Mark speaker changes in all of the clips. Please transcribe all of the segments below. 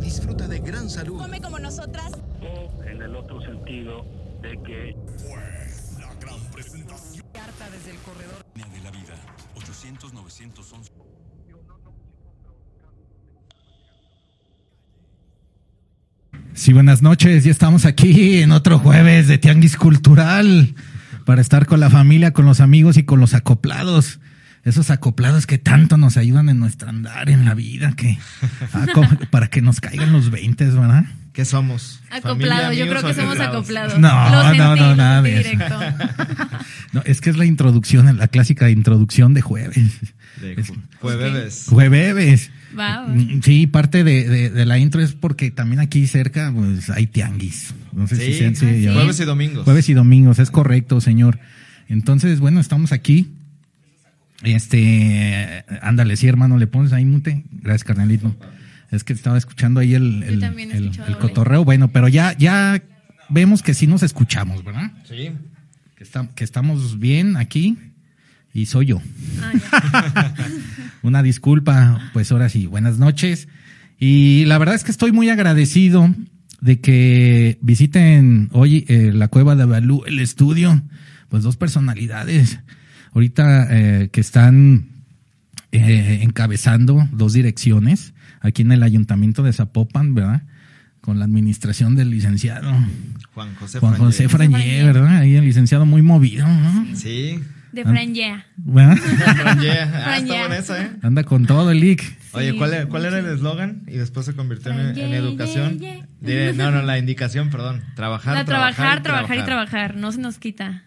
Speaker 1: disfruta de gran salud.
Speaker 2: Come como nosotras.
Speaker 3: O en el otro sentido de que
Speaker 4: Pues la gran presentación.
Speaker 5: Carta desde el corredor.
Speaker 4: Línea de la vida. 800-911.
Speaker 6: Sí, buenas noches. Ya estamos aquí en otro jueves de Tianguis Cultural para estar con la familia, con los amigos y con los acoplados. Esos acoplados que tanto nos ayudan en nuestro andar en la vida, que ah, como- para que nos caigan los 20, ¿verdad?
Speaker 7: ¿Qué somos?
Speaker 8: Acoplado,
Speaker 7: ¿Familia,
Speaker 8: yo creo
Speaker 7: amigos o
Speaker 8: que somos
Speaker 7: acoplados?
Speaker 8: acoplados.
Speaker 6: No,
Speaker 8: Lo
Speaker 6: no,
Speaker 8: sentí,
Speaker 6: no,
Speaker 8: lo
Speaker 6: nada
Speaker 8: sentí
Speaker 6: de eso.
Speaker 8: directo.
Speaker 6: No, es que es la introducción, la clásica introducción de jueves.
Speaker 7: De
Speaker 6: Es-
Speaker 7: ju- jueves.
Speaker 6: Jueves.
Speaker 8: Va, va.
Speaker 6: Mm, Sí, parte de, de- de la intro es porque también aquí cerca pues, hay tianguis. No sé si
Speaker 7: Sí,
Speaker 6: sean- sí,
Speaker 8: así
Speaker 6: ya-
Speaker 8: es.
Speaker 7: Jueves y domingos.
Speaker 6: Jueves y domingos, es correcto, señor. Entonces, bueno, estamos aquí. Este, ándale, sí, hermano, le pones ahí mute. Gracias, carnalito. Es que estaba escuchando ahí el, el-
Speaker 8: también
Speaker 6: el-
Speaker 8: escucho
Speaker 6: el
Speaker 8: doble.
Speaker 6: cotorreo. Bueno, pero ya, ya vemos que sí nos escuchamos, ¿verdad?
Speaker 7: Sí.
Speaker 6: Que, está- que estamos bien aquí y soy yo.
Speaker 8: Ah, ya.
Speaker 6: Una disculpa, pues ahora sí, buenas noches. Y la verdad es que estoy muy agradecido de que visiten hoy eh, la cueva de Balú, el estudio, pues dos personalidades ahorita eh, que están eh, encabezando dos direcciones aquí en el ayuntamiento de Zapopan, ¿verdad? Con la administración del licenciado
Speaker 7: Juan José
Speaker 6: Juan
Speaker 7: Frangé.
Speaker 6: José Frangé, ¿verdad? Ahí el licenciado muy movido, ¿no?
Speaker 7: Sí.
Speaker 8: De Frangea.
Speaker 6: ¿Verdad?
Speaker 7: Frangé. Ah,
Speaker 8: Frangé.
Speaker 7: está buena esa, ¿eh?
Speaker 6: Anda con todo el IC.
Speaker 7: Oye, ¿cuál, era- cuál era el eslogan? Y después se convirtió en, en
Speaker 8: Frangé,
Speaker 7: educación.
Speaker 8: ye, ye.
Speaker 7: Diré, no, no, la indicación, perdón. Trabajar,
Speaker 8: La trabajar, trabajar y trabajar. No se nos quita.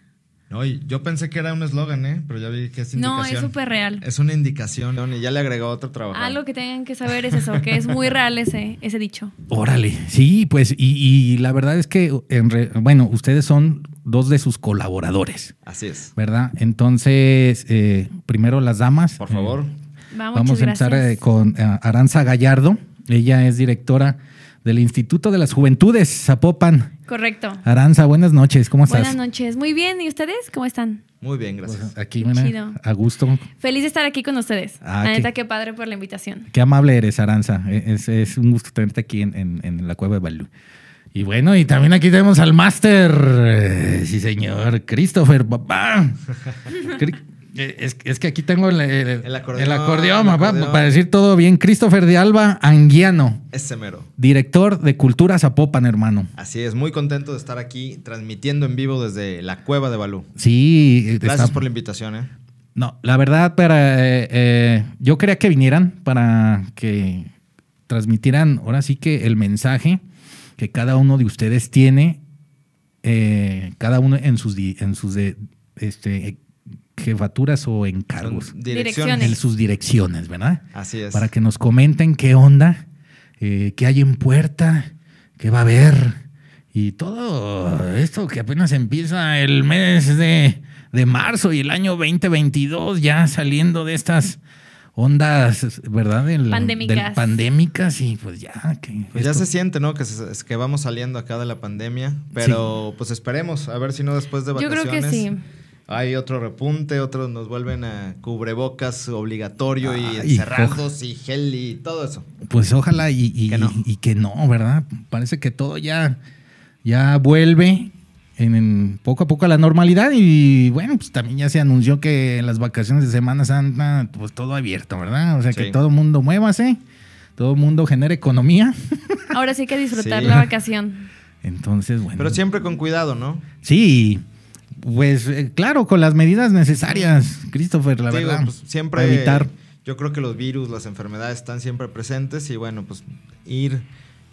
Speaker 7: No, y yo pensé que era un eslogan, ¿eh? Pero ya vi que es indicación.
Speaker 8: No, es súper real.
Speaker 7: Es una indicación. Y ya le agregó otro trabajo.
Speaker 8: Algo que tengan que saber es eso, que es muy real ese, ese dicho.
Speaker 6: Órale, sí, pues, y, y la verdad es que, en re- bueno, ustedes son dos de sus colaboradores,
Speaker 7: Así es.
Speaker 6: ¿verdad? Entonces, eh, primero las damas. Eh,
Speaker 7: Por favor.
Speaker 8: Va, Ah, muchas
Speaker 6: Vamos a empezar
Speaker 8: gracias.
Speaker 6: eh, con eh, Aranza Gallardo. Ella es directora del Instituto de las Juventudes Zapopan.
Speaker 8: Correcto.
Speaker 6: Aranza, buenas noches, ¿cómo estás? Pues,
Speaker 8: Buenas noches. Muy bien, ¿y ustedes cómo están?
Speaker 7: Muy bien, gracias.
Speaker 6: Aquí,
Speaker 8: Qué
Speaker 6: mira,
Speaker 8: chido.
Speaker 6: a gusto.
Speaker 8: Feliz de estar aquí con ustedes. la
Speaker 6: Ah, qué-
Speaker 8: neta, qué padre por la invitación.
Speaker 6: Qué amable eres, Aranza. E-, Es, es un gusto tenerte aquí en, en- en la Cueva de Balú. Y bueno, y también aquí tenemos al máster. Eh, Sí, señor. Christopher, papá. Cri- eh, Es, es que aquí tengo el, el-
Speaker 7: El acordeón,
Speaker 6: el acordeón,
Speaker 7: el
Speaker 6: papá,
Speaker 7: acordeón.
Speaker 6: para decir todo bien. Christopher de Alba Anguiano,
Speaker 7: Ese mero.
Speaker 6: director de Cultura Zapopan, hermano.
Speaker 7: Así es, muy contento de estar aquí transmitiendo en vivo desde la cueva de Balú.
Speaker 6: Sí, eh,
Speaker 7: Gracias
Speaker 6: está-
Speaker 7: por la invitación, ¿eh?
Speaker 6: No, la verdad, para, eh, eh, yo quería que vinieran para que transmitieran ahora sí que el mensaje que cada uno de ustedes tiene, eh, cada uno en sus, di- en sus de- este, jefaturas o
Speaker 7: Son
Speaker 6: encargos,
Speaker 8: Direcciones.
Speaker 6: en sus direcciones, ¿verdad?
Speaker 7: Así es.
Speaker 6: Para que nos comenten qué onda, eh, qué hay en puerta, qué va a haber. Y todo esto que apenas empieza el mes de, de marzo y el año 2022, ya saliendo de estas ondas, ¿verdad? Del-
Speaker 8: Pandémicas.
Speaker 6: del pandémicas y pues ya. Que
Speaker 7: Pues ya
Speaker 6: esto-
Speaker 7: se siente, ¿no? Que, se- es que vamos saliendo acá de la pandemia, pero pues esperemos, a ver si no después de
Speaker 8: Yo
Speaker 7: vacaciones.
Speaker 8: creo que sí.
Speaker 7: Hay otro repunte, otros nos vuelven a cubrebocas obligatorio y
Speaker 6: Ah, hijo.
Speaker 7: encerrados y gel y todo eso.
Speaker 6: Pues ojalá y, y-
Speaker 7: Que no.
Speaker 6: y que no, ¿verdad? Parece que todo ya, ya vuelve en, en poco a poco a la normalidad y bueno, pues también ya se anunció que en las vacaciones de Semana Santa, pues todo abierto, ¿verdad? O sea, que
Speaker 7: Sí.
Speaker 6: todo mundo muévase, todo mundo genere economía.
Speaker 8: Ahora sí que disfrutar
Speaker 7: Sí.
Speaker 8: la vacación.
Speaker 6: Entonces, bueno.
Speaker 7: Pero siempre con cuidado, ¿no?
Speaker 6: Sí, pues eh, claro, con las medidas necesarias, Christopher, la
Speaker 7: Digo,
Speaker 6: verdad.
Speaker 7: pues, siempre
Speaker 6: para evitar.
Speaker 7: Yo creo que los virus, las enfermedades están siempre presentes y bueno, pues ir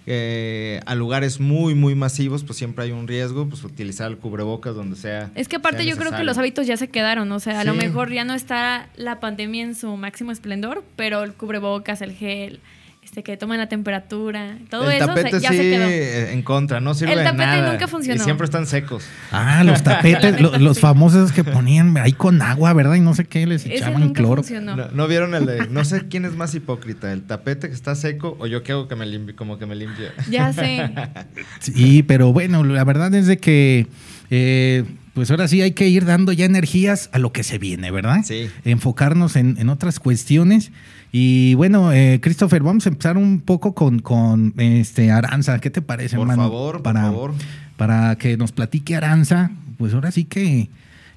Speaker 7: eh, a lugares muy, muy masivos, pues siempre hay un riesgo, pues utilizar el cubrebocas donde sea.
Speaker 8: Es que aparte
Speaker 7: sea
Speaker 8: yo creo que
Speaker 7: necesario.
Speaker 8: los hábitos ya se quedaron, o sea, a lo
Speaker 7: Sí.
Speaker 8: mejor ya no está la pandemia en su máximo esplendor, pero el cubrebocas, el gel, este que toman la temperatura, todo
Speaker 7: el
Speaker 8: eso se-
Speaker 7: tapete
Speaker 8: ya
Speaker 7: sí
Speaker 8: se quedó.
Speaker 7: eh, en contra, no sirve
Speaker 8: El
Speaker 7: de
Speaker 8: tapete
Speaker 7: nada.
Speaker 8: nunca funcionó.
Speaker 7: Y siempre están secos.
Speaker 6: Ah, los tapetes, lo- los famosos que ponían ahí con agua, ¿verdad? Y no sé qué, les
Speaker 8: Ese
Speaker 6: echaban
Speaker 8: nunca
Speaker 6: cloro.
Speaker 8: funcionó.
Speaker 7: No. no vieron el de no sé quién es más hipócrita, el tapete que está seco o yo que hago que me limpie, como que me limpie.
Speaker 8: Ya sé.
Speaker 6: Sí, pero bueno, la verdad es de que eh, Pues ahora sí hay que ir dando ya energías a lo que se viene, ¿verdad?
Speaker 7: Sí.
Speaker 6: Enfocarnos en, en otras cuestiones. Y bueno, eh, Christopher, vamos a empezar un poco con, con este Aranza. ¿Qué te parece,
Speaker 7: Por
Speaker 6: hermano?
Speaker 7: favor, por favor.
Speaker 6: Para que nos platique Aranza, pues ahora sí que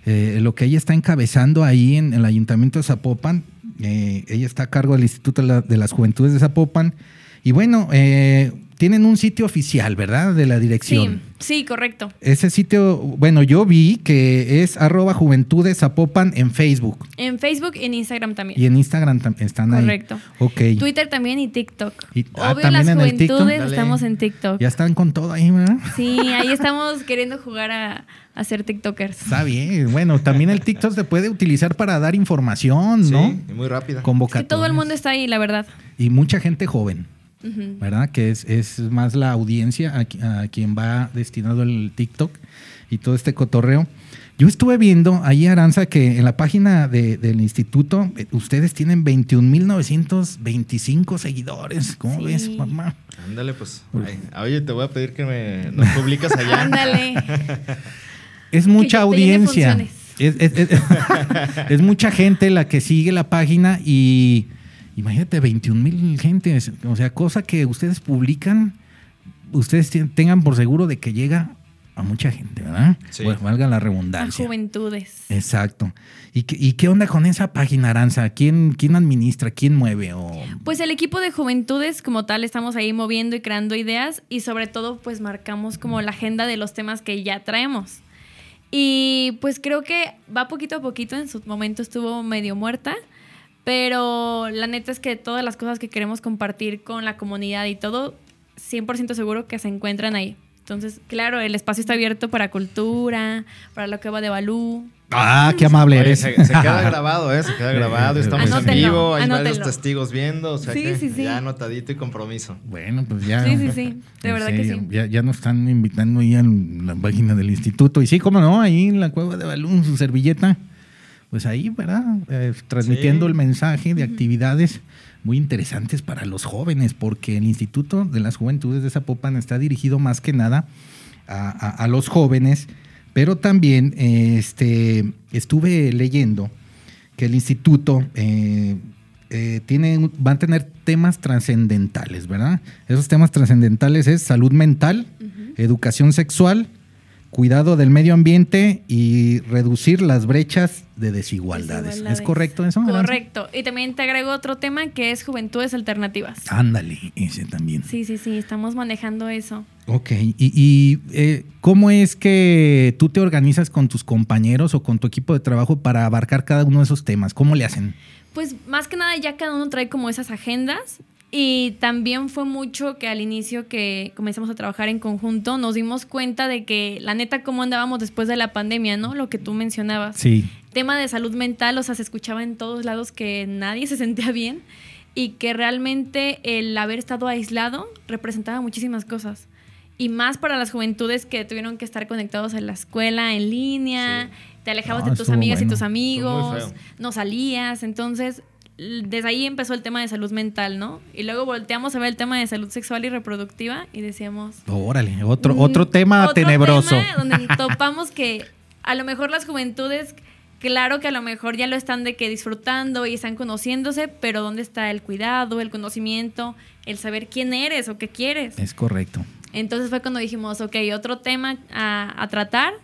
Speaker 6: eh, lo que ella está encabezando ahí en, el Ayuntamiento de Zapopan, eh, ella está a cargo del Instituto de la- de las Juventudes de Zapopan. Y bueno, eh, tienen un sitio oficial, ¿verdad? De la dirección.
Speaker 8: Sí, sí, correcto.
Speaker 6: Ese sitio, bueno, yo vi que es arroba juventudes Zapopan en Facebook
Speaker 8: En Facebook y en Instagram también.
Speaker 6: y en Instagram tam- están ahí.
Speaker 8: Correcto.
Speaker 6: Ok.
Speaker 8: Twitter también y TikTok.
Speaker 6: Y- ah,
Speaker 8: Obvio,
Speaker 6: también
Speaker 8: las
Speaker 6: en el
Speaker 8: juventudes
Speaker 6: TikTok.
Speaker 7: Dale.
Speaker 8: estamos en TikTok.
Speaker 6: Ya están con todo ahí, ¿verdad?
Speaker 8: Sí, ahí estamos queriendo jugar a, a ser TikTokers.
Speaker 6: Está bien. Bueno, también el TikTok se puede utilizar para dar información,
Speaker 7: Sí,
Speaker 6: ¿no?
Speaker 7: y muy rápida.
Speaker 8: Que
Speaker 6: Convocatorias.
Speaker 8: todo el mundo está ahí, la verdad.
Speaker 6: Y mucha gente joven,
Speaker 8: Ujú.
Speaker 6: ¿verdad? Que es, es más la audiencia a, qui- a quien va destinado el TikTok y todo este cotorreo. Yo estuve viendo ahí, Aranza, que en la página de- del instituto eh, ustedes tienen 21.925 seguidores. ¿Cómo
Speaker 8: Sí.
Speaker 6: ves, mamá?
Speaker 7: Ándale, pues. Ay, oye, te voy a pedir que me nos publicas allá.
Speaker 8: Ándale.
Speaker 6: Es mucha
Speaker 8: yo te llene
Speaker 6: audiencia.
Speaker 8: funciones.
Speaker 6: Es, es- es- es mucha gente la que sigue la página y imagínate 21 mil gentes. O sea, cosa que ustedes publican, ustedes tien- tengan por seguro de que llega a mucha gente, ¿verdad?
Speaker 7: Sí.
Speaker 6: Bueno, valga la
Speaker 8: A
Speaker 6: redundancia.
Speaker 8: juventudes.
Speaker 6: Exacto. ¿Y qué, y qué onda con esa página, Aranza? ¿Quién, quién administra? ¿Quién mueve? O...
Speaker 8: Pues el equipo de juventudes como tal estamos ahí moviendo y creando ideas y sobre todo pues marcamos como la agenda de los temas que ya traemos. Y pues creo que va poquito a poquito, en su momento estuvo medio muerta, pero la neta es que todas las cosas que queremos compartir con la comunidad y todo, 100% seguro que se encuentran ahí. Entonces, claro, el espacio está abierto para cultura, para lo que va de Balú.
Speaker 6: Ah, qué amable
Speaker 7: Oye,
Speaker 6: eres.
Speaker 7: se, se queda grabado, ¿eh? Se queda grabado. Estamos en
Speaker 8: Anótenlo,
Speaker 7: vivo. Hay varios
Speaker 8: anótenlo.
Speaker 7: testigos viendo. O sea
Speaker 8: Sí,
Speaker 7: que
Speaker 8: sí, sí.
Speaker 7: ya anotadito y compromiso.
Speaker 6: Bueno, pues ya.
Speaker 8: Sí, sí, sí, de verdad que sí.
Speaker 6: Ya, ya nos están invitando ahí a la página del instituto. Y sí, cómo no, ahí en la cueva de Balún, su servilleta. Pues ahí, ¿verdad? Eh, transmitiendo
Speaker 7: Sí.
Speaker 6: el mensaje de actividades muy interesantes para los jóvenes, porque el Instituto de las Juventudes de Zapopan está dirigido más que nada a, a- a los jóvenes, pero también eh, este, estuve leyendo que el instituto eh, eh, tiene, un- va a tener temas trascendentales, ¿verdad? Esos temas trascendentales es salud mental, educación sexual, cuidado del medio ambiente y reducir las brechas de desigualdades. ¿Es
Speaker 8: Desigualdades.
Speaker 6: correcto eso? Aranza?
Speaker 8: Correcto. Y también te agrego otro tema que es juventudes alternativas.
Speaker 6: Ah. Ándale, ese también.
Speaker 8: Sí, sí, sí, estamos manejando eso.
Speaker 6: Ok, y, y, eh, ¿cómo es que tú te organizas con tus compañeros o con tu equipo de trabajo para abarcar cada uno de esos temas? ¿Cómo le hacen?
Speaker 8: Pues más que nada ya cada uno trae como esas agendas y también fue mucho que al inicio que comenzamos a trabajar en conjunto nos dimos cuenta de que la neta cómo andábamos después de la pandemia, ¿no? Lo que tú mencionabas.
Speaker 6: Sí,
Speaker 8: tema de salud mental, o sea, se escuchaba en todos lados que nadie se sentía bien y que realmente el haber estado aislado representaba muchísimas cosas. Y más para las juventudes que tuvieron que estar conectados en la escuela, en línea, te alejabas
Speaker 6: No,
Speaker 8: de tus
Speaker 6: Ah, estuvo
Speaker 8: amigas
Speaker 6: bueno.
Speaker 8: y tus
Speaker 7: Estuvo muy
Speaker 8: amigos,
Speaker 7: feo.
Speaker 8: no salías, entonces l- desde ahí empezó el tema de salud mental, ¿no? Y luego volteamos a ver el tema de salud sexual y reproductiva y decíamos,
Speaker 6: órale, otro,
Speaker 8: Mm,
Speaker 6: otro tema tenebroso.
Speaker 8: tema donde topamos que a lo mejor las juventudes, claro que a lo mejor ya lo están de que disfrutando y están conociéndose, pero ¿dónde está el cuidado, el conocimiento, el saber quién eres o qué quieres?
Speaker 6: Es correcto.
Speaker 8: Entonces fue cuando dijimos, ok, otro tema a, a tratar.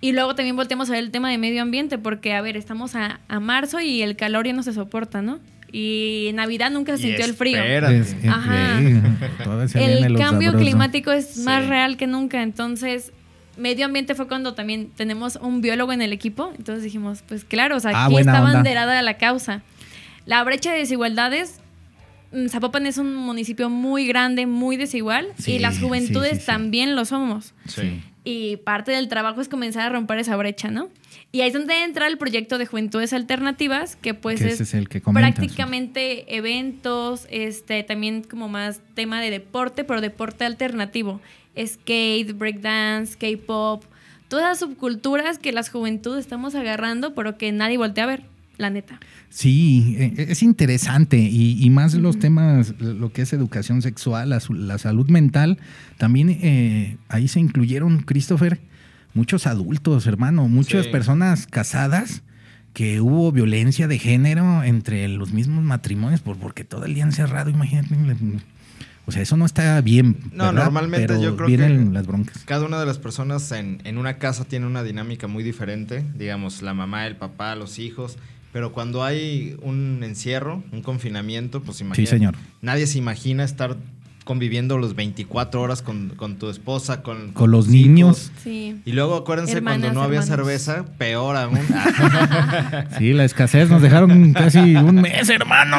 Speaker 8: Y luego también volteamos a ver el tema de medio ambiente, porque, a ver, estamos a, a marzo y el calor ya no se soporta, ¿no? Y en Navidad nunca se
Speaker 7: Y
Speaker 8: sintió el frío.
Speaker 7: espérate.
Speaker 6: Es- es-
Speaker 8: Ajá.
Speaker 6: sí, todavía se viene
Speaker 8: El
Speaker 6: lo
Speaker 8: cambio
Speaker 6: sabroso.
Speaker 8: climático es
Speaker 7: Sí.
Speaker 8: más real que nunca, entonces medio ambiente fue cuando también tenemos un biólogo en el equipo, entonces dijimos, pues claro, o sea,
Speaker 6: Ah,
Speaker 8: aquí
Speaker 6: buena
Speaker 8: está
Speaker 6: onda.
Speaker 8: banderada la causa. La brecha de desigualdades, mm, Zapopan es un municipio muy grande, muy desigual,
Speaker 6: Sí,
Speaker 8: y las
Speaker 6: sí,
Speaker 8: juventudes
Speaker 6: sí, sí.
Speaker 8: también lo somos.
Speaker 7: Sí.
Speaker 8: Y parte del trabajo es comenzar a romper esa brecha, ¿no? Y ahí es donde entra el proyecto de Juventudes Alternativas, que pues
Speaker 6: Que
Speaker 8: es,
Speaker 6: ese es el que comentas.
Speaker 8: prácticamente eventos, este, también como más tema de deporte, pero deporte alternativo. Skate, breakdance, K-pop, todas las subculturas que las juventudes estamos agarrando, pero que nadie voltea a ver, la neta.
Speaker 6: Sí, eh, es interesante y, y más los temas, lo que es educación sexual, la, su- la salud mental, también eh, ahí se incluyeron, Christopher, muchos adultos, hermano, muchas
Speaker 7: Sí.
Speaker 6: personas casadas que hubo violencia de género entre los mismos matrimonios por, porque todo el día encerrado, imagínate. O sea, eso no está bien.
Speaker 7: No,
Speaker 6: ¿verdad?
Speaker 7: normalmente
Speaker 6: Pero
Speaker 7: yo creo
Speaker 6: vienen
Speaker 7: que-
Speaker 6: las broncas.
Speaker 7: Cada una de las personas en, en una casa tiene una dinámica muy diferente, digamos, la mamá, el papá, los hijos, pero cuando hay un encierro, un confinamiento, pues imagínate.
Speaker 6: señor.
Speaker 7: Nadie se imagina estar conviviendo los 24 horas con, con tu esposa, con,
Speaker 6: Con los
Speaker 7: tus hijos.
Speaker 6: niños.
Speaker 8: Sí.
Speaker 7: Y luego acuérdense
Speaker 8: Hermanas,
Speaker 7: cuando no había
Speaker 8: hermanos.
Speaker 7: cerveza, peor aún.
Speaker 6: Sí, la escasez nos dejaron casi un mes, hermano.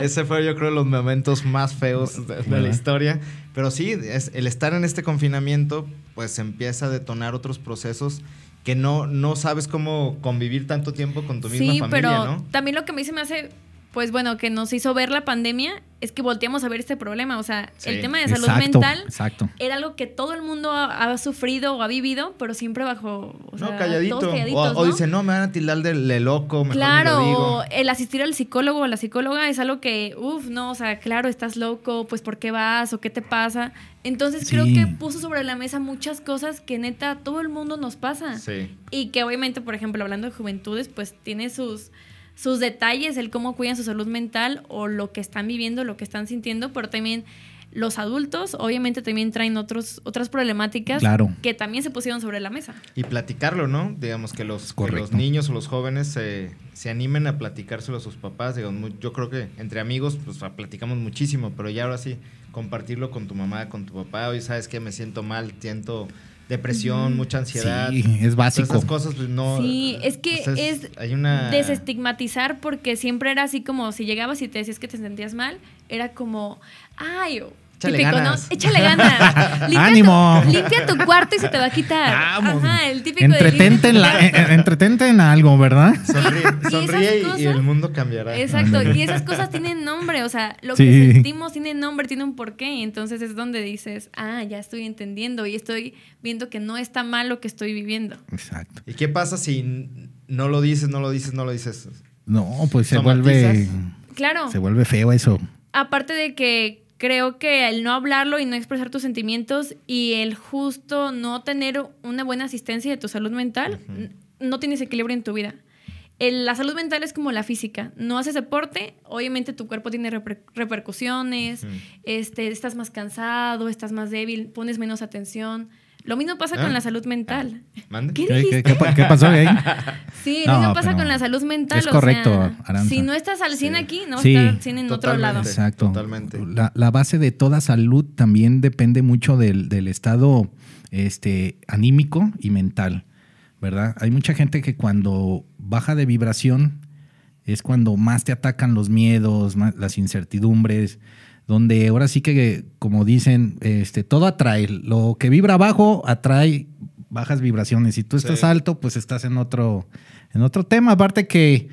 Speaker 7: Ese fue yo creo los momentos más feos de, de la
Speaker 6: ¿Verdad?
Speaker 7: historia. Pero sí, es- el estar en este confinamiento pues empieza a detonar otros procesos que no, no sabes cómo convivir tanto tiempo con tu misma
Speaker 8: sí,
Speaker 7: familia,
Speaker 8: pero
Speaker 7: ¿no?
Speaker 8: también lo que a mí se me hace, pues bueno, que nos hizo ver la pandemia es que volteamos a ver este problema. O sea,
Speaker 7: Sí.
Speaker 8: el tema de salud
Speaker 6: Exacto,
Speaker 8: mental
Speaker 6: Exacto.
Speaker 8: era algo que todo el mundo ha, ha sufrido o ha vivido, pero siempre bajo. o sea,
Speaker 7: no, calladito.
Speaker 8: todos
Speaker 7: o,
Speaker 8: calladitos,
Speaker 7: o
Speaker 8: ¿no?
Speaker 7: dice, no, me van a tildar de, de loco, mejor ni lo
Speaker 8: Claro,
Speaker 7: digo.
Speaker 8: el asistir al psicólogo o la psicóloga es algo que, uff, no, o sea, claro, estás loco, pues ¿por qué vas o qué te pasa? Entonces creo
Speaker 6: Sí.
Speaker 8: que puso sobre la mesa muchas cosas que neta a todo el mundo nos pasa.
Speaker 7: Sí.
Speaker 8: Y que obviamente, por ejemplo, hablando de juventudes, pues tiene sus, sus detalles, el cómo cuidan su salud mental o lo que están viviendo, lo que están sintiendo, pero también los adultos obviamente también traen otros, otras problemáticas
Speaker 6: Claro.
Speaker 8: que también se pusieron sobre la mesa.
Speaker 7: Y platicarlo, ¿no? Digamos que los, que los
Speaker 6: correcto.
Speaker 7: niños o los jóvenes se, se animen a platicárselo a sus papás. Digo, mu- yo creo que entre amigos pues a- platicamos muchísimo, pero ya ahora sí, compartirlo con tu mamá, con tu papá. Hoy sabes que me siento mal, siento depresión, mucha ansiedad.
Speaker 6: Sí, es básico.
Speaker 7: Todas esas cosas pues no...
Speaker 8: Sí, es que
Speaker 7: pues,
Speaker 8: es
Speaker 7: Hay una...
Speaker 8: desestigmatizar porque siempre era así como si llegabas y te decías que te sentías mal, era como, ay, o-
Speaker 7: Échale
Speaker 8: típico,
Speaker 7: ganas.
Speaker 8: ¿no? Échale ganas. Limpia
Speaker 6: ¡Ánimo!
Speaker 8: Tu, limpia tu cuarto y se te va a quitar.
Speaker 6: Vamos.
Speaker 8: Ajá, el típico de
Speaker 6: Entretente en,
Speaker 8: limpia
Speaker 6: la-
Speaker 8: tu
Speaker 6: eh, eh, entretente en algo, ¿verdad?
Speaker 7: Sonríe,
Speaker 8: esas
Speaker 7: sonríe y, y el
Speaker 8: cosas-
Speaker 7: mundo cambiará.
Speaker 8: Exacto, y esas cosas tienen nombre, o sea, lo
Speaker 6: Sí.
Speaker 8: que sentimos tiene nombre, tiene un porqué, entonces es donde dices, ah, ya estoy entendiendo y estoy viendo que no está mal lo que estoy viviendo.
Speaker 6: Exacto.
Speaker 7: ¿Y qué pasa si n- no lo dices, no lo dices, no lo dices?
Speaker 6: No, pues se
Speaker 7: Somatizas.
Speaker 6: vuelve,
Speaker 8: Claro,
Speaker 6: se vuelve feo eso.
Speaker 8: aparte de que creo que el no hablarlo y no expresar tus sentimientos y el justo no tener una buena asistencia de tu salud mental, n- no tienes equilibrio en tu vida. El- la salud mental es como la física. No haces deporte, obviamente tu cuerpo tiene reper- repercusiones,
Speaker 7: Mm.
Speaker 8: este, estás más cansado, estás más débil, pones menos atención. Lo mismo pasa
Speaker 7: ¿Ah?
Speaker 8: con la salud mental.
Speaker 7: ¿Mande?
Speaker 8: ¿Qué
Speaker 6: ¿Qué,
Speaker 8: dijiste?
Speaker 6: qué- qué pa- qué pasó ahí?
Speaker 8: Sí,
Speaker 6: Ah. No,
Speaker 8: lo mismo pasa
Speaker 6: pero
Speaker 8: con la salud mental.
Speaker 6: es
Speaker 8: o
Speaker 6: correcto,
Speaker 8: sea,
Speaker 6: Aranza.
Speaker 8: si no estás al 100 aquí, no
Speaker 6: Sí,
Speaker 8: estás al 100 en otro lado.
Speaker 7: totalmente.
Speaker 6: Exacto.
Speaker 7: totalmente.
Speaker 6: La, la base de toda salud también depende mucho del, del estado este, anímico y mental, ¿verdad? Hay mucha gente que cuando baja de vibración es cuando más te atacan los miedos, más- las incertidumbres, donde ahora sí que, como dicen, este, todo atrae. Lo que vibra abajo atrae bajas vibraciones. Si tú estás
Speaker 7: Sí.
Speaker 6: alto, pues estás en otro, en otro tema. Aparte que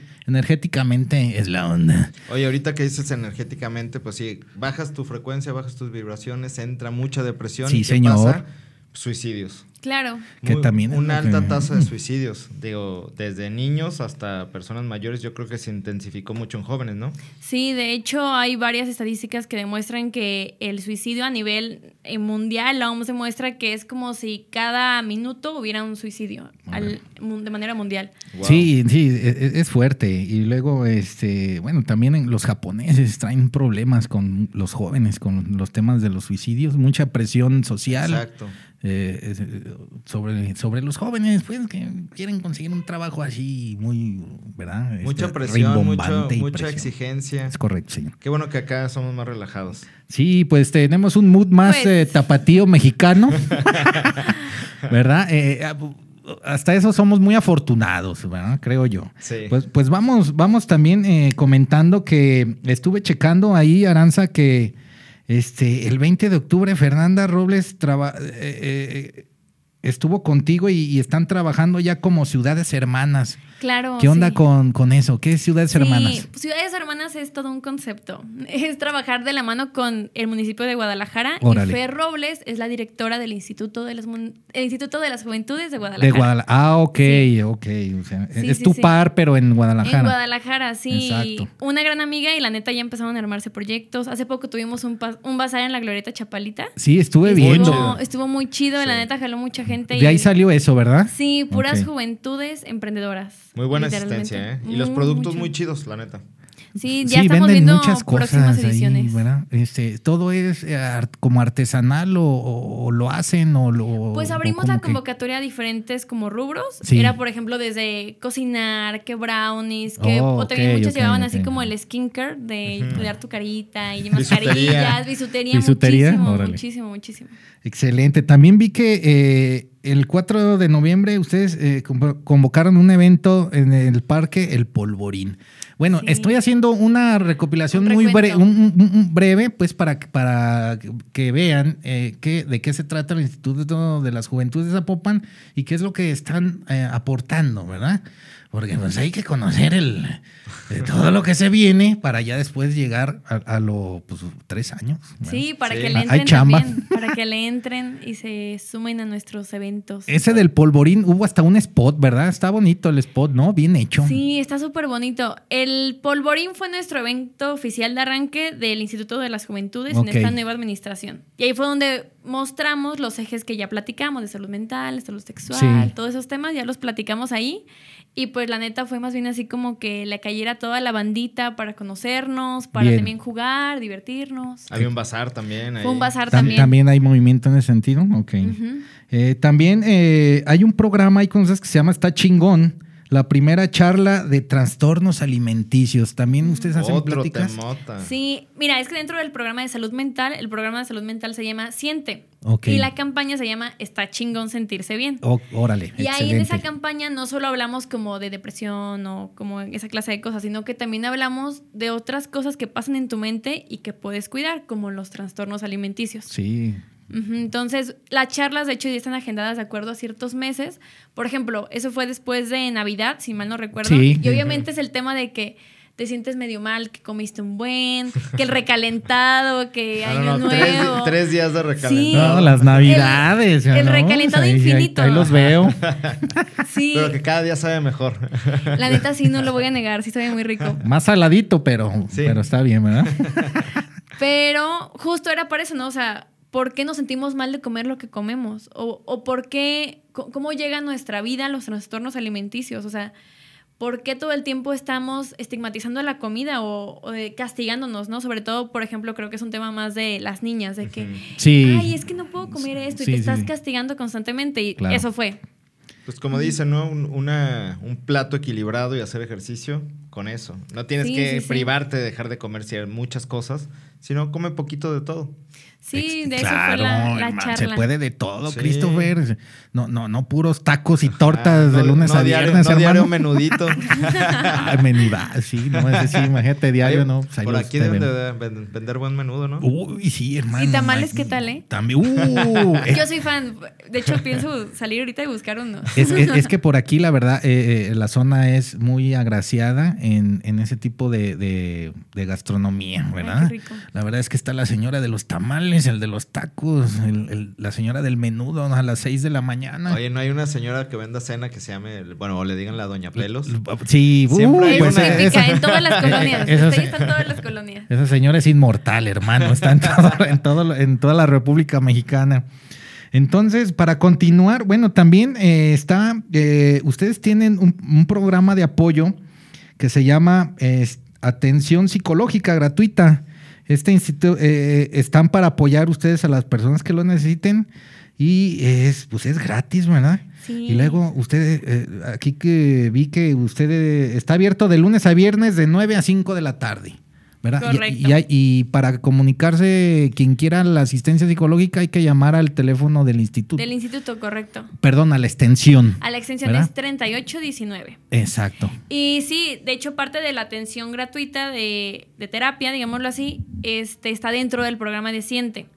Speaker 6: energéticamente es la onda.
Speaker 7: Oye, ahorita que dices energéticamente, pues sí, bajas tu frecuencia, bajas tus vibraciones, entra mucha depresión.
Speaker 6: Sí,
Speaker 7: ¿y qué
Speaker 6: señor.
Speaker 7: pasa? Suicidios.
Speaker 8: Claro.
Speaker 6: Que también es
Speaker 7: Una
Speaker 6: lo que-
Speaker 7: alta tasa de suicidios. Digo, desde niños hasta personas mayores, yo creo que se intensificó mucho en jóvenes, ¿no?
Speaker 8: Sí, de hecho hay varias estadísticas que demuestran que el suicidio a nivel eh, mundial, la OMS demuestra que es como si cada minuto hubiera un suicidio al- mun- de manera mundial.
Speaker 7: Wow.
Speaker 6: Sí, sí, e- e- es, fuerte. Y luego, este, bueno, también en- los japoneses traen problemas con los jóvenes, con los temas de los suicidios, mucha presión social
Speaker 7: Exacto.
Speaker 6: eh, es- eh, sobre, sobre los jóvenes, pues, que quieren conseguir un trabajo así muy, ¿verdad? Este,
Speaker 7: Mucha presión, mucho-
Speaker 6: rimbombante y
Speaker 7: mucha
Speaker 6: presión.
Speaker 7: exigencia.
Speaker 6: Es correcto, señor.
Speaker 7: Qué bueno que acá somos más relajados.
Speaker 6: Sí, pues tenemos un mood más
Speaker 8: Pues-
Speaker 6: eh, tapatío mexicano, ¿verdad? Eh, ah, bu- hasta eso somos muy afortunados, ¿verdad? Creo yo.
Speaker 7: Sí.
Speaker 6: Pues, pues vamos, vamos también eh, comentando que estuve checando ahí, Aranza, que este, el 20 de octubre Fernanda Robles traba- eh, eh, eh, estuvo contigo y, y están trabajando ya como ciudades hermanas.
Speaker 8: Claro.
Speaker 6: ¿Qué onda
Speaker 8: Oh, sí.
Speaker 6: con, con eso? ¿Qué ciudades
Speaker 8: Sí,
Speaker 6: hermanas?
Speaker 8: Ciudades Hermanas es todo un concepto. Es trabajar de la mano con el municipio de Guadalajara.
Speaker 6: Órale.
Speaker 8: Y Fer Robles es la directora del Instituto de, las Mun- el Instituto de las Juventudes de Guadalajara.
Speaker 6: De Guadalajara. Ah, ok, ok. o sea,
Speaker 8: Sí,
Speaker 6: es
Speaker 8: sí,
Speaker 6: tu
Speaker 8: sí.
Speaker 6: par, pero en Guadalajara.
Speaker 8: En Guadalajara, sí.
Speaker 6: Exacto.
Speaker 8: Una gran amiga y la neta ya empezaron a armarse proyectos. Hace poco tuvimos un, pas- un bazar en la Glorieta Chapalita.
Speaker 6: Sí, estuve
Speaker 8: Estuvo-
Speaker 6: viendo.
Speaker 8: Estuvo muy chido, la
Speaker 7: Sí.
Speaker 8: neta jaló mucha gente.
Speaker 6: De ahí
Speaker 8: y-
Speaker 6: salió eso, ¿verdad?
Speaker 8: Sí, puras
Speaker 6: Ok.
Speaker 8: juventudes emprendedoras.
Speaker 7: Muy buena
Speaker 8: literalmente.
Speaker 7: asistencia, ¿eh? Y los
Speaker 8: Muy,
Speaker 7: productos
Speaker 8: mucho.
Speaker 7: muy chidos, la neta.
Speaker 8: Sí, ya estamos viendo próximas
Speaker 6: ahí,
Speaker 8: ediciones.
Speaker 6: ¿verdad? Este, todo es eh, ar- como artesanal o, o- o lo hacen o lo.
Speaker 8: Pues
Speaker 6: o
Speaker 8: abrimos
Speaker 6: como
Speaker 8: la
Speaker 6: que-
Speaker 8: convocatoria a diferentes como rubros.
Speaker 6: Sí.
Speaker 8: Era, por ejemplo, desde cocinar, que brownies, que
Speaker 6: Oh,
Speaker 8: o también
Speaker 6: ok,
Speaker 8: muchas
Speaker 6: ok,
Speaker 8: llevaban así
Speaker 6: ok.
Speaker 8: como el skincare de
Speaker 7: Ujú.
Speaker 8: cuidar tu carita y
Speaker 7: Bisutería.
Speaker 8: mascarillas, bisutería,
Speaker 6: ¿Bisutería?
Speaker 8: muchísimo,
Speaker 6: Órale.
Speaker 8: muchísimo, muchísimo.
Speaker 6: Excelente. También vi que eh, el 4 de noviembre ustedes eh, convo- convocaron un evento en el parque El Polvorín. Bueno,
Speaker 8: Sí.
Speaker 6: estoy haciendo una recopilación
Speaker 8: Un
Speaker 6: muy breve,
Speaker 8: recuento.
Speaker 6: breve, pues para, que- para que vean eh, qué- de qué se trata el Instituto de las Juventudes de Zapopan y qué es lo que están eh, aportando, ¿verdad? Porque pues hay que conocer el, eh, todo lo que se viene para ya después llegar a, a los tres años. ¿verdad?
Speaker 8: sí, para
Speaker 7: sí.
Speaker 8: que
Speaker 6: Ah,
Speaker 8: le
Speaker 6: hay
Speaker 8: entren
Speaker 6: chamba.
Speaker 8: también, para que le entren y se sumen a nuestros eventos.
Speaker 6: Ese del polvorín, hubo hasta un spot, ¿verdad? Está bonito el spot, ¿no? Bien hecho.
Speaker 8: Sí, está súper bonito. El Polvorín fue nuestro evento oficial de arranque del Instituto de las Juventudes
Speaker 6: Ok.
Speaker 8: en esta nueva administración. Y ahí fue donde mostramos los ejes que ya platicamos de salud mental, salud sexual,
Speaker 6: Sí.
Speaker 8: todos esos temas, ya los platicamos ahí. Y pues la neta fue más bien así como que le cayera toda la bandita para conocernos, para
Speaker 6: Bien.
Speaker 8: también jugar, divertirnos.
Speaker 7: Había un bazar también. Ahí.
Speaker 8: Fue un bazar
Speaker 6: Tam-
Speaker 8: también.
Speaker 6: también. hay movimiento en ese sentido. Ok.
Speaker 8: Ujú.
Speaker 6: Eh, también eh, hay un programa ahí con ustedes que se llama Está Chingón, la primera charla de trastornos alimenticios. También ustedes hacen
Speaker 7: Otro
Speaker 6: pláticas.
Speaker 7: temota.
Speaker 8: Sí, mira, es que dentro del programa de salud mental, el programa de salud mental se llama Siente.
Speaker 6: Ok.
Speaker 8: Y la campaña se llama Está chingón sentirse bien.
Speaker 6: Oh, órale.
Speaker 8: Y ahí en esa
Speaker 6: excelente.
Speaker 8: campaña no solo hablamos como de depresión o como esa clase de cosas, sino que también hablamos de otras cosas que pasan en tu mente y que puedes cuidar, como los trastornos alimenticios.
Speaker 6: Sí.
Speaker 8: Ujú, Entonces, las charlas de hecho ya están agendadas de acuerdo a ciertos meses. Por ejemplo, eso fue después de Navidad, si mal no recuerdo.
Speaker 6: Sí.
Speaker 8: Y obviamente es el tema de que te sientes medio mal, que comiste un buen, que el recalentado, que
Speaker 7: No, no,
Speaker 8: año
Speaker 7: no,
Speaker 8: nuevo.
Speaker 7: tres, di- tres días de recalentado.
Speaker 6: No, las navidades.
Speaker 8: el
Speaker 6: ¿no?
Speaker 8: recalentado
Speaker 6: Ahí- ahí-
Speaker 8: infinito.
Speaker 6: Ahí, los veo.
Speaker 8: Sí,
Speaker 7: Pero que cada día sabe mejor.
Speaker 8: la neta sí, no lo voy a negar, sí sabe muy rico.
Speaker 6: Más saladito, pero,
Speaker 7: Sí.
Speaker 6: pero está bien, ¿verdad?
Speaker 8: Pero justo era para eso, ¿no? O sea, ¿por qué nos sentimos mal de comer lo que comemos? ¿O, o por qué, co- cómo llega a nuestra vida los trastornos alimenticios? O sea, ¿por qué todo el tiempo estamos estigmatizando la comida o, o, eh, castigándonos, ¿no? Sobre todo, por ejemplo, creo que es un tema más de las niñas, de que,
Speaker 6: Sí.
Speaker 8: ay, es que no puedo comer esto y
Speaker 6: Sí,
Speaker 8: te
Speaker 6: sí,
Speaker 8: estás
Speaker 6: sí.
Speaker 8: castigando constantemente. Y
Speaker 6: Claro.
Speaker 8: eso fue.
Speaker 7: Pues como dicen, ¿no? Un, una- un plato equilibrado y hacer ejercicio con eso. No tienes
Speaker 8: Sí,
Speaker 7: que
Speaker 8: sí, sí.
Speaker 7: privarte de dejar de comer cier- muchas cosas, sino come poquito de todo.
Speaker 8: Sí,
Speaker 6: Ex-
Speaker 8: de eso
Speaker 6: claro,
Speaker 8: fue la- la,
Speaker 6: hermano,
Speaker 8: charla.
Speaker 6: Se puede de todo,
Speaker 7: Sí.
Speaker 6: Christopher. No, no, no puros tacos y
Speaker 7: Ah,
Speaker 6: tortas
Speaker 7: no-
Speaker 6: de lunes
Speaker 7: no
Speaker 6: a
Speaker 7: diario-
Speaker 6: viernes,
Speaker 7: no diario
Speaker 6: hermano.
Speaker 7: menudito.
Speaker 6: Ay, menuda, sí, no, es decir, imagínate diario,
Speaker 7: Oye,
Speaker 6: ¿no? Pues ahí
Speaker 7: Por
Speaker 6: los
Speaker 7: aquí deben
Speaker 6: deben.
Speaker 7: de ven- vender buen menudo, ¿no?
Speaker 6: Uy, sí, hermano.
Speaker 8: ¿Y tamales
Speaker 6: ay,
Speaker 8: qué tal, eh?
Speaker 6: También, uh,
Speaker 8: Yo soy fan. De hecho, pienso salir ahorita y buscar uno.
Speaker 6: Es, es- es que por aquí, la verdad, eh, eh, la zona es muy agraciada en, en ese tipo de, de- de gastronomía, ¿verdad?
Speaker 8: Ay, qué rico.
Speaker 6: La verdad es que está la señora de los tamales, el de los tacos, el- el- la señora del menudo a las 6 de la mañana.
Speaker 7: Oye, ¿no hay una señora que venda cena que se llame, el- bueno, o le digan la doña Pelos?
Speaker 6: ah, Sí,
Speaker 7: Siempre
Speaker 6: uh,
Speaker 7: hay
Speaker 6: pues,
Speaker 7: una-
Speaker 6: eh,
Speaker 8: Típica,
Speaker 6: esa-
Speaker 8: en todas las colonias.
Speaker 6: Esa-
Speaker 8: Usted está en todas las colonias.
Speaker 6: Esa señora es inmortal, hermano. Está en, todo- en, todo lo- en toda la República Mexicana. Entonces, para continuar, bueno, también eh, está, eh, ustedes tienen un, un programa de apoyo que se llama eh, Atención Psicológica Gratuita. Este instituto eh, están para apoyar ustedes a las personas que lo necesiten y es, pues es gratis, ¿verdad?
Speaker 8: Sí.
Speaker 6: Y luego ustedes, eh, aquí que vi que ustedes está abierto de lunes a viernes de 9 a 5 de la tarde. ¿verdad? Y-
Speaker 8: Correcto.
Speaker 6: Y, hay- y para comunicarse, quien quiera la asistencia psicológica, hay que llamar al teléfono del instituto.
Speaker 8: Del instituto, correcto.
Speaker 6: Perdón, a la extensión.
Speaker 8: A la extensión
Speaker 6: ¿Verdad?
Speaker 8: es 3819.
Speaker 6: Exacto.
Speaker 8: Y sí, de hecho, parte de la atención gratuita de, de terapia, digámoslo así, este, está dentro del programa de Siente.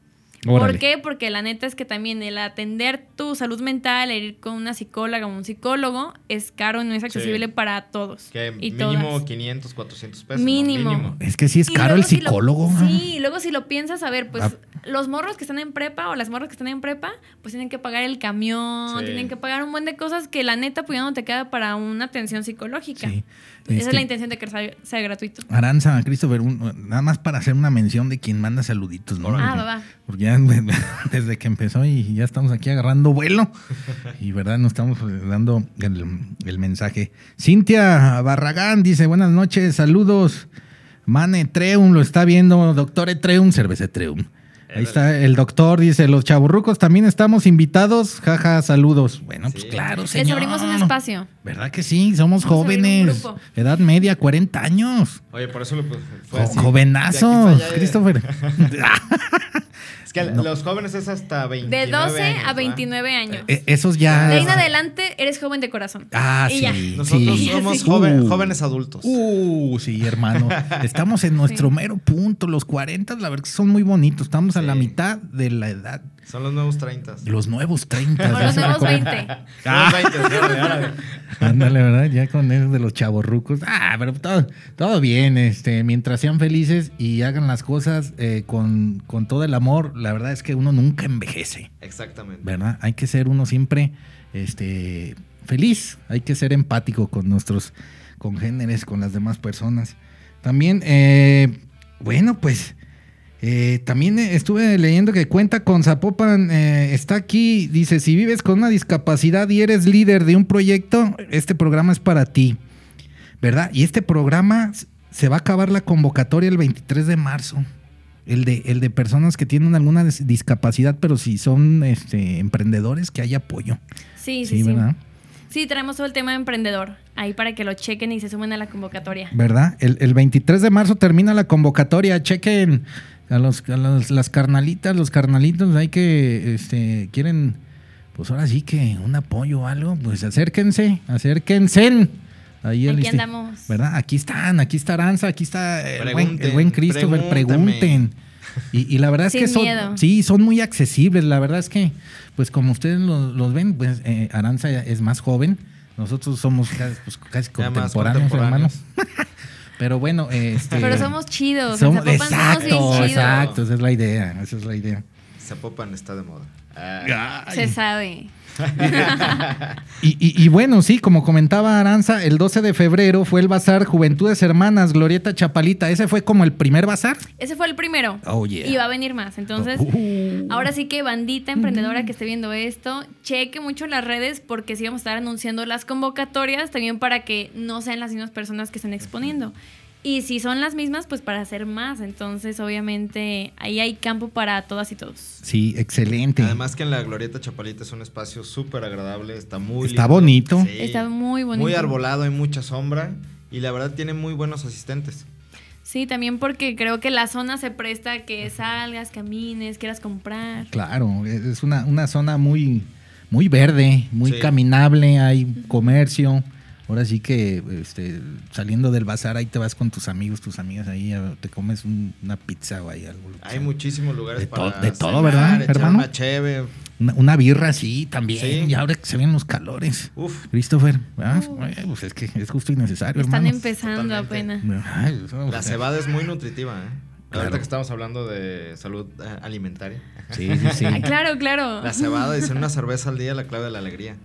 Speaker 6: Órale.
Speaker 8: ¿Por qué? Porque la neta es que también el atender tu salud mental, el ir con una psicóloga o un psicólogo, es caro y no es accesible para todos.
Speaker 7: Que
Speaker 8: y
Speaker 7: mínimo
Speaker 8: todas.
Speaker 7: 500, cuatrocientos pesos. ¿no?
Speaker 8: Mínimo.
Speaker 6: Es que sí es
Speaker 8: Y
Speaker 6: caro el
Speaker 8: luego si lo-
Speaker 6: psicólogo.
Speaker 8: sí, y luego si lo piensas, a ver, pues
Speaker 6: Ah.
Speaker 8: los morros que están en prepa o las morras que están en prepa, pues tienen que pagar el camión,
Speaker 7: Sí.
Speaker 8: tienen que pagar un buen de cosas que la neta pues ya no te queda para una atención psicológica.
Speaker 6: Sí. Ah,
Speaker 8: Esa es
Speaker 6: Este,
Speaker 8: la intención de que sea, sea gratuito.
Speaker 6: Aranza, Christopher, un- nada más para hacer una mención de quien manda saluditos, ¿no?
Speaker 8: Ah,
Speaker 6: Porque-
Speaker 8: va, va.
Speaker 6: Porque ya desde que empezó y ya estamos aquí agarrando vuelo. Y verdad, nos estamos eh, dando el, el mensaje. Cintia Barragán dice, buenas noches, saludos. Mane Treum lo está viendo, doctor Etreum, cerveza Etreum.
Speaker 7: Órale.
Speaker 6: Ahí está el doctor, dice, los chaburrucos también estamos invitados, jaja, saludos. Bueno, pues
Speaker 7: Sí.
Speaker 6: claro, señor.
Speaker 8: Les abrimos un espacio.
Speaker 6: ¿Verdad que sí? Somos
Speaker 8: Vamos a abrir un
Speaker 6: jóvenes.
Speaker 8: grupo.
Speaker 6: Edad media, 40 años.
Speaker 7: Oye, por eso lo pues, fue
Speaker 6: Jo-
Speaker 7: así. De
Speaker 6: Jovenazos,
Speaker 7: aquí para allá, eh.
Speaker 6: Christopher. Ah,
Speaker 7: Es que
Speaker 6: No.
Speaker 7: los jóvenes es hasta 29
Speaker 8: De 12
Speaker 7: años,
Speaker 8: a
Speaker 7: ¿verdad?
Speaker 8: 29 años.
Speaker 6: Eh, Esos ya.
Speaker 8: de ahí en adelante eres joven de corazón.
Speaker 6: Ah,
Speaker 8: Y
Speaker 6: sí.
Speaker 8: ya.
Speaker 7: Nosotros
Speaker 6: sí.
Speaker 7: somos
Speaker 6: Sí.
Speaker 7: joven-
Speaker 6: Uh.
Speaker 7: jóvenes adultos.
Speaker 6: Uh, sí, hermano. Estamos en nuestro mero punto. Los 40, la verdad que son muy bonitos. Estamos a la
Speaker 7: Sí.
Speaker 6: mitad de la edad.
Speaker 7: Son los nuevos 30.
Speaker 6: Los nuevos 30.
Speaker 8: O
Speaker 6: ya
Speaker 8: los
Speaker 6: se me
Speaker 8: nuevos
Speaker 6: acuerdo.
Speaker 8: 20.
Speaker 6: Ah.
Speaker 7: Los 20, órale, órale.
Speaker 6: Ándale, ¿verdad? Ya con eso de los chavorrucos. Ah, pero todo, todo bien. Este, mientras sean felices y hagan las cosas eh, con, con todo el amor, la verdad es que uno nunca envejece,
Speaker 7: Exactamente.
Speaker 6: ¿verdad? Hay que ser uno siempre este, feliz. Hay que ser empático con nuestros congéneres, con las demás personas. También, eh, bueno, pues. eh, también eh, estuve leyendo que cuenta con Zapopan, eh, está aquí, dice, si vives con una discapacidad y eres líder de un proyecto, este programa es para ti, ¿verdad? Y este programa s- se va a acabar la convocatoria el 23 de marzo, el de, el de personas que tienen alguna dis- discapacidad, pero si son este, emprendedores, que haya apoyo.
Speaker 8: Sí,
Speaker 6: Sí,
Speaker 8: sí, sí.
Speaker 6: ¿verdad?
Speaker 8: Sí, traemos todo el tema emprendedor. Ahí para que lo chequen y se sumen a la convocatoria.
Speaker 6: ¿Verdad? El, el 23 de marzo termina la convocatoria. Chequen a, los, a los- las carnalitas, los carnalitos, hay que, este, quieren, pues ahora sí que un apoyo o algo, pues acérquense, acérquense. Ahí el
Speaker 8: Aquí
Speaker 6: insti-
Speaker 8: andamos.
Speaker 6: ¿Verdad? Aquí están, aquí está Aranza, aquí está el buen, el
Speaker 7: Pregunten,
Speaker 6: buen Christopher,
Speaker 7: pregúntame.
Speaker 6: pregunten. Y, y la verdad es
Speaker 8: Sin
Speaker 6: que son,
Speaker 8: miedo.
Speaker 6: sí, son muy accesibles. La verdad es que, pues como ustedes lo- los, ven, pues eh, Aranza es más joven. Nosotros somos casi, pues, casi
Speaker 7: Ya más
Speaker 6: contemporáneos,
Speaker 7: contemporáneos.
Speaker 6: hermanos. Pero bueno, este,
Speaker 8: Pero somos chidos. en
Speaker 6: somos-
Speaker 8: Zapopan somos bien
Speaker 6: exacto,
Speaker 8: chidos.
Speaker 6: exacto, esa es la idea, esa es la idea.
Speaker 7: Zapopan está de moda. Ah,
Speaker 8: Se sabe.
Speaker 6: Y, y- y bueno, sí, como comentaba Aranza, el 12 de febrero fue el bazar Juventudes Hermanas, Glorieta Chapalita. Ese fue como el primer bazar. Uh.
Speaker 8: Ese fue el primero.
Speaker 6: Oh, yeah. Oh.
Speaker 8: Y va a venir más. Entonces, ahora sí que bandita emprendedora que esté viendo esto, cheque mucho las redes porque sí vamos a estar anunciando las convocatorias también para que no sean las mismas personas que estén exponiendo. Y si son las mismas, pues para hacer más. Entonces, obviamente, ahí hay campo para todas y todos.
Speaker 6: Sí, excelente.
Speaker 7: Además que en la Glorieta Chapalita es un espacio súper agradable, está muy
Speaker 6: Está bonito.
Speaker 7: Sí.
Speaker 8: Está muy bonito.
Speaker 7: Muy arbolado, hay mucha sombra y la verdad tiene muy buenos asistentes.
Speaker 8: Sí, también porque creo que la zona se presta a que salgas, camines, quieras comprar.
Speaker 6: Claro, es- es una, una zona muy, muy verde, muy
Speaker 7: Sí.
Speaker 6: caminable, hay comercio. Ahora sí que este, saliendo del bazar ahí te vas con tus amigos, tus amigas ahí, a- te comes un- una pizza o ahí algo. lo que
Speaker 7: Hay
Speaker 6: sea.
Speaker 7: muchísimos lugares
Speaker 6: De
Speaker 7: para
Speaker 6: to- de todo,
Speaker 7: cenar,
Speaker 6: ¿verdad,
Speaker 7: echar
Speaker 6: hermano?
Speaker 7: una cheve.
Speaker 6: Una, una birra así también.
Speaker 7: Sí.
Speaker 6: Y ahora que se vienen los calores.
Speaker 7: Uf,
Speaker 6: Christopher, ¿verdad? Oye, pues es que es justo y necesario,
Speaker 8: Están
Speaker 6: hermano.
Speaker 8: empezando
Speaker 7: Totalmente.
Speaker 8: apenas.
Speaker 6: Ay, eso, o
Speaker 7: la
Speaker 6: sea,
Speaker 7: cebada es muy nutritiva, ¿eh?
Speaker 6: Claro.
Speaker 7: Ahorita que estamos hablando de salud eh, alimentaria.
Speaker 6: Sí, sí, sí.
Speaker 8: Ah, claro, claro.
Speaker 7: La cebada, dicen una cerveza al día, la clave de la alegría.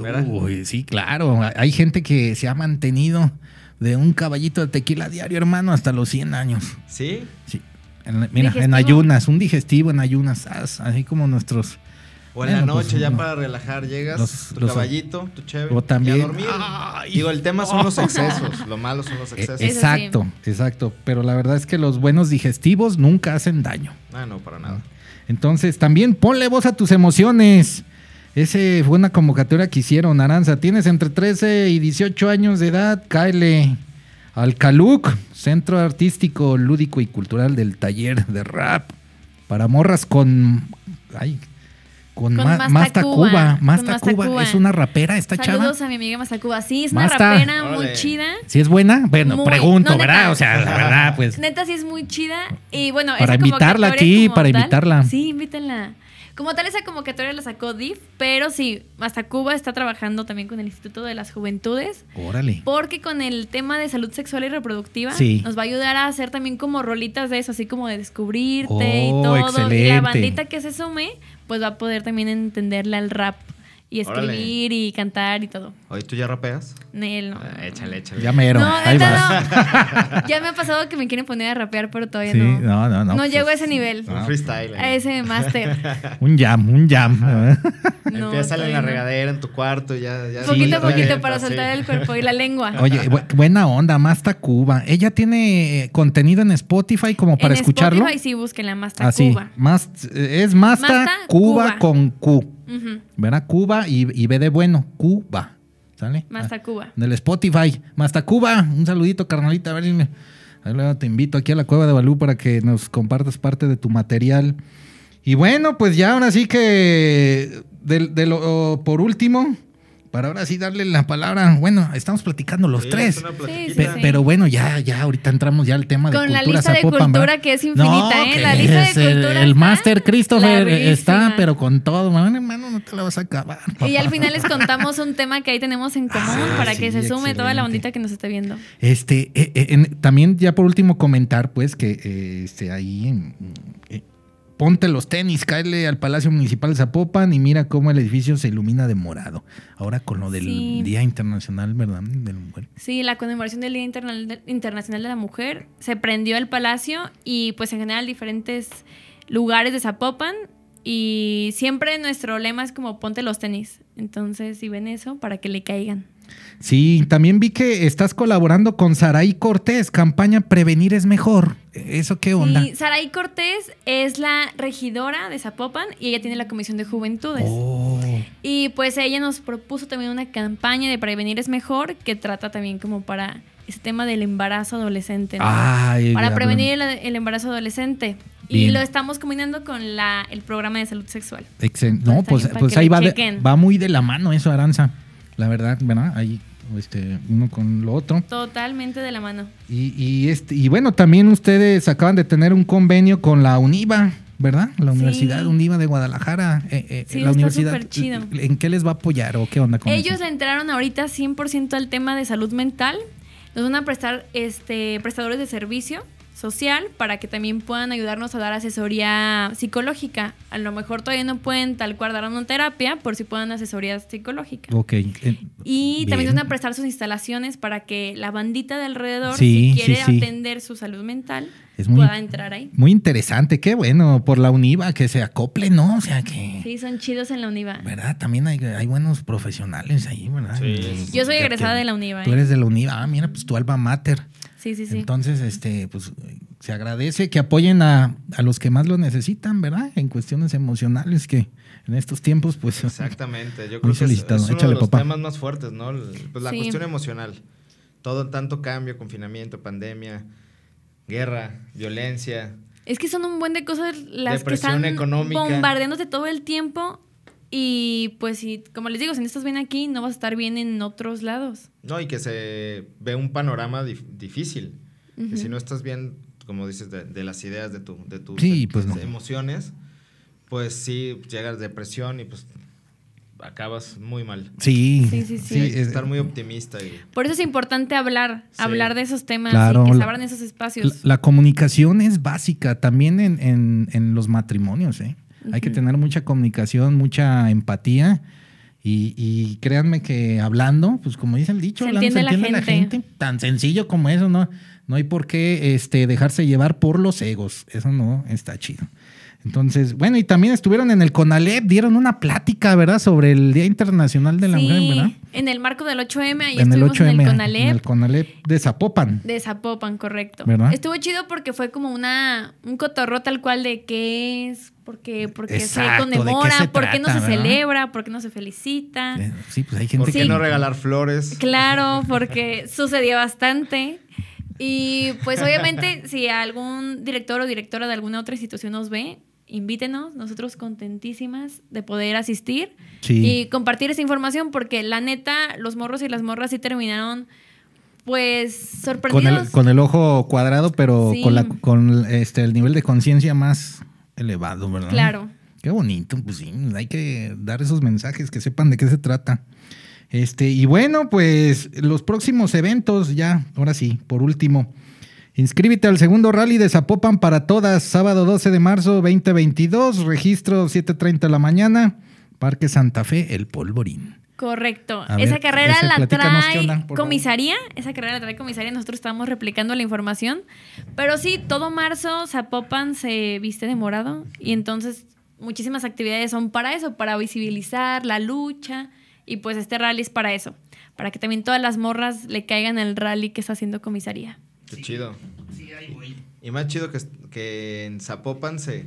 Speaker 7: ¿verdad?
Speaker 6: Uy, sí, claro. Hay gente que se ha mantenido de un caballito de tequila diario, hermano, hasta los 100 años.
Speaker 7: ¿Sí?
Speaker 6: Sí. En, mira, en
Speaker 8: Digestivo.
Speaker 6: ayunas, un digestivo en ayunas, as- así como nuestros.
Speaker 7: O en la
Speaker 6: Bueno, pues,
Speaker 7: noche, ya
Speaker 6: uno.
Speaker 7: para relajar, llegas,
Speaker 6: Los-
Speaker 7: tu
Speaker 6: los-
Speaker 7: caballito, tu cheve.
Speaker 6: O también-
Speaker 7: Y a dormir.
Speaker 6: Ay.
Speaker 7: Digo, el tema son los excesos. Lo malo son los
Speaker 6: Eh,
Speaker 7: excesos.
Speaker 8: Eso sí.
Speaker 6: exacto, exacto. Pero la verdad es que los buenos digestivos nunca hacen daño.
Speaker 7: Ah, no, para nada.
Speaker 6: Entonces, también ponle voz a tus emociones. Ese fue una convocatoria que hicieron, Aranza. Tienes entre 13 y 18 años de edad, cáele al Caluc, Centro Artístico, Lúdico y Cultural del Taller de Rap, para morras con... Ay, con,
Speaker 8: Con
Speaker 6: Ma-
Speaker 8: Masta
Speaker 6: Masta
Speaker 8: Cuba,
Speaker 6: Cuba.
Speaker 8: con
Speaker 6: Masta
Speaker 8: Masta
Speaker 6: Cuba
Speaker 8: Cuba.
Speaker 6: es una rapera esta chava.
Speaker 8: Saludos a mi amiga Mazacuba. Sí, es una
Speaker 6: Masta.
Speaker 8: rapera muy
Speaker 7: Órale.
Speaker 8: chida.
Speaker 6: Si es buena, bueno,
Speaker 8: Muy-
Speaker 6: pregunto,
Speaker 8: no, neta.
Speaker 6: ¿verdad? O sea, la verdad, pues.
Speaker 8: Neta sí es muy chida. Y bueno,
Speaker 6: Para
Speaker 8: esa
Speaker 6: invitarla
Speaker 8: convocatoria
Speaker 6: aquí,
Speaker 8: como
Speaker 6: para
Speaker 8: tal-
Speaker 6: invitarla.
Speaker 8: Sí, invítenla. Como tal, esa convocatoria la sacó DIF, pero sí, hasta Cuba está trabajando también con el Instituto de las Juventudes,
Speaker 6: Órale.
Speaker 8: porque con el tema de salud sexual y reproductiva
Speaker 6: Sí.
Speaker 8: nos va a ayudar a hacer también como rolitas de eso, así como de descubrirte
Speaker 6: Oh,
Speaker 8: y todo. Y
Speaker 6: excelente.
Speaker 8: la bandita que se sume, pues va a poder también entenderle al rap y escribir
Speaker 7: Órale.
Speaker 8: y cantar y todo.
Speaker 7: Oye, ¿tú ya rapeas?
Speaker 8: Nel, no.
Speaker 7: Ah, échale, échale.
Speaker 6: Ya mero.
Speaker 8: No,
Speaker 6: Ahí
Speaker 8: neta,
Speaker 6: vas.
Speaker 8: no. Ya me ha pasado que me quieren poner a rapear, pero todavía
Speaker 6: Sí,
Speaker 8: no.
Speaker 6: no, no, no,
Speaker 8: No
Speaker 6: pues,
Speaker 8: llego a ese nivel.
Speaker 7: Un freestyle.
Speaker 8: A Ah, ese máster.
Speaker 6: Un jam, un jam.
Speaker 8: No,
Speaker 7: eh. Empieza en
Speaker 8: todavía
Speaker 7: la
Speaker 8: no.
Speaker 7: regadera, en tu cuarto, ya. ya
Speaker 8: Poquito a
Speaker 7: suelta,
Speaker 8: poquito
Speaker 7: ya,
Speaker 8: para
Speaker 7: así.
Speaker 8: soltar el cuerpo y la lengua.
Speaker 6: Oye, bu- buena onda, Masta Cuba. Ella tiene eh, contenido en Spotify como para
Speaker 8: en
Speaker 6: escucharlo. Ah,
Speaker 8: Spotify sí busquen la Masta
Speaker 6: Así,
Speaker 8: Cuba.
Speaker 6: más, eh, es Masta,
Speaker 8: Masta
Speaker 6: Cuba,
Speaker 8: Cuba.
Speaker 6: con Q.
Speaker 8: Ujú,
Speaker 6: ¿Verdad? Cuba y, y B de bueno, Cuba. ¿Sale? Ah,
Speaker 8: Masta Cuba.
Speaker 6: Del Spotify. Masta Cuba. Un saludito, carnalita. A ver si me- ahí luego te invito aquí a la Cueva de Balú para que nos compartas parte de tu material. Y bueno, pues ya ahora sí que. de- de lo- por último, para ahora sí darle la palabra. Bueno, estamos platicando los
Speaker 7: Sí,
Speaker 6: tres.
Speaker 7: es una
Speaker 6: Pe-
Speaker 7: platiquita.
Speaker 8: Sí, sí, sí.
Speaker 6: Pero bueno, ya, ya ahorita entramos ya al tema de
Speaker 8: Con la
Speaker 6: cultura
Speaker 8: lista de
Speaker 6: Zapopan, ¿verdad?
Speaker 8: cultura que es infinita,
Speaker 6: No,
Speaker 8: ¿eh?
Speaker 6: que
Speaker 8: La lista de
Speaker 6: es el-
Speaker 8: cultura
Speaker 6: El
Speaker 8: está
Speaker 6: Master Christopher eh, está,
Speaker 8: larguísima.
Speaker 6: pero con todo. Bueno, hermano, no te la vas a acabar.
Speaker 8: Y
Speaker 6: papá.
Speaker 8: al final les contamos un tema que ahí tenemos en común
Speaker 6: Ah,
Speaker 8: para
Speaker 6: sí,
Speaker 8: que se sume toda
Speaker 6: excelente.
Speaker 8: la bandita que nos está viendo.
Speaker 6: Este, eh, eh, en- también ya por último comentar, pues, que eh, este, ahí mm, eh, ponte los tenis, cáele al Palacio Municipal de Zapopan y mira cómo el edificio se ilumina de morado. Ahora con lo del
Speaker 8: Sí.
Speaker 6: Día Internacional, ¿verdad? Del mujer.
Speaker 8: Sí, la conmemoración del Día Internal- de- Internacional de la Mujer se prendió el palacio y pues en general diferentes lugares de Zapopan y siempre nuestro lema es como ponte los tenis. Entonces, si ven eso, para que le caigan.
Speaker 6: Sí, también vi que estás colaborando con Saraí Cortés, campaña Prevenir es mejor. ¿Eso qué onda?
Speaker 8: Sí, Saraí Cortés es la regidora de Zapopan y ella tiene la Comisión de Juventudes.
Speaker 6: Oh.
Speaker 8: Y pues ella nos propuso también una campaña de Prevenir es Mejor que trata también como para ese tema del embarazo adolescente. ¿no?
Speaker 6: Ay,
Speaker 8: para
Speaker 6: hablan-
Speaker 8: prevenir el, el embarazo adolescente. Y
Speaker 6: Bien.
Speaker 8: lo estamos combinando con la, el programa de salud sexual.
Speaker 6: Excel- No,
Speaker 8: Está
Speaker 6: pues,
Speaker 8: bien, para
Speaker 6: pues
Speaker 8: que
Speaker 6: ahí
Speaker 8: lo
Speaker 6: va, de-
Speaker 8: chequen.
Speaker 6: va muy de la mano eso, Aranza. La verdad, ¿verdad? Ahí, este, uno con lo otro.
Speaker 8: Totalmente de la mano.
Speaker 6: Y, y este, y bueno, también ustedes acaban de tener un convenio con la UNIVA, ¿verdad? La Universidad
Speaker 8: Sí.
Speaker 6: UNIVA de Guadalajara. Eh, eh,
Speaker 8: Sí,
Speaker 6: la
Speaker 8: está
Speaker 6: universidad,
Speaker 8: superchido.
Speaker 6: ¿en qué les va a apoyar o qué onda con
Speaker 8: Ellos
Speaker 6: eso?
Speaker 8: le entraron ahorita 100% al tema de salud mental. Nos van a prestar este, prestadores de servicio social para que también puedan ayudarnos a dar asesoría psicológica. A lo mejor todavía no pueden tal cual dar una terapia, por si puedan asesoría psicológica.
Speaker 6: Ok. eh,
Speaker 8: Y también
Speaker 6: bien.
Speaker 8: nos van a prestar sus instalaciones para que la bandita de alrededor,
Speaker 6: Sí,
Speaker 8: si quiere
Speaker 6: sí, sí.
Speaker 8: atender su salud mental,
Speaker 6: Es muy-
Speaker 8: pueda entrar ahí.
Speaker 6: Muy interesante, qué bueno, por la UNIVA, que se acople, ¿no? O sea que.
Speaker 8: Sí, son chidos en la UNIVA.
Speaker 6: ¿Verdad? También hay, hay buenos profesionales ahí, ¿verdad?
Speaker 7: Sí.
Speaker 6: Y-
Speaker 8: Yo soy
Speaker 6: que-
Speaker 8: egresada
Speaker 6: pues, que-
Speaker 8: de la UNIVA.
Speaker 6: Tú
Speaker 8: ¿eh?
Speaker 6: eres de la UNIVA. Ah, mira, pues tu alma mater.
Speaker 8: Sí, sí, sí.
Speaker 6: Entonces, este, pues se agradece que apoyen a, a los que más lo necesitan, ¿verdad? En cuestiones emocionales que en estos tiempos, pues.
Speaker 7: Exactamente. Yo creo
Speaker 6: Muy
Speaker 7: que es, es
Speaker 6: solicitado.
Speaker 7: uno
Speaker 6: Échale,
Speaker 7: de los
Speaker 6: papá.
Speaker 7: temas más fuertes, ¿no? El- Pues la
Speaker 8: Sí.
Speaker 7: cuestión emocional. Todo tanto cambio, confinamiento, pandemia, guerra, violencia.
Speaker 8: es que son un buen de cosas las
Speaker 7: Depresión
Speaker 8: que están
Speaker 7: económica.
Speaker 8: bombardeándote todo el tiempo. Y pues, si, como les digo, si no estás bien aquí, no vas a estar bien en otros lados.
Speaker 7: No, y que se ve un panorama dif- difícil. Que si no estás bien, como dices, de, de las ideas, de, tu, de tus
Speaker 6: Sí,
Speaker 7: em-
Speaker 6: pues, no.
Speaker 7: emociones, pues sí, llegas depresión y pues acabas muy mal.
Speaker 6: Sí,
Speaker 8: Sí, sí, sí.
Speaker 7: Sí, hay que
Speaker 6: es-
Speaker 7: estar muy optimista y
Speaker 8: Por eso es importante hablar,
Speaker 7: Sí.
Speaker 8: hablar de esos temas
Speaker 6: Claro,
Speaker 8: y que
Speaker 6: la-
Speaker 8: se abran esos
Speaker 6: la,
Speaker 8: espacios.
Speaker 6: la comunicación es básica también en, en- en los matrimonios, ¿eh? Hay que tener mucha comunicación, mucha empatía. Y, y créanme que hablando, pues como dice el dicho,
Speaker 8: Se
Speaker 6: hablando se
Speaker 8: entiende
Speaker 6: entiende
Speaker 8: la
Speaker 6: la gente. Tan sencillo como eso, ¿no? No hay por qué este, dejarse llevar por los egos. Eso no está chido. Entonces, bueno, y también estuvieron en el CONALEP, dieron una plática, ¿verdad? Sobre el Día Internacional de la
Speaker 8: Sí,
Speaker 6: Mujer, ¿verdad?
Speaker 8: en el marco del 8M, ahí estuvimos en el
Speaker 6: en
Speaker 8: CONALEP.
Speaker 6: el CONALEP de Zapopan.
Speaker 8: De Zapopan, correcto.
Speaker 6: ¿Verdad?
Speaker 8: Estuvo chido porque fue como una un cotorro tal cual de qué es, por qué, por qué
Speaker 6: Exacto, ¿de
Speaker 8: se
Speaker 6: qué
Speaker 8: conmemora,
Speaker 6: se
Speaker 8: por qué no
Speaker 6: trata,
Speaker 8: se
Speaker 6: ¿verdad?
Speaker 8: celebra, por qué no se felicita.
Speaker 6: Eh, Sí, pues hay gente
Speaker 7: ¿Por qué
Speaker 8: Sí.
Speaker 7: no regalar flores?
Speaker 8: Claro, porque sucedió bastante. Y pues obviamente si algún director o directora de alguna otra institución nos ve invítenos, nosotros contentísimas de poder asistir
Speaker 6: Sí.
Speaker 8: y compartir esa información porque la neta, los morros y las morras sí terminaron pues
Speaker 6: Con
Speaker 8: sorprendidos.
Speaker 6: el, con el ojo cuadrado, pero
Speaker 8: Sí.
Speaker 6: con, la, con este, el nivel de conciencia más elevado, ¿verdad?
Speaker 8: Claro.
Speaker 6: Qué bonito, pues sí, hay que dar esos mensajes que sepan de qué se trata. Este, y bueno, pues los próximos eventos ya, ahora sí, por último. Inscríbete al segundo rally de Zapopan para todas, sábado 12 de marzo 2022, registro 7.30 de la mañana, Parque Santa Fe, El Polvorín.
Speaker 8: Correcto.
Speaker 6: A
Speaker 8: esa
Speaker 6: ver,
Speaker 8: carrera
Speaker 6: ese,
Speaker 8: la
Speaker 6: platícanos qué
Speaker 8: trae
Speaker 6: onda, por
Speaker 8: comisaría. Esa carrera la trae comisaría. Nosotros estamos replicando la información. Pero sí, todo marzo Zapopan se viste de morado. Y entonces muchísimas actividades son para eso, para visibilizar la lucha. Y pues este rally es para eso. Para que también todas las morras le caigan al rally que está haciendo comisaría.
Speaker 7: Qué chido. Y más chido que, que en Zapopan se.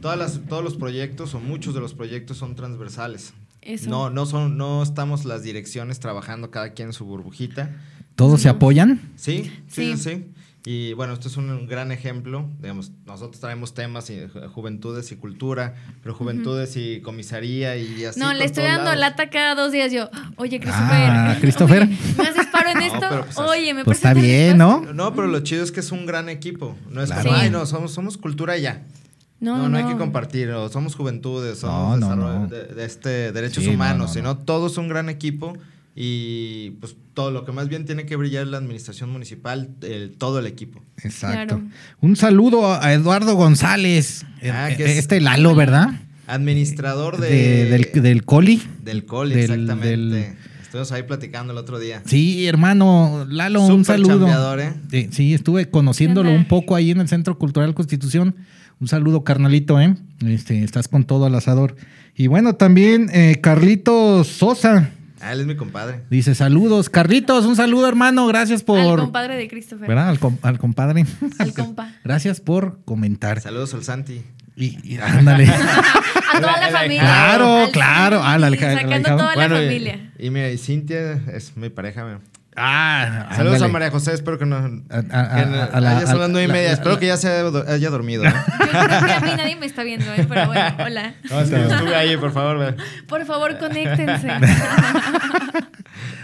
Speaker 7: Todas las, todos los proyectos o muchos de los proyectos son transversales.
Speaker 8: Eso.
Speaker 7: No, no son, no estamos las direcciones trabajando cada quien en su burbujita.
Speaker 6: ¿Todos se apoyan?
Speaker 7: Sí, sí,
Speaker 8: Sí.
Speaker 7: sí. sí. Y bueno, esto es un, un gran ejemplo. Digamos, nosotros traemos temas y ju- juventudes y cultura, pero juventudes y comisaría y así.
Speaker 8: No,
Speaker 7: con
Speaker 8: le estoy
Speaker 7: todos
Speaker 8: dando
Speaker 7: lados.
Speaker 8: lata cada dos días. Yo, oye, Christopher.
Speaker 6: Ah, Christopher.
Speaker 8: oye, ¿Me haces paro en
Speaker 7: No,
Speaker 8: esto?
Speaker 7: pero pues,
Speaker 8: oye, me
Speaker 6: Pues está
Speaker 8: presentas
Speaker 6: bien,
Speaker 8: después?
Speaker 6: ¿no?
Speaker 7: No, pero lo chido es que es un gran equipo. No es
Speaker 6: Claro.
Speaker 7: como,
Speaker 8: Sí.
Speaker 7: ay, no, somos, somos cultura y ya. No, no, hay que compartir, o somos juventudes,
Speaker 6: No,
Speaker 7: somos
Speaker 6: no,
Speaker 7: desarrollo
Speaker 6: no.
Speaker 7: De, de este derechos
Speaker 6: Sí, no,
Speaker 7: humanos,
Speaker 6: no, no.
Speaker 7: sino todos son un gran equipo y pues todo lo que más bien tiene que brillar es la administración municipal, el- todo el equipo.
Speaker 6: Exacto.
Speaker 8: Claro.
Speaker 6: Un saludo a Eduardo González,
Speaker 7: Ah,
Speaker 6: eh,
Speaker 7: que es-
Speaker 6: este Lalo, ¿verdad?
Speaker 7: Administrador de,
Speaker 6: De- del, del Coli.
Speaker 7: del COL,
Speaker 6: del-
Speaker 7: exactamente.
Speaker 6: del-
Speaker 7: Estuvimos ahí platicando el otro día.
Speaker 6: Sí, hermano, Lalo, un
Speaker 7: Súper
Speaker 6: saludo.
Speaker 7: chambeador, ¿eh?
Speaker 6: Eh, Sí, estuve conociéndolo
Speaker 8: ¿Qué onda?
Speaker 6: un poco ahí en el Centro Cultural Constitución. Un saludo, carnalito, ¿eh? Este, estás con todo al asador. Y bueno, también eh, Carlitos Sosa
Speaker 7: Ah, él es mi compadre.
Speaker 6: dice saludos. Carlitos, un saludo, hermano. Gracias
Speaker 8: Al
Speaker 6: por...
Speaker 8: compadre de Christopher.
Speaker 6: ¿Verdad? Al, com- al compadre.
Speaker 8: Al compa.
Speaker 6: Gracias por comentar.
Speaker 7: Saludos al Santi.
Speaker 6: Y, y ándale.
Speaker 8: A toda la
Speaker 7: Claro,
Speaker 8: familia.
Speaker 6: claro,
Speaker 8: Al-
Speaker 6: claro. Ah, la alca- la
Speaker 8: Sacando
Speaker 6: alcaba-
Speaker 8: toda la
Speaker 7: Bueno, y-
Speaker 8: familia.
Speaker 7: Y, mira, y Cintia es mi pareja. mira.
Speaker 6: ah,
Speaker 7: Saludos
Speaker 6: ándale.
Speaker 7: a María José, espero que no.
Speaker 6: A- a-
Speaker 7: que no-
Speaker 6: a- a la-
Speaker 7: ya son
Speaker 6: a-
Speaker 7: las nueve y
Speaker 6: la-
Speaker 7: media,
Speaker 6: la-
Speaker 7: espero que ya se haya, haya dormido. ¿eh?
Speaker 8: Yo creo que a mí nadie me está viendo, ¿eh? pero bueno, hola.
Speaker 7: No, es que yo estuve ahí, por favor, ve.
Speaker 8: Por favor, conéctense.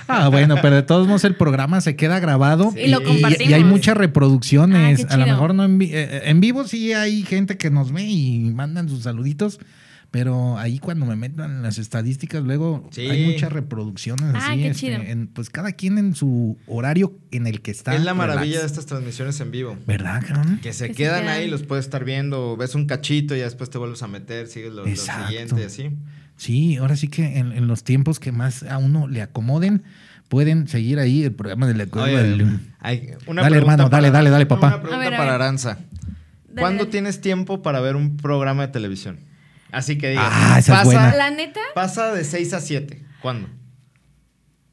Speaker 6: Ah, bueno, pero de todos modos el programa se queda grabado.
Speaker 7: Sí. Y lo
Speaker 6: Y, hay
Speaker 8: compartimos.
Speaker 6: muchas reproducciones.
Speaker 8: Ah, qué
Speaker 6: a lo
Speaker 8: chido.
Speaker 6: mejor no en, vi- eh, eh, en vivo sí hay gente que nos ve y mandan sus saluditos. Pero ahí cuando me metan en las estadísticas, luego
Speaker 7: Sí.
Speaker 6: hay muchas reproducciones
Speaker 8: Ah,
Speaker 6: así.
Speaker 8: qué
Speaker 6: este,
Speaker 8: chido.
Speaker 6: en- pues cada quien en su horario en el que está.
Speaker 7: Es la maravilla de
Speaker 6: relax.
Speaker 7: estas transmisiones en vivo.
Speaker 6: ¿Verdad, cabrón?
Speaker 7: Que se
Speaker 8: Que se
Speaker 7: quedan
Speaker 8: quedan.
Speaker 7: ahí, los puedes estar viendo, ves un cachito y ya después te vuelves a meter, sigues lo, lo
Speaker 6: Exacto.
Speaker 7: siguiente, así.
Speaker 6: Sí, ahora sí que en, en los tiempos que más a uno le acomoden, pueden seguir ahí el programa de la Cueva
Speaker 7: Oye,
Speaker 6: del-
Speaker 7: hay una
Speaker 6: Dale,
Speaker 7: pregunta
Speaker 6: hermano, dale, dale, dale, papá.
Speaker 7: Una pregunta
Speaker 8: A ver, a
Speaker 7: para
Speaker 8: ver.
Speaker 7: Aranza.
Speaker 8: Dale,
Speaker 7: ¿Cuándo
Speaker 8: dale.
Speaker 7: tienes tiempo para ver un programa de televisión? Así que digas,
Speaker 6: Ah, esa es
Speaker 7: pasa,
Speaker 6: buena.
Speaker 8: La neta,
Speaker 7: pasa de 6 a 7. ¿Cuándo?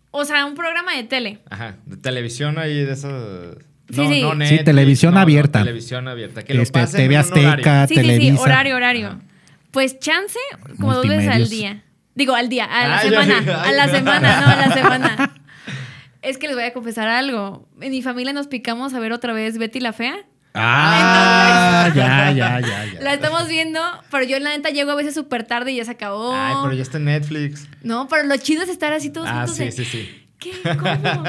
Speaker 8: o sea, un programa de tele.
Speaker 7: Ajá, de televisión ahí de esas...
Speaker 8: Sí, sí. Sí,
Speaker 6: televisión abierta.
Speaker 7: televisión abierta. Que lo
Speaker 6: Este,
Speaker 7: pasen
Speaker 6: TV
Speaker 7: en un horario.
Speaker 6: Azteca,
Speaker 8: Sí, sí, sí,
Speaker 6: Ah, Televisa. Ah.
Speaker 8: horario, horario.
Speaker 7: Ajá.
Speaker 8: Pues chance como dos veces al
Speaker 6: Multimedios.
Speaker 8: día. Digo, al día, a la
Speaker 7: Ah, yo
Speaker 8: semana.
Speaker 7: dije,
Speaker 8: a
Speaker 7: ay.
Speaker 8: la semana, no, a la semana. Es que les voy a confesar algo. En mi familia nos picamos a ver otra vez Betty la Fea.
Speaker 6: Ah, ya, ya, ya, ya.
Speaker 8: La estamos viendo, pero yo la neta llego a veces súper tarde y ya se acabó.
Speaker 7: Ay, pero ya está en Netflix.
Speaker 8: No, pero lo chido es estar así todos
Speaker 7: Ah,
Speaker 8: juntos.
Speaker 7: sí,
Speaker 8: de,
Speaker 7: sí, sí.
Speaker 8: ¿Qué? ¿Cómo?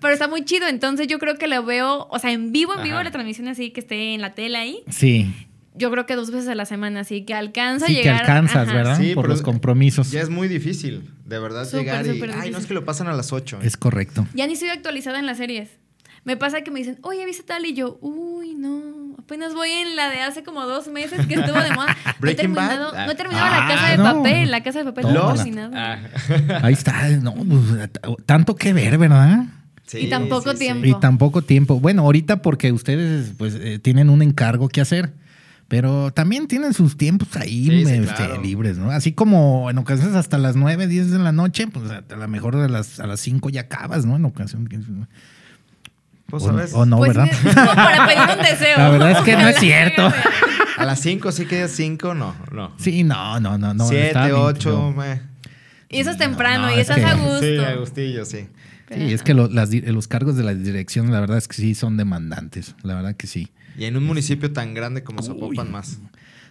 Speaker 8: pero está muy chido, entonces yo creo que lo veo, o sea, en vivo, en vivo
Speaker 7: Ajá.
Speaker 8: la transmisión así que esté en la tele ahí.
Speaker 6: Sí,
Speaker 8: Yo creo que dos veces a la semana, así que alcanza a
Speaker 6: sí que
Speaker 8: llegar.
Speaker 6: alcanzas,
Speaker 8: ajá.
Speaker 6: ¿verdad?
Speaker 7: Sí,
Speaker 6: Por
Speaker 7: pero
Speaker 6: los compromisos.
Speaker 7: Ya es muy difícil, de verdad,
Speaker 8: Súper,
Speaker 7: llegar y...
Speaker 8: súper
Speaker 7: Ay,
Speaker 8: difícil.
Speaker 7: no, es que lo pasan a las 8.
Speaker 6: Es correcto.
Speaker 8: Ya ni estoy actualizada en las series. Me pasa que me dicen, oye, ¿viste tal? Y yo, uy, no. Apenas voy en la de hace como dos meses que estuvo de moda. No he
Speaker 7: Breaking Bad.
Speaker 8: terminado, no he terminado
Speaker 6: Ah,
Speaker 8: la casa de
Speaker 6: no. Ah,
Speaker 8: papel. La casa de papel no he
Speaker 6: Lost.
Speaker 8: terminado.
Speaker 7: Ah.
Speaker 6: Ahí está, no, pues, t- tanto que ver, ¿verdad?
Speaker 8: Y tampoco tiempo.
Speaker 6: Y tampoco tiempo. Bueno, ahorita porque ustedes pues eh, tienen un encargo que hacer, pero también tienen sus tiempos ahí
Speaker 7: Sí, sí,
Speaker 6: este,
Speaker 7: claro.
Speaker 6: libres, ¿no? Así como en ocasiones hasta las 9, 10 de la noche, pues a a lo mejor a las, a las 5 ya acabas, ¿no? En ocasión. que-
Speaker 7: Pues
Speaker 6: o,
Speaker 7: a veces.
Speaker 6: o no,
Speaker 8: Pues,
Speaker 6: ¿verdad?
Speaker 8: es como para pedir un deseo.
Speaker 6: La verdad es que no es
Speaker 8: Ojalá.
Speaker 6: cierto.
Speaker 7: A las 5 sí que 5, no, no.
Speaker 6: Sí, no, no, no, no.
Speaker 7: 7,
Speaker 6: está bien,
Speaker 7: 8,
Speaker 6: pero-
Speaker 8: Y eso es
Speaker 6: No,
Speaker 8: temprano,
Speaker 6: no,
Speaker 8: y
Speaker 6: es
Speaker 8: eso
Speaker 6: que-
Speaker 8: es a gusto.
Speaker 7: Sí, Agustillo, sí.
Speaker 6: Sí, es que lo- las di- los cargos de la dirección, la verdad es que sí son demandantes. La verdad que sí.
Speaker 7: Y en un municipio tan grande como Zapopan más.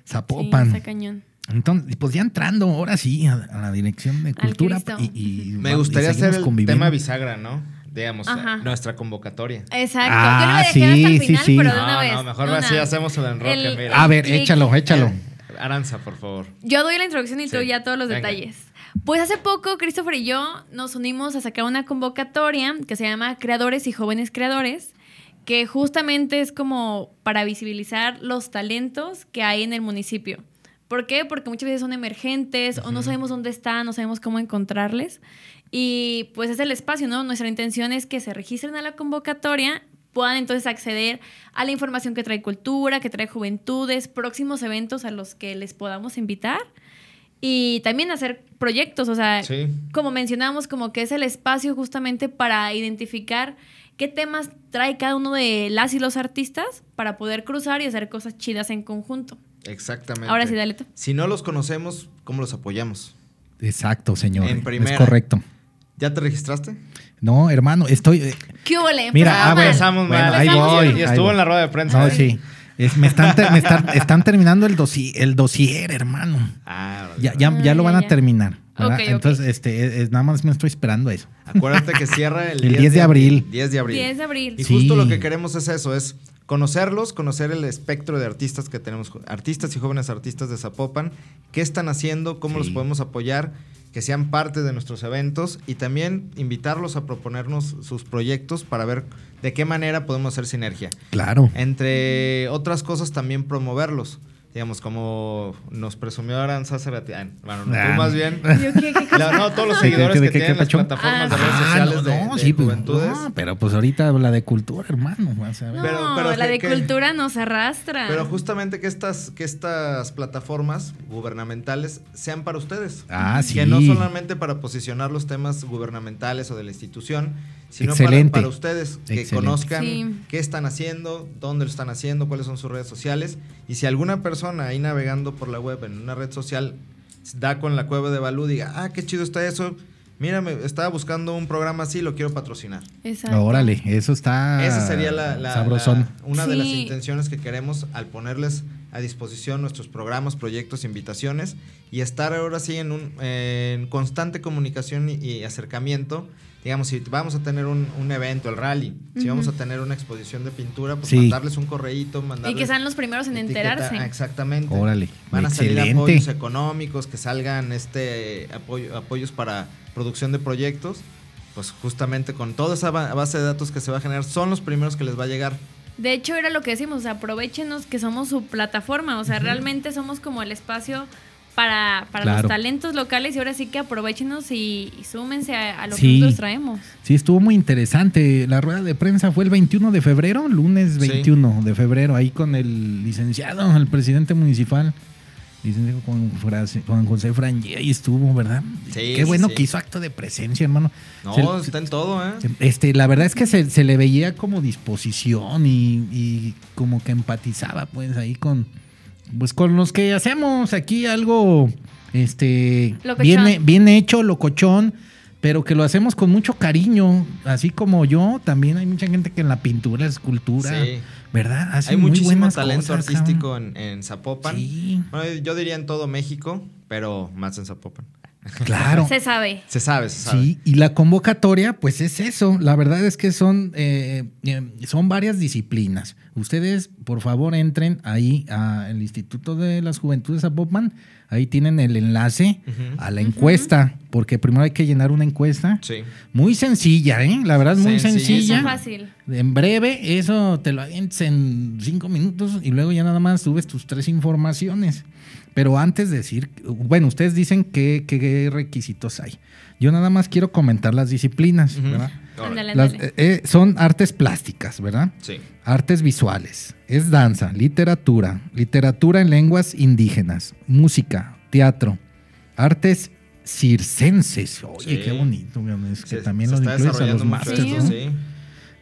Speaker 6: Zapopan.
Speaker 8: Sí, está cañón.
Speaker 6: Entonces, pues ya entrando ahora sí a, a la dirección de cultura
Speaker 8: Cristo.
Speaker 6: y, y
Speaker 7: Me
Speaker 6: vamos- y
Speaker 7: gustaría hacer
Speaker 6: seguimos
Speaker 7: el
Speaker 6: conviviendo.
Speaker 7: tema bisagra, ¿no? Digamos,
Speaker 8: Ajá.
Speaker 7: nuestra convocatoria.
Speaker 8: Exacto. Yo lo
Speaker 6: Ah,
Speaker 8: voy a dejar hasta
Speaker 6: sí,
Speaker 8: el
Speaker 6: sí,
Speaker 8: final,
Speaker 6: sí.
Speaker 8: pero de
Speaker 7: no,
Speaker 8: una vez.
Speaker 7: no, mejor
Speaker 8: de una.
Speaker 7: así hacemos el enroque,
Speaker 8: El-
Speaker 7: mira.
Speaker 6: A ver,
Speaker 8: Clic.
Speaker 6: échalo, échalo.
Speaker 7: Eh, Aranza, por favor.
Speaker 8: Yo doy la introducción y tú
Speaker 7: Sí.
Speaker 8: ya todos los
Speaker 7: Venga.
Speaker 8: detalles. Pues hace poco Christopher y yo nos unimos a sacar una convocatoria que se llama Creadores y Jóvenes Creadores, que justamente es como para visibilizar los talentos que hay en el municipio. ¿Por qué? Porque muchas veces son emergentes o no sabemos dónde están, no sabemos cómo encontrarles. Y pues es el espacio, ¿no? Nuestra intención es que se registren a la convocatoria, puedan entonces acceder a la información que trae cultura, que trae juventudes, próximos eventos a los que les podamos invitar y también hacer proyectos, o sea,
Speaker 7: Sí.
Speaker 8: como mencionamos, como que es el espacio justamente para identificar qué temas trae cada uno de las y los artistas para poder cruzar y hacer cosas chidas en conjunto.
Speaker 7: Exactamente.
Speaker 8: Ahora sí, dale tú.
Speaker 7: Si no los conocemos, ¿cómo los apoyamos?
Speaker 6: Exacto, señor.
Speaker 7: En primera.
Speaker 6: Es correcto.
Speaker 7: ¿Ya te registraste?
Speaker 6: No, hermano, estoy. eh,
Speaker 8: ¿Qué hubo, le?
Speaker 6: Mira,
Speaker 8: Empezamos
Speaker 6: ah,
Speaker 8: mal.
Speaker 7: Empezamos
Speaker 6: bueno,
Speaker 7: mal.
Speaker 6: ahí voy,
Speaker 7: Y
Speaker 6: ahí
Speaker 7: estuvo
Speaker 6: voy.
Speaker 7: en la rueda de prensa.
Speaker 6: No,
Speaker 7: ¿eh?
Speaker 6: sí. Es- me están, ter- me están, están terminando el, dosi, el dossier, hermano.
Speaker 7: Ah,
Speaker 6: Ya, ya,
Speaker 8: Ah,
Speaker 6: ya lo
Speaker 8: ya,
Speaker 6: van a
Speaker 8: ya.
Speaker 6: terminar. ¿verdad?
Speaker 8: Ok, ok.
Speaker 6: Entonces, este, es- es- nada más me estoy esperando eso.
Speaker 7: Acuérdate que cierra el,
Speaker 6: El 10 de abril.
Speaker 7: 10 de abril.
Speaker 8: 10 de abril.
Speaker 7: Y
Speaker 6: Sí.
Speaker 7: justo lo que queremos es eso, es conocerlos, conocer el espectro de artistas que tenemos, jo- artistas y jóvenes artistas de Zapopan, qué están haciendo, cómo
Speaker 6: Sí.
Speaker 7: los podemos apoyar, que sean parte de nuestros eventos y también invitarlos a proponernos sus proyectos para ver de qué manera podemos hacer sinergia.
Speaker 6: Claro.
Speaker 7: Entre otras cosas, también promoverlos. Digamos, como nos presumió Aranza hace rati- ah, Bueno, no, tú
Speaker 6: Ah.
Speaker 7: más bien.
Speaker 8: Yo, ¿qué- qué cosa?
Speaker 7: La- no, todos los
Speaker 6: Sí,
Speaker 7: seguidores
Speaker 6: ¿qué-
Speaker 7: que,
Speaker 6: qué- qué-
Speaker 7: tienen
Speaker 6: qué
Speaker 7: las
Speaker 6: pacho?
Speaker 7: plataformas de
Speaker 8: Ah,
Speaker 7: redes sociales de, de
Speaker 6: sí, pues,
Speaker 7: juventudes.
Speaker 6: no, pero pues ahorita la de cultura, hermano. o sea,
Speaker 8: No,
Speaker 7: Pero- pero
Speaker 8: la
Speaker 7: que-
Speaker 8: de
Speaker 7: que-
Speaker 8: cultura nos arrastra.
Speaker 7: Pero justamente que estas, que estas plataformas gubernamentales sean para ustedes.
Speaker 6: Ah, sí.
Speaker 7: Que no solamente para posicionar los temas gubernamentales o de la institución, sino para,
Speaker 6: Excelente.
Speaker 7: para ustedes, que
Speaker 6: Excelente.
Speaker 7: conozcan
Speaker 8: Sí.
Speaker 7: qué están haciendo, dónde lo están haciendo, cuáles son sus redes sociales. Y si alguna persona ahí navegando por la web en una red social da con la cueva de Balú, diga, ah, qué chido está eso. Mira, me- estaba buscando un programa así, lo quiero patrocinar.
Speaker 8: Exacto.
Speaker 6: Órale, eso está.
Speaker 7: Esa sería la, la-
Speaker 6: sabrosón.
Speaker 7: la- una de
Speaker 8: Sí.
Speaker 7: las intenciones que queremos al ponerles a disposición nuestros programas, proyectos, invitaciones y estar ahora sí en, un, eh, en constante comunicación y, y acercamiento. Digamos, si vamos a tener un, un evento, el rally, si vamos a tener una exposición de pintura, pues
Speaker 6: Sí.
Speaker 7: mandarles un correíto, mandarles...
Speaker 8: Y que sean los primeros en
Speaker 7: etiqueta-
Speaker 8: enterarse.
Speaker 7: ah, Exactamente.
Speaker 6: Órale,
Speaker 7: Van a salir
Speaker 6: excelente.
Speaker 7: apoyos económicos, que salgan este eh, apoyo, apoyos para producción de proyectos. Pues justamente con toda esa ba- base de datos que se va a generar, son los primeros que les va a llegar.
Speaker 8: De hecho, era lo que decimos, o sea, aprovechenos que somos su plataforma, o sea, realmente somos como el espacio para, para
Speaker 6: Claro.
Speaker 8: los talentos locales y ahora sí que aprovechenos y, y súmense a, a lo
Speaker 6: Sí.
Speaker 8: que nosotros traemos.
Speaker 6: Sí, estuvo muy interesante. La rueda de prensa fue el 21 de febrero, lunes
Speaker 7: Sí.
Speaker 6: 21 de febrero, ahí con el licenciado, el presidente municipal, licenciado Juan, Frase- Juan José Frangé, ahí estuvo, ¿verdad?
Speaker 7: Sí,
Speaker 6: Qué
Speaker 7: sí,
Speaker 6: bueno
Speaker 7: sí.
Speaker 6: que hizo acto de presencia, hermano.
Speaker 7: No,
Speaker 6: Se-
Speaker 7: está en todo, ¿eh?
Speaker 6: este, la verdad es que se, se le veía como disposición y, y como que empatizaba, pues, ahí con, pues, con los que hacemos aquí algo, este,
Speaker 8: Locochón.
Speaker 6: bien, bien hecho, locochón, pero que lo hacemos con mucho cariño, así como yo, también hay mucha gente que en la pintura, la escultura,
Speaker 7: Sí.
Speaker 6: ¿verdad? Hace
Speaker 7: Hay
Speaker 6: muy
Speaker 7: muchísimo
Speaker 6: buenas
Speaker 7: talento
Speaker 6: cosas,
Speaker 7: artístico
Speaker 6: cabrón.
Speaker 7: en, en Zapopan.
Speaker 6: Sí,
Speaker 7: Bueno, yo diría en todo México, pero más en Zapopan.
Speaker 6: claro.
Speaker 8: Se sabe.
Speaker 7: Se sabe, se sabe.
Speaker 6: Sí, y la convocatoria, pues es eso. La verdad es que son, eh, eh, son varias disciplinas. Ustedes, por favor, entren ahí al Instituto de las Juventudes Zapopan. Ahí tienen el enlace
Speaker 7: Ujú.
Speaker 6: a la encuesta, porque primero hay que llenar una encuesta.
Speaker 7: Sí.
Speaker 6: Muy sencilla, ¿eh? La verdad, muy
Speaker 7: Sencillísima.
Speaker 8: Es
Speaker 6: sencilla.
Speaker 8: fácil.
Speaker 6: En breve, eso te lo avientes en cinco minutos y luego ya nada más subes tus tres informaciones. Pero antes de decir, bueno, ustedes dicen qué qué requisitos hay. Yo nada más quiero comentar las disciplinas,
Speaker 7: Ujú.
Speaker 6: ¿verdad?
Speaker 7: Órale.
Speaker 8: Ándale,
Speaker 6: Las-
Speaker 8: ándale.
Speaker 6: eh, eh, son artes plásticas, ¿verdad?
Speaker 7: Sí.
Speaker 6: Artes visuales, es danza, literatura, literatura en lenguas indígenas, música, teatro, artes circenses. Oye,
Speaker 7: Sí.
Speaker 6: qué bonito, weón, es que
Speaker 7: Se-
Speaker 6: también
Speaker 7: se
Speaker 6: los
Speaker 7: está
Speaker 6: incluyes a los
Speaker 7: desarrollando mucho
Speaker 6: masters,
Speaker 8: esto,
Speaker 6: ¿no?
Speaker 7: eso, sí.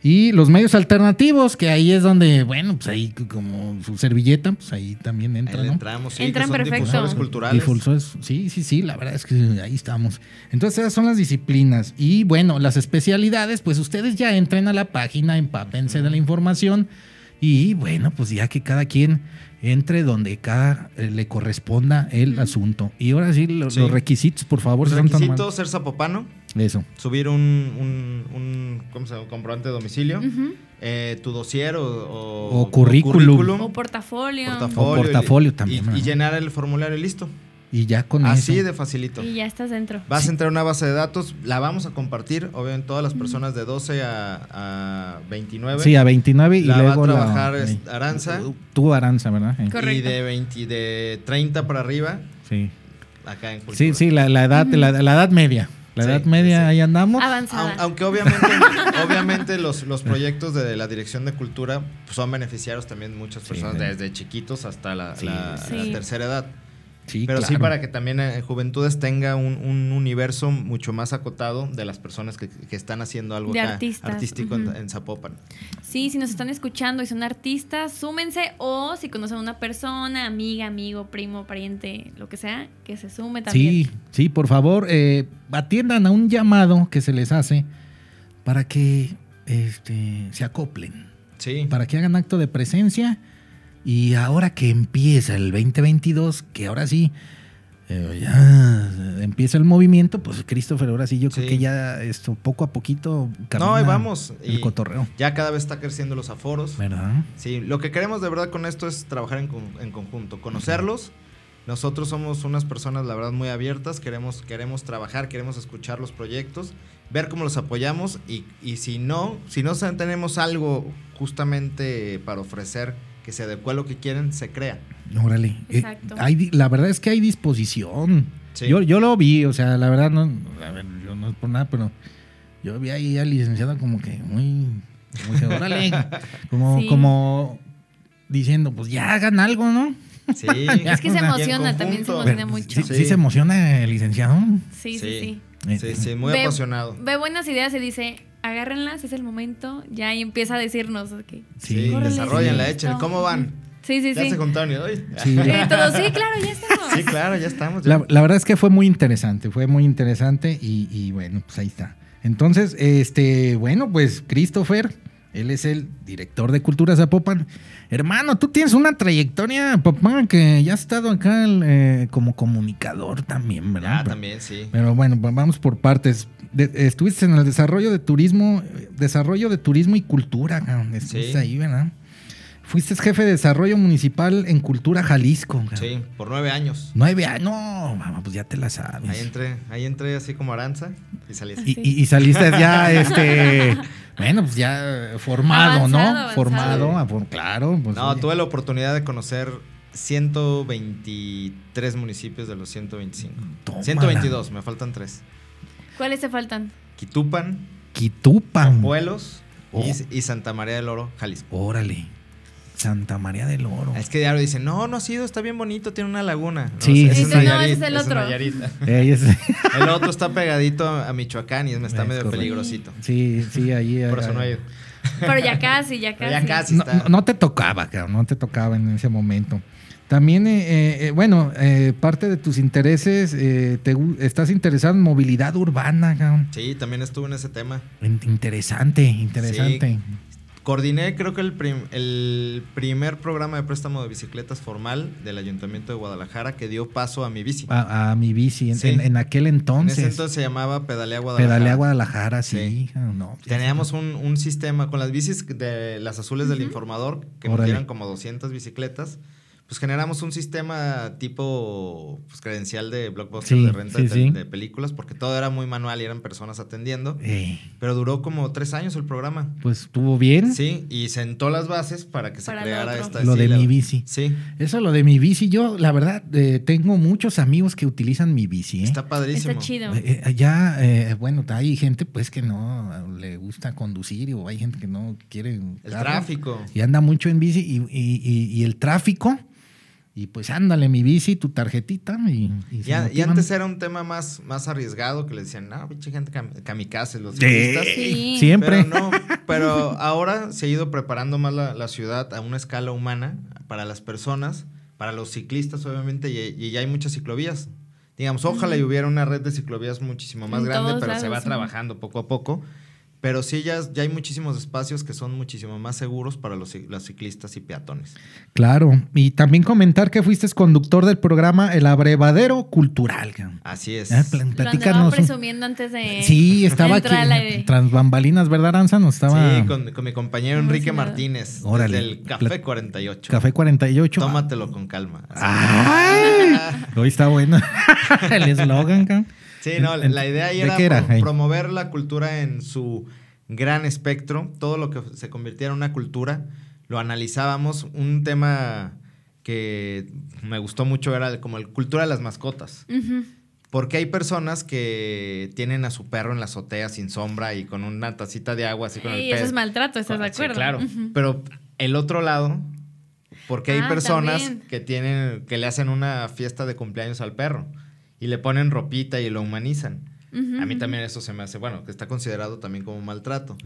Speaker 6: Y los medios alternativos, que ahí es donde, bueno, pues ahí c- como su servilleta, pues ahí también
Speaker 7: Ahí
Speaker 6: entra,
Speaker 7: le
Speaker 6: ¿no?
Speaker 7: entramos, sí,
Speaker 8: Entran
Speaker 7: que son
Speaker 8: perfecto.
Speaker 7: difusores culturales.
Speaker 6: Difusores, sí, sí, sí, la verdad es que ahí estamos. Entonces esas son las disciplinas. Y bueno, las especialidades, pues ustedes ya entren a la página, empápense de la información. Y bueno, pues ya que cada quien entre donde cada eh, le corresponda el asunto. Y ahora sí, lo-
Speaker 7: Sí.
Speaker 6: los requisitos, por favor,
Speaker 7: Los
Speaker 6: sean tan mal-
Speaker 7: requisitos, ser zapopano,
Speaker 6: Eso.
Speaker 7: subir un, un, un ¿cómo se llama? comprobante de domicilio,
Speaker 8: Ujú.
Speaker 7: eh, tu dossier o, o-
Speaker 6: O currículum.
Speaker 8: O portafolio.
Speaker 7: portafolio,
Speaker 6: O portafolio
Speaker 7: y-
Speaker 6: también,
Speaker 7: y-
Speaker 6: ¿verdad?
Speaker 7: Y, llenar el formulario y listo.
Speaker 6: Y ya con
Speaker 7: Así
Speaker 6: eso.
Speaker 7: de facilito.
Speaker 8: Y ya estás dentro.
Speaker 7: Vas a entrar a una base de datos, la vamos a compartir, obviamente todas las personas de 12 a, a 29.
Speaker 6: Sí, a 29 y
Speaker 7: La va a
Speaker 6: luego
Speaker 7: trabajar,
Speaker 6: la, Uh,
Speaker 7: es- Aranza.
Speaker 6: Tú Aranza, ¿verdad? Sí.
Speaker 8: Correcto.
Speaker 7: Y de, 20, de 30 para arriba,
Speaker 6: Sí,
Speaker 7: acá en Cultura.
Speaker 6: sí, sí, la, la edad, la, la edad media. La
Speaker 7: Sí,
Speaker 6: edad media,
Speaker 7: sí, sí.
Speaker 6: ahí andamos.
Speaker 8: Avanzada.
Speaker 7: Au- Aunque obviamente, obviamente los, los proyectos de la Dirección de Cultura pues, son beneficiarios también muchas personas,
Speaker 6: sí.
Speaker 7: desde chiquitos hasta la,
Speaker 6: Sí,
Speaker 7: la-
Speaker 8: sí.
Speaker 7: la
Speaker 8: Sí.
Speaker 7: tercera edad.
Speaker 6: Sí,
Speaker 7: Pero sí
Speaker 6: claro.
Speaker 7: para que también eh, Juventudes tenga un, un universo mucho más acotado de las personas que, que están haciendo algo
Speaker 8: De
Speaker 7: acá
Speaker 8: artistas,
Speaker 7: artístico en-
Speaker 8: ujú.
Speaker 7: en, Zapopan.
Speaker 8: Sí, si nos están escuchando y son artistas, súmense o si conocen a una persona, amiga, amigo, primo, pariente, lo que sea, que se sume también.
Speaker 6: Sí, sí, por favor, eh, atiendan a un llamado que se les hace para que este, se acoplen,
Speaker 7: Sí.
Speaker 6: para que hagan acto de presencia. Y ahora que empieza el 2022, que ahora sí eh, ya empieza el movimiento, pues Christopher, ahora sí yo creo
Speaker 7: Sí.
Speaker 6: que ya esto poco a poquito
Speaker 7: No,
Speaker 6: camina
Speaker 7: ahí vamos.
Speaker 6: el
Speaker 7: Y
Speaker 6: cotorreo,
Speaker 7: Ya cada vez está creciendo los aforos.
Speaker 6: ¿verdad?
Speaker 7: Sí, lo que queremos de verdad con esto es trabajar en, con- en conjunto, conocerlos. Nosotros somos unas personas, la verdad, muy abiertas. Queremos, queremos trabajar, queremos escuchar los proyectos, ver cómo los apoyamos. Y, y si no, si no se- tenemos algo justamente para ofrecer que se adecue a lo que quieren, se crea.
Speaker 6: Órale. Eh,
Speaker 8: Exacto.
Speaker 6: hay di- la verdad es que hay disposición.
Speaker 7: Sí.
Speaker 6: Yo, yo lo vi, o sea, la verdad no, a ver, yo no es por nada, pero yo vi ahí al licenciado como que muy, como que, órale, como,
Speaker 8: Sí.
Speaker 6: como diciendo, pues ya hagan algo, ¿no?
Speaker 7: Sí.
Speaker 8: Es que se
Speaker 6: Y en
Speaker 8: emociona, también se
Speaker 7: conjunto.
Speaker 8: emociona
Speaker 6: Pero,
Speaker 8: mucho.
Speaker 6: Sí,
Speaker 8: Sí,
Speaker 7: Sí.
Speaker 6: sí se emociona el licenciado.
Speaker 8: sí, sí.
Speaker 6: Eh,
Speaker 7: Sí, sí, muy
Speaker 8: Ve-
Speaker 7: apasionado.
Speaker 8: Ve buenas ideas y dice, agárrenlas, es el momento, ya, y empieza a decirnos. ok.
Speaker 7: Sí,
Speaker 8: Órale,
Speaker 7: desarrollenla,
Speaker 8: sí,
Speaker 7: echen.
Speaker 8: no.
Speaker 7: ¿Cómo van?
Speaker 8: Sí, sí,
Speaker 7: ya
Speaker 8: sí.
Speaker 7: se contaron y hoy.
Speaker 6: Sí, la-
Speaker 8: Eh, todos, sí, claro, ya estamos.
Speaker 7: Sí, claro, ya estamos. ya.
Speaker 6: La, la verdad es que fue muy interesante, fue muy interesante y, y bueno, pues ahí está. Entonces, este, bueno, pues Christopher, él es el director de Cultura Zapopan. Hermano, tú tienes una trayectoria, papá, que ya has estado acá eh, como comunicador también, ¿verdad?
Speaker 7: Ah, también, sí.
Speaker 6: Pero bueno, pues vamos por partes. De- estuviste en el desarrollo de turismo, eh, desarrollo de turismo y cultura, cabrón. Estuviste
Speaker 7: Sí.
Speaker 6: ahí, ¿verdad? Fuiste jefe de desarrollo municipal en Cultura Jalisco. cabrón.
Speaker 7: Sí, por nueve años.
Speaker 6: Nueve años. No, mamá, pues ya te la sabes.
Speaker 7: Ahí entré, ahí entré así como aranza y salí así.
Speaker 6: y, y- y saliste ya, este, bueno, pues ya eh, formado, ¿no?
Speaker 8: Avanzado, avanzado.
Speaker 6: Formado, ah, por- claro. pues,
Speaker 7: No,
Speaker 6: oye.
Speaker 7: tuve la oportunidad de conocer 123 municipios de los 125.
Speaker 6: Tómala.
Speaker 7: 122, me faltan tres.
Speaker 8: ¿Cuáles te faltan?
Speaker 7: Quitupan,
Speaker 6: Quitupan.
Speaker 7: Pueblos
Speaker 6: Oh.
Speaker 7: y, y Santa María del Oro, Jalisco.
Speaker 6: Órale. Santa María del Oro.
Speaker 7: Es que diario dicen, no, no ha sido, está bien bonito, tiene una laguna. No,
Speaker 6: Sí.
Speaker 7: ese
Speaker 6: Dice, no,
Speaker 7: Nayarit,
Speaker 8: ese es el
Speaker 7: ese
Speaker 8: otro.
Speaker 7: Nayarit.
Speaker 6: Ey, es-
Speaker 7: El otro está pegadito a a Michoacán y me está
Speaker 6: Es
Speaker 7: medio
Speaker 6: correcto.
Speaker 7: peligrosito.
Speaker 6: sí, sí, ahí.
Speaker 7: Por eso
Speaker 6: ahí-
Speaker 7: no he ido.
Speaker 8: Pero ya casi, ya
Speaker 7: Pero
Speaker 8: casi.
Speaker 7: ya casi
Speaker 6: No,
Speaker 7: está.
Speaker 6: no- no te tocaba, cabrón, no te tocaba en ese momento. También, eh, eh, eh, bueno, eh, parte de tus intereses, eh, te gu- estás interesado en movilidad urbana, cabrón.
Speaker 7: Sí, también estuve en ese tema.
Speaker 6: In- Interesante, interesante.
Speaker 7: Coordiné, creo que el, prim- el primer programa de préstamo de bicicletas formal del Ayuntamiento de Guadalajara que dio paso a mi bici.
Speaker 6: A, a mi bici en,
Speaker 7: Sí.
Speaker 6: en- en aquel
Speaker 7: en
Speaker 6: Ah, entonces.
Speaker 7: ese entonces se llamaba Pedalea Guadalajara.
Speaker 6: Pedalea Guadalajara, sí.
Speaker 7: Sí.
Speaker 6: ah, No,
Speaker 7: Teníamos un, un sistema con las bicis de las azules del informador, que nos
Speaker 6: Órale.
Speaker 7: dieron como 200 bicicletas. Pues generamos un sistema tipo pues, credencial de blockbuster
Speaker 6: Sí,
Speaker 7: de renta
Speaker 6: sí,
Speaker 7: de, tel-
Speaker 6: sí.
Speaker 7: de películas, porque todo era muy manual y eran personas atendiendo.
Speaker 6: Eh,
Speaker 7: Pero duró como tres años el programa.
Speaker 6: pues estuvo bien.
Speaker 7: Sí, y sentó las bases para que se
Speaker 8: Para lo
Speaker 7: creara
Speaker 8: otro.
Speaker 7: esta
Speaker 6: Lo
Speaker 7: sí,
Speaker 6: de
Speaker 7: la-
Speaker 6: mi bici.
Speaker 7: Sí,
Speaker 6: Eso lo de mi bici, yo la verdad eh, tengo muchos amigos que utilizan mi bici. ¿eh?
Speaker 7: está padrísimo.
Speaker 8: Está chido.
Speaker 6: Eh, eh, ya, eh, bueno, hay gente pues que no le gusta conducir o hay gente que no quiere...
Speaker 7: El
Speaker 6: carro
Speaker 7: tráfico.
Speaker 6: Y anda mucho en bici y, y- y- y el tráfico. Y pues ándale mi bici, tu tarjetita y... y se
Speaker 7: Y, a- y
Speaker 6: motivan.
Speaker 7: antes era un tema más, más arriesgado que le decían, no, pinche gente cam- kamikaze, los
Speaker 6: Sí.
Speaker 7: ciclistas.
Speaker 8: Sí.
Speaker 6: Siempre.
Speaker 7: Pero no, pero ahora se ha ido preparando más la, la ciudad a una escala humana para las personas, para los ciclistas, obviamente, y, y ya hay muchas ciclovías. Digamos, ojalá y hubiera una red de ciclovías muchísimo más
Speaker 8: En
Speaker 7: grande,
Speaker 8: todos
Speaker 7: pero se
Speaker 8: lados,
Speaker 7: va
Speaker 8: sí.
Speaker 7: trabajando poco a poco. Pero sí, ya, ya hay muchísimos espacios que son muchísimo más seguros para los, ci- las ciclistas y peatones.
Speaker 6: Claro. Y también comentar que fuiste conductor del programa El Abrevadero Cultural. cabrón.
Speaker 7: Así es.
Speaker 6: Ah, pl-
Speaker 8: Lo andaba
Speaker 6: Platícanos. un-
Speaker 8: presumiendo antes de.
Speaker 6: Sí, estaba aquí.
Speaker 8: entrar Eh. al aire.
Speaker 6: Tras bambalinas, ¿verdad, Aranza? Nos estaba.
Speaker 7: Sí, con, con mi compañero
Speaker 8: Muy
Speaker 7: Enrique
Speaker 8: emocionado.
Speaker 7: Martínez.
Speaker 6: Órale.
Speaker 7: Del Café
Speaker 6: Plat-
Speaker 7: 48.
Speaker 6: Café 48.
Speaker 7: Tómatelo con calma. Así.
Speaker 6: ¡Ay! Hoy está bueno. El eslogan, cabrón.
Speaker 7: Sí, no,
Speaker 6: En- en-
Speaker 7: la idea ahí
Speaker 6: ¿de
Speaker 7: era,
Speaker 6: qué era?
Speaker 7: pro-
Speaker 6: Ahí.
Speaker 7: promover la cultura en su gran espectro, todo lo que se convirtiera en una cultura, lo analizábamos, un tema que me gustó mucho era el- como la cultura de las mascotas,
Speaker 8: Ujú.
Speaker 7: porque hay personas que tienen a su perro en la azotea sin sombra y con una tacita de agua así con el
Speaker 8: Y eso
Speaker 7: pez.
Speaker 8: es maltrato, ¿estás
Speaker 6: Ah,
Speaker 8: de
Speaker 7: Sí,
Speaker 8: acuerdo?
Speaker 7: claro,
Speaker 8: Ujú.
Speaker 7: pero el otro lado, porque hay
Speaker 8: Ah,
Speaker 7: personas
Speaker 8: también.
Speaker 7: que tienen que le hacen una fiesta de cumpleaños al perro y le ponen ropita y lo humanizan.
Speaker 8: Ujú,
Speaker 7: A mí
Speaker 8: ujú.
Speaker 7: también eso se me hace, bueno, que está considerado también como maltrato.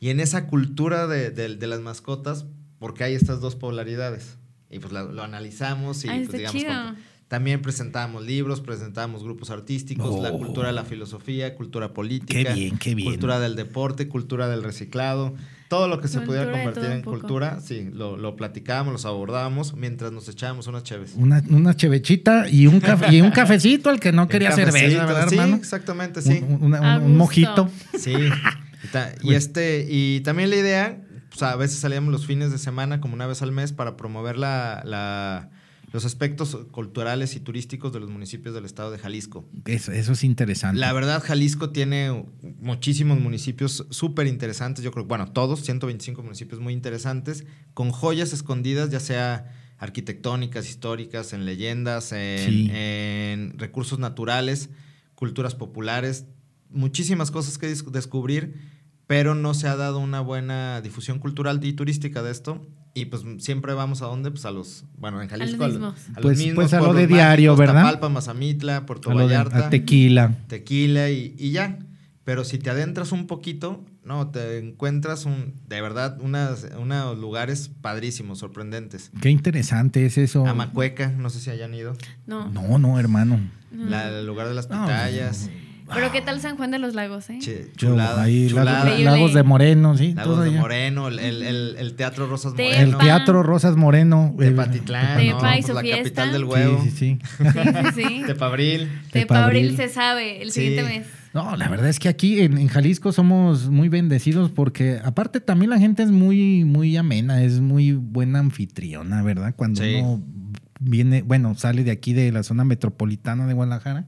Speaker 7: Y en esa cultura de, de- de las mascotas, porque hay estas dos polaridades. Y pues la- lo analizamos y
Speaker 8: Ay,
Speaker 7: pues,
Speaker 8: está
Speaker 7: digamos,
Speaker 8: chido.
Speaker 7: compa- también presentábamos libros, presentábamos grupos artísticos, la
Speaker 6: Oh.
Speaker 7: cultura de la filosofía, cultura política,
Speaker 6: Qué bien, qué bien.
Speaker 7: cultura del deporte, cultura del reciclado, todo lo que se
Speaker 8: Cultura
Speaker 7: pudiera
Speaker 8: de
Speaker 7: convertir
Speaker 8: todo un
Speaker 7: en
Speaker 8: poco.
Speaker 7: cultura, sí, lo, lo platicábamos, los abordábamos mientras nos echábamos unas cheves.
Speaker 6: Una, una chevechita y un, caf- y un cafecito al que no quería
Speaker 7: Un cafecito,
Speaker 6: cerveza, ¿verdad,
Speaker 7: sí,
Speaker 6: hermano?
Speaker 7: exactamente,
Speaker 6: Un-
Speaker 7: sí.
Speaker 6: un- una- un-
Speaker 8: A
Speaker 6: un
Speaker 8: gusto.
Speaker 6: mojito.
Speaker 7: Sí. Y, ta- y este, y también la idea, pues a veces salíamos los fines de semana, como una vez al mes, para promover la, la- los aspectos culturales y turísticos de los municipios del estado de Jalisco.
Speaker 6: Eso, eso es interesante.
Speaker 7: La verdad, Jalisco tiene muchísimos municipios súper interesantes, yo creo, bueno, todos, 125 municipios muy interesantes, con joyas escondidas, ya sea arquitectónicas, históricas, en leyendas, en,
Speaker 6: Sí.
Speaker 7: en recursos naturales, culturas populares, muchísimas cosas que dis- descubrir, pero no se ha dado una buena difusión cultural y turística de esto. Y pues siempre vamos a dónde? Pues a los, bueno, en Jalisco, a los,
Speaker 8: mismos.
Speaker 7: a los
Speaker 6: Pues-
Speaker 7: mismos
Speaker 6: pues a lo de
Speaker 7: pueblos
Speaker 6: diario,
Speaker 7: mágicos,
Speaker 6: ¿verdad?
Speaker 7: Tapalpa, Mazamitla, Puerto
Speaker 6: a lo de-
Speaker 7: Vallarta
Speaker 6: a tequila.
Speaker 7: tequila y, y ya. Pero si te adentras un poquito, no, te encuentras un, de verdad unas, unos lugares padrísimos, sorprendentes.
Speaker 6: Qué interesante es eso.
Speaker 7: Amacueca, no sé si hayan ido.
Speaker 8: No.
Speaker 6: No, no, hermano.
Speaker 8: no.
Speaker 7: La- Ah. el lugar de las pitayas.
Speaker 8: Pero ¿qué tal San Juan de los Lagos, eh?
Speaker 7: Che-
Speaker 6: Yo,
Speaker 7: chulada,
Speaker 6: ahí, lagos-
Speaker 7: chulada.
Speaker 6: Lagos, de Moreno, sí. todo
Speaker 7: Lagos de
Speaker 6: allá.
Speaker 7: Moreno, el, el- el- el Teatro Rosas
Speaker 8: Te-
Speaker 6: El
Speaker 7: Moreno,
Speaker 6: teatro Rosas Moreno. el-
Speaker 7: Tepatitlán, ¿no?
Speaker 8: Tepa y
Speaker 7: Pues
Speaker 8: su
Speaker 7: la
Speaker 8: fiesta.
Speaker 7: capital del huevo,
Speaker 6: Sí, sí, sí.
Speaker 8: Sí, sí, sí.
Speaker 7: Tepabril.
Speaker 8: Tepa abril
Speaker 6: Tepabril.
Speaker 8: se sabe el
Speaker 7: Sí.
Speaker 8: siguiente mes.
Speaker 6: No, la verdad es que aquí en, en Jalisco somos muy bendecidos porque aparte también la gente es muy, muy amena, es muy buena anfitriona, ¿verdad? Cuando
Speaker 7: Sí.
Speaker 6: uno viene, bueno, sale de aquí de la zona metropolitana de Guadalajara,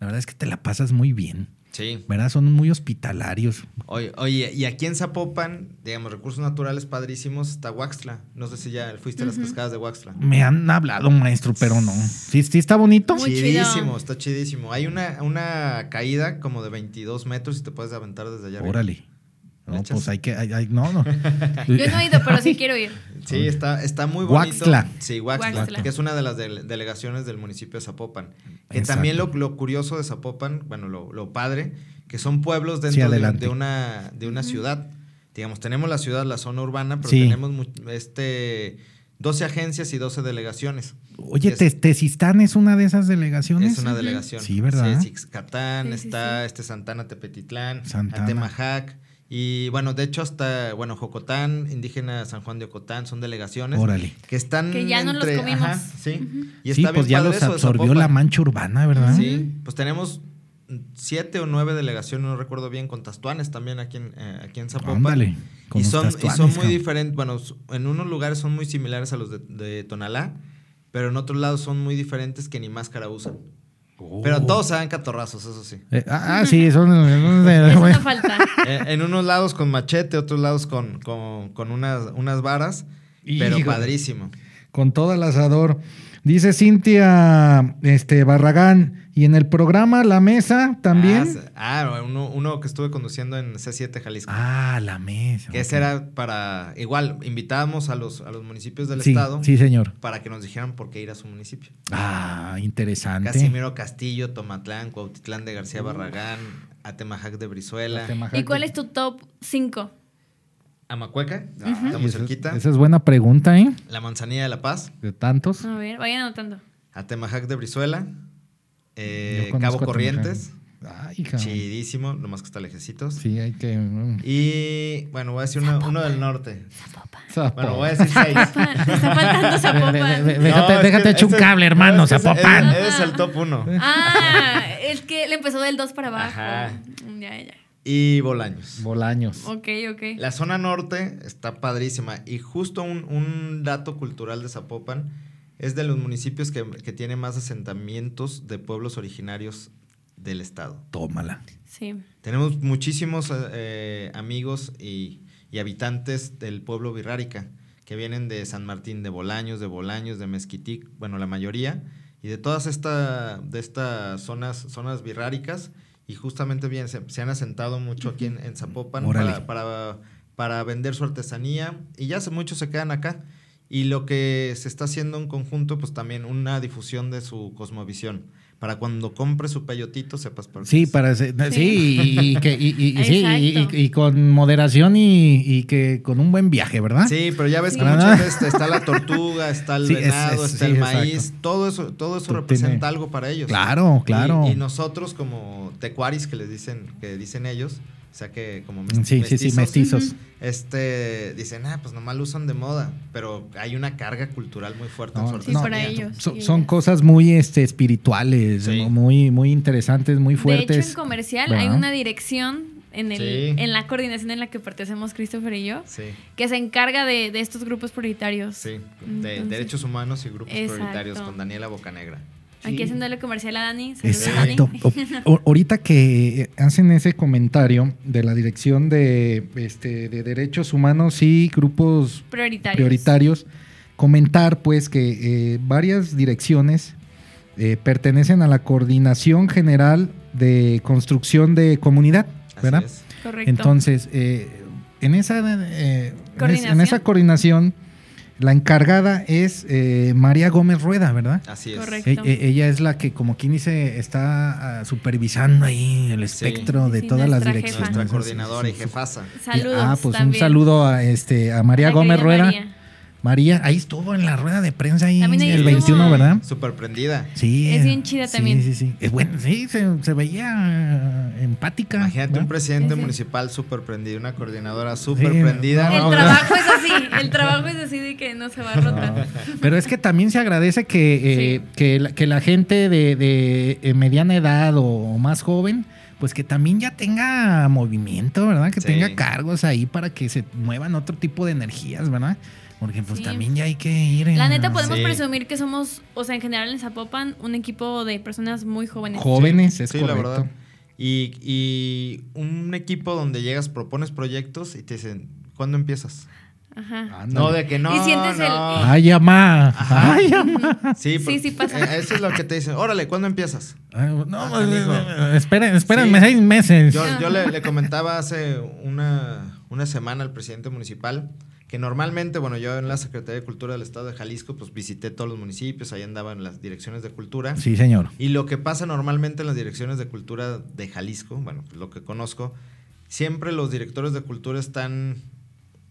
Speaker 6: la verdad es que te la pasas muy bien,
Speaker 7: Sí.
Speaker 6: ¿verdad? Son muy hospitalarios.
Speaker 7: Oye, oye, y aquí en Zapopan, digamos, recursos naturales padrísimos, está Huaxtla. No sé si ya fuiste a las cascadas de Huaxtla.
Speaker 6: Me han hablado, maestro, pero no. Sí, sí está bonito.
Speaker 8: Muy
Speaker 7: chidísimo,
Speaker 8: chido.
Speaker 7: está chidísimo. Hay una, una caída como de 22 metros y te puedes aventar desde allá. arriba.
Speaker 6: Órale.
Speaker 7: ¿Le
Speaker 6: No,
Speaker 7: echas?
Speaker 6: pues hay que, hay- hay- no, no.
Speaker 8: Yo no he ido, pero sí quiero ir.
Speaker 7: Sí, está, está muy bonito.
Speaker 6: Huaxtla.
Speaker 7: Sí, Huaxtla,
Speaker 8: Huaxtla.
Speaker 7: que es una de las dele- delegaciones del municipio de Zapopan. Que
Speaker 6: Exacto.
Speaker 7: también lo, lo curioso de Zapopan, bueno, lo, lo padre, que son pueblos
Speaker 6: Sí,
Speaker 7: dentro de- de,
Speaker 6: adelante.
Speaker 7: una, de una ciudad. Digamos, tenemos la ciudad, la zona urbana, pero
Speaker 6: Sí.
Speaker 7: tenemos mu- este 12 agencias y 12 delegaciones.
Speaker 6: Oye,
Speaker 7: Es-
Speaker 6: Tes- Tezistán es una de esas delegaciones.
Speaker 7: Es una delegación.
Speaker 6: Sí, ¿verdad?
Speaker 7: Sí, es Ixcatán,
Speaker 8: Sí, sí,
Speaker 7: está
Speaker 8: sí.
Speaker 7: este Santana Tepetitlán,
Speaker 6: Santana.
Speaker 7: Atemajac. Y bueno, de hecho, hasta, bueno, Jocotán, indígena San Juan de Ocotán, son delegaciones.
Speaker 6: Órale.
Speaker 7: Que están.
Speaker 8: Que ya no los comimos.
Speaker 7: sí. Y
Speaker 6: Sí,
Speaker 7: está
Speaker 6: pues
Speaker 7: bien
Speaker 6: ya
Speaker 7: padre
Speaker 6: los
Speaker 7: eso de
Speaker 6: absorbió
Speaker 7: Zapopan.
Speaker 6: la mancha urbana, ¿verdad?
Speaker 7: Sí, pues tenemos siete o nueve delegaciones, no recuerdo bien, con Tastuanes también aquí en, eh, aquí en Zapopan.
Speaker 6: Ándale. con
Speaker 7: Y
Speaker 6: los
Speaker 7: son, y
Speaker 6: tastuanes,
Speaker 7: son muy
Speaker 6: cabrón.
Speaker 7: diferentes, bueno, s- en unos lugares son muy similares a los de, de Tonalá, pero en otros lados son muy diferentes que ni máscara usan.
Speaker 6: Oh, Uh.
Speaker 7: Pero todos se dan catorrazos, eso sí.
Speaker 6: Eh, ah, ah, sí, son. son de-
Speaker 8: Eso
Speaker 6: bueno.
Speaker 8: no falta.
Speaker 7: Eh, en unos lados con machete, otros lados con, con, con unas, unas varas, pero
Speaker 6: Híjole.
Speaker 7: padrísimo.
Speaker 6: con todo el asador. Dice Cintia este, Barragán. Y en el programa La Mesa
Speaker 7: Ah,
Speaker 6: también.
Speaker 7: s- Ah, uno, uno que estuve conduciendo en C7 Jalisco.
Speaker 6: Ah, La Mesa.
Speaker 7: que ese
Speaker 6: ok.
Speaker 7: era para. Igual, invitábamos a los, a los municipios del
Speaker 6: Sí,
Speaker 7: estado
Speaker 6: sí, señor.
Speaker 7: para que nos dijeran por qué ir a su municipio.
Speaker 6: Ah, interesante.
Speaker 7: Casimiro Castillo, Tomatlán, Cuautitlán de
Speaker 6: Uh.
Speaker 7: García Barragán, Atemajac de Brizuela.
Speaker 6: Este
Speaker 8: ¿Y cuál es tu top 5?
Speaker 7: Amacueca, está muy
Speaker 6: Esa es-
Speaker 7: cerquita.
Speaker 6: Esa es buena pregunta, ¿eh?
Speaker 7: La Manzanilla de la Paz,
Speaker 6: De tantos.
Speaker 8: A ver, vayan anotando.
Speaker 7: Atemajac de Brizuela, eh,
Speaker 6: Yo conozco
Speaker 7: Cabo
Speaker 6: a Tamaján.
Speaker 7: Corrientes.
Speaker 6: Ah, Ay, cabrón.
Speaker 7: Chidísimo, nomás que está lejecitos.
Speaker 6: Sí, hay que. mm,
Speaker 7: Y bueno, voy a decir una- uno del norte.
Speaker 6: Zapopan.
Speaker 7: Bueno, voy a decir seis.
Speaker 8: Zapopan, te está faltando
Speaker 6: Ve- ve- ve-
Speaker 8: Zapopan.
Speaker 6: ve- déjate-
Speaker 7: es
Speaker 6: déjate
Speaker 7: que
Speaker 6: echar un
Speaker 7: ese-
Speaker 6: cable, hermano,
Speaker 7: ese es-
Speaker 6: Zapopan.
Speaker 7: Ese, ese es el top uno.
Speaker 8: Ah, es que le empezó del 2 para abajo.
Speaker 7: Ajá.
Speaker 8: Ya, ya.
Speaker 7: Y Bolaños.
Speaker 6: Bolaños.
Speaker 8: Ok, ok.
Speaker 7: La zona norte está padrísima. Y justo un, un dato cultural de Zapopan es de los municipios que, que tiene más asentamientos de pueblos originarios del estado.
Speaker 6: Tómala.
Speaker 8: Sí.
Speaker 7: Tenemos muchísimos eh, eh, amigos y, y habitantes del pueblo Virrárica que vienen de San Martín de Bolaños, de Bolaños, de Mezquitic, bueno, la mayoría, y de todas esta, de estas zonas, zonas virráricas, y justamente bien, se, se han asentado mucho aquí en, en Zapopan
Speaker 6: Órale.
Speaker 7: para, para, para vender su artesanía, y ya hace muchos se quedan acá. Y lo que se está haciendo en conjunto, pues también una difusión de su cosmovisión, para cuando compres su peyotito sepas por qué
Speaker 6: Sí,
Speaker 7: es.
Speaker 6: para se- sí, y, y que y, y- y sí, y-
Speaker 8: Exacto.
Speaker 6: y- y con moderación y, y que con un buen viaje, ¿verdad?
Speaker 7: Sí, pero ya ves que
Speaker 6: Sí.
Speaker 7: muchas
Speaker 6: ¿Verdad?
Speaker 7: veces está la tortuga, está el
Speaker 6: ¿Ah? Sí, es-
Speaker 7: venado,
Speaker 6: es-
Speaker 7: está
Speaker 6: sí,
Speaker 7: el maíz,
Speaker 6: exacto.
Speaker 7: todo eso, todo eso
Speaker 6: Tú
Speaker 7: representa
Speaker 6: tiene-
Speaker 7: algo para ellos.
Speaker 6: Claro,
Speaker 7: Y-
Speaker 6: claro.
Speaker 7: Y, nosotros como tecuaris que les dicen, que dicen ellos, o sea que como mest-
Speaker 6: Mm, Sí, sí, sí, mestizos.
Speaker 8: Ujú.
Speaker 7: Este dicen, ah, pues nomás lo usan de moda, pero hay una carga cultural muy fuerte en
Speaker 6: No,
Speaker 7: su
Speaker 6: no,
Speaker 8: Sí,
Speaker 7: artesanía.
Speaker 8: para ellos.
Speaker 6: Son,
Speaker 8: y
Speaker 6: son
Speaker 8: ellas.
Speaker 6: cosas muy este, espirituales,
Speaker 7: Sí.
Speaker 6: ¿no? muy, muy interesantes, muy fuertes.
Speaker 8: De hecho, en comercial hay
Speaker 6: ¿verdad?
Speaker 8: una dirección en, el,
Speaker 7: Sí.
Speaker 8: en la coordinación en la que pertenecemos Christopher y yo,
Speaker 7: Sí,
Speaker 8: que se encarga de, de estos grupos prioritarios.
Speaker 7: sí, de
Speaker 8: Entonces-
Speaker 7: derechos humanos y grupos
Speaker 8: Exacto.
Speaker 7: prioritarios con Daniela Bocanegra.
Speaker 8: Aquí haciéndole comercial a Dani. saludos,
Speaker 6: Exacto.
Speaker 8: Dani.
Speaker 6: O- o- ahorita que hacen ese comentario de la Dirección de, este, de Derechos Humanos y Grupos
Speaker 8: Prioritarios.
Speaker 6: prioritarios. Comentar, pues, que eh, varias direcciones eh, pertenecen a la Coordinación General de Construcción de Comunidad,
Speaker 7: Así
Speaker 6: ¿verdad?
Speaker 7: es.
Speaker 8: Correcto.
Speaker 6: Entonces, eh, en, esa, eh, en es- en
Speaker 8: Coordinación.
Speaker 6: esa coordinación, la encargada es eh, María Gómez Rueda, ¿verdad?
Speaker 7: Así es.
Speaker 8: Correcto.
Speaker 6: E- e- ella es la que, como quien dice, está ah, supervisando ahí el espectro de
Speaker 8: Sí,
Speaker 6: todas las
Speaker 8: nuestra
Speaker 6: direcciones.
Speaker 8: jefa.
Speaker 7: Nuestra
Speaker 6: Sí, sí,
Speaker 7: coordinadora
Speaker 6: sí,
Speaker 7: y
Speaker 6: sí.
Speaker 7: jefasa.
Speaker 8: Saludos.
Speaker 6: Ah, pues un
Speaker 8: también.
Speaker 6: saludo a, este, a María
Speaker 8: La
Speaker 6: Gómez
Speaker 8: querida
Speaker 6: Rueda.
Speaker 8: María.
Speaker 6: María, ahí estuvo en la rueda de prensa ahí,
Speaker 8: También ahí
Speaker 6: el
Speaker 8: estuvo.
Speaker 6: 21, ¿verdad?
Speaker 7: Súper prendida.
Speaker 6: Sí.
Speaker 8: Es bien chida
Speaker 6: sí,
Speaker 8: también.
Speaker 6: Sí, sí, Es bueno, sí, se, se veía eh, empática.
Speaker 7: Imagínate
Speaker 6: ¿verdad?
Speaker 7: un presidente
Speaker 8: Sí.
Speaker 7: municipal súper prendido, una coordinadora súper
Speaker 6: Sí,
Speaker 7: prendida.
Speaker 6: no,
Speaker 8: El
Speaker 6: no,
Speaker 8: trabajo es así, el trabajo es así de que no se va a rotar.
Speaker 6: Pero es que también se agradece que, eh,
Speaker 8: Sí.
Speaker 6: que, la, que la gente de, de, eh, mediana edad o, o más joven, pues que también ya tenga movimiento, ¿verdad? Que
Speaker 7: Sí.
Speaker 6: tenga cargos ahí para que se muevan otro tipo de energías, ¿verdad? Porque pues
Speaker 8: Sí.
Speaker 6: también ya hay que ir.
Speaker 8: La
Speaker 6: eh,
Speaker 8: neta podemos
Speaker 7: Sí.
Speaker 8: presumir que somos, o sea, en general en Zapopan, un equipo de personas muy jóvenes.
Speaker 6: Jóvenes, es
Speaker 7: Sí, la
Speaker 6: correcto.
Speaker 7: verdad. Y, y un equipo donde llegas, propones proyectos y te dicen, ¿cuándo empiezas? Ah,
Speaker 8: Ajá.
Speaker 6: Ándale.
Speaker 7: No, de que no.
Speaker 8: Y sientes el-
Speaker 7: no.
Speaker 6: Ay, ama.
Speaker 7: Ajá.
Speaker 6: Ay, ama.
Speaker 7: Sí,
Speaker 8: Sí,
Speaker 7: por-
Speaker 8: sí pasa.
Speaker 7: eh, Eso es lo que te dicen. Órale, ¿cuándo empiezas?
Speaker 6: Ay, No,
Speaker 7: Ah,
Speaker 6: pues,
Speaker 7: canijo.
Speaker 6: eh, esperen, espérenme
Speaker 7: Sí.
Speaker 6: seis meses.
Speaker 7: Yo, yo le, le comentaba hace una, una semana al presidente municipal que normalmente, bueno, yo en la Secretaría de Cultura del Estado de Jalisco, pues visité todos los municipios, ahí andaba en las direcciones de cultura.
Speaker 6: Sí, señor.
Speaker 7: Y lo que pasa normalmente en las direcciones de cultura de Jalisco, bueno, pues, lo que conozco, siempre los directores de cultura están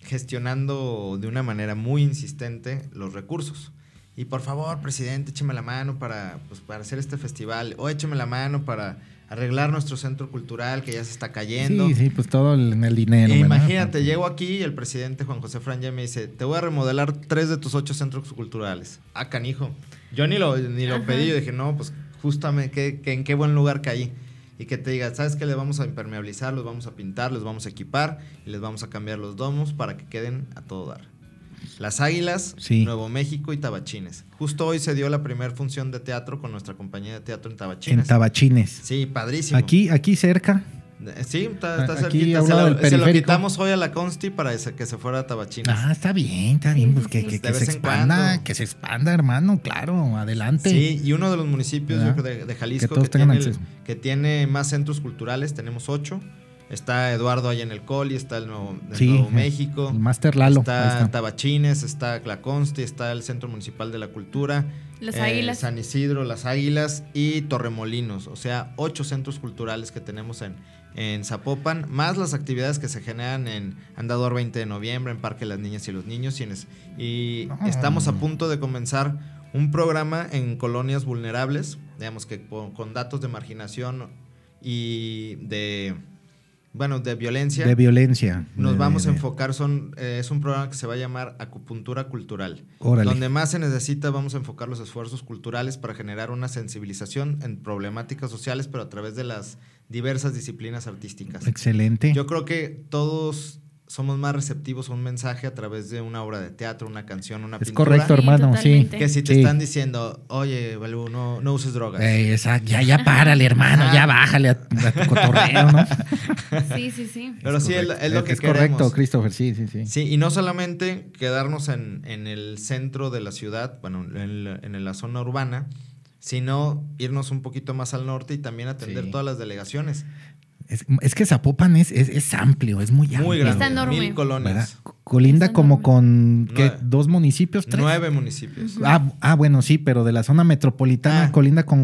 Speaker 7: gestionando de una manera muy insistente los recursos. Y por favor, presidente, écheme la mano para, pues, para hacer este festival, o écheme la mano para arreglar nuestro centro cultural que ya se está cayendo.
Speaker 6: Sí, sí, pues todo el- en el dinero.
Speaker 7: E
Speaker 6: ¿verdad?
Speaker 7: imagínate, llego aquí y el presidente Juan José Franja me dice, te voy a remodelar tres de tus ocho centros culturales. Ah, canijo. Yo ni lo, ni lo
Speaker 8: Ajá.
Speaker 7: pedí, yo dije, no, pues justamente ¿qué- qué- en qué buen lugar caí. Y que te diga, ¿sabes qué? Le vamos a impermeabilizar, los vamos a pintar, los vamos a equipar y les vamos a cambiar los domos para que queden a todo dar. Las Águilas,
Speaker 6: Sí.
Speaker 7: Nuevo México y Tabachines. Justo hoy se dio la primera función de teatro con nuestra compañía de teatro en Tabachines.
Speaker 6: En Tabachines.
Speaker 7: sí, padrísimo.
Speaker 6: Aquí, aquí cerca.
Speaker 7: Eh, Sí, está, está
Speaker 6: Aquí,
Speaker 7: cerquita.
Speaker 6: a un
Speaker 7: Se,
Speaker 6: lado
Speaker 7: la-
Speaker 6: del
Speaker 7: se lo
Speaker 6: periférico.
Speaker 7: quitamos hoy a la Consti para ese- que se fuera a Tabachinas.
Speaker 6: Ah, está bien, está bien.
Speaker 8: Sí,
Speaker 6: Pues
Speaker 8: sí,
Speaker 6: que,
Speaker 8: sí.
Speaker 6: que-
Speaker 8: De
Speaker 6: que se
Speaker 7: vez en
Speaker 6: expanda,
Speaker 7: cuando.
Speaker 6: que se expanda, hermano, claro, adelante.
Speaker 7: Sí, y uno de los municipios
Speaker 6: ¿Verdad?
Speaker 7: yo creo, de, de
Speaker 6: Que
Speaker 7: Jalisco que,
Speaker 6: todos tengan
Speaker 7: tiene el-
Speaker 6: acceso.
Speaker 7: que tiene más centros culturales, tenemos ocho. Está Eduardo allá en el Coli, está el Nuevo, el
Speaker 6: Sí,
Speaker 7: Nuevo
Speaker 6: eh,
Speaker 7: México,
Speaker 6: El Master Lalo.
Speaker 7: está,
Speaker 6: ahí está.
Speaker 7: Tabachines, está la Consti, está el Centro Municipal de la Cultura,
Speaker 8: Las
Speaker 7: eh,
Speaker 8: águilas.
Speaker 7: San Isidro, Las Águilas y Torremolinos. O sea, ocho centros culturales que tenemos en, en Zapopan, más las actividades que se generan en Andador 20 de Noviembre, en Parque Las Niñas y los Niños. Y, en es- y
Speaker 6: No.
Speaker 7: estamos a punto de comenzar un programa en colonias vulnerables, digamos que con, con datos de marginación y de, bueno, de violencia.
Speaker 6: De violencia.
Speaker 7: Nos
Speaker 6: De-
Speaker 7: vamos a
Speaker 6: de-
Speaker 7: enfocar, son, eh, es un programa que se va a llamar Acupuntura Cultural.
Speaker 6: Órale.
Speaker 7: Donde más se necesita, vamos a enfocar los esfuerzos culturales para generar una sensibilización en problemáticas sociales, pero a través de las diversas disciplinas artísticas.
Speaker 6: Excelente.
Speaker 7: Yo creo que todos somos más receptivos a un mensaje a través de una obra de teatro, una canción, una
Speaker 6: Es
Speaker 7: pintura.
Speaker 6: correcto, hermano,
Speaker 8: totalmente.
Speaker 7: Que si te
Speaker 6: Sí.
Speaker 7: están diciendo, oye, Balú, no, no uses drogas.
Speaker 6: Ey, esa- Eh, ya, ya párale, hermano,
Speaker 7: Ajá.
Speaker 6: ya bájale a, a tu cotorreo, ¿no?
Speaker 8: Sí, sí, sí.
Speaker 7: Pero sí, es, lo- es lo que
Speaker 6: Es correcto,
Speaker 7: queremos.
Speaker 6: Christopher, sí, sí, sí.
Speaker 7: Sí, y no solamente quedarnos en, en el centro de la ciudad, bueno, en la, en la zona urbana, sino irnos un poquito más al norte y también atender
Speaker 6: Sí.
Speaker 7: todas las delegaciones.
Speaker 6: Es, es que Zapopan es, es, es amplio, es muy amplio.
Speaker 7: Muy
Speaker 8: Está
Speaker 7: grande,
Speaker 8: enorme.
Speaker 7: mil
Speaker 6: ¿verdad?
Speaker 7: colonias,
Speaker 6: Colinda
Speaker 8: Está
Speaker 6: como
Speaker 8: enorme.
Speaker 6: con ¿qué?
Speaker 7: Nueve.
Speaker 6: dos municipios, tres.
Speaker 7: nueve municipios.
Speaker 6: Ah, ah, bueno, sí, pero de la zona metropolitana,
Speaker 7: Ah.
Speaker 6: colinda con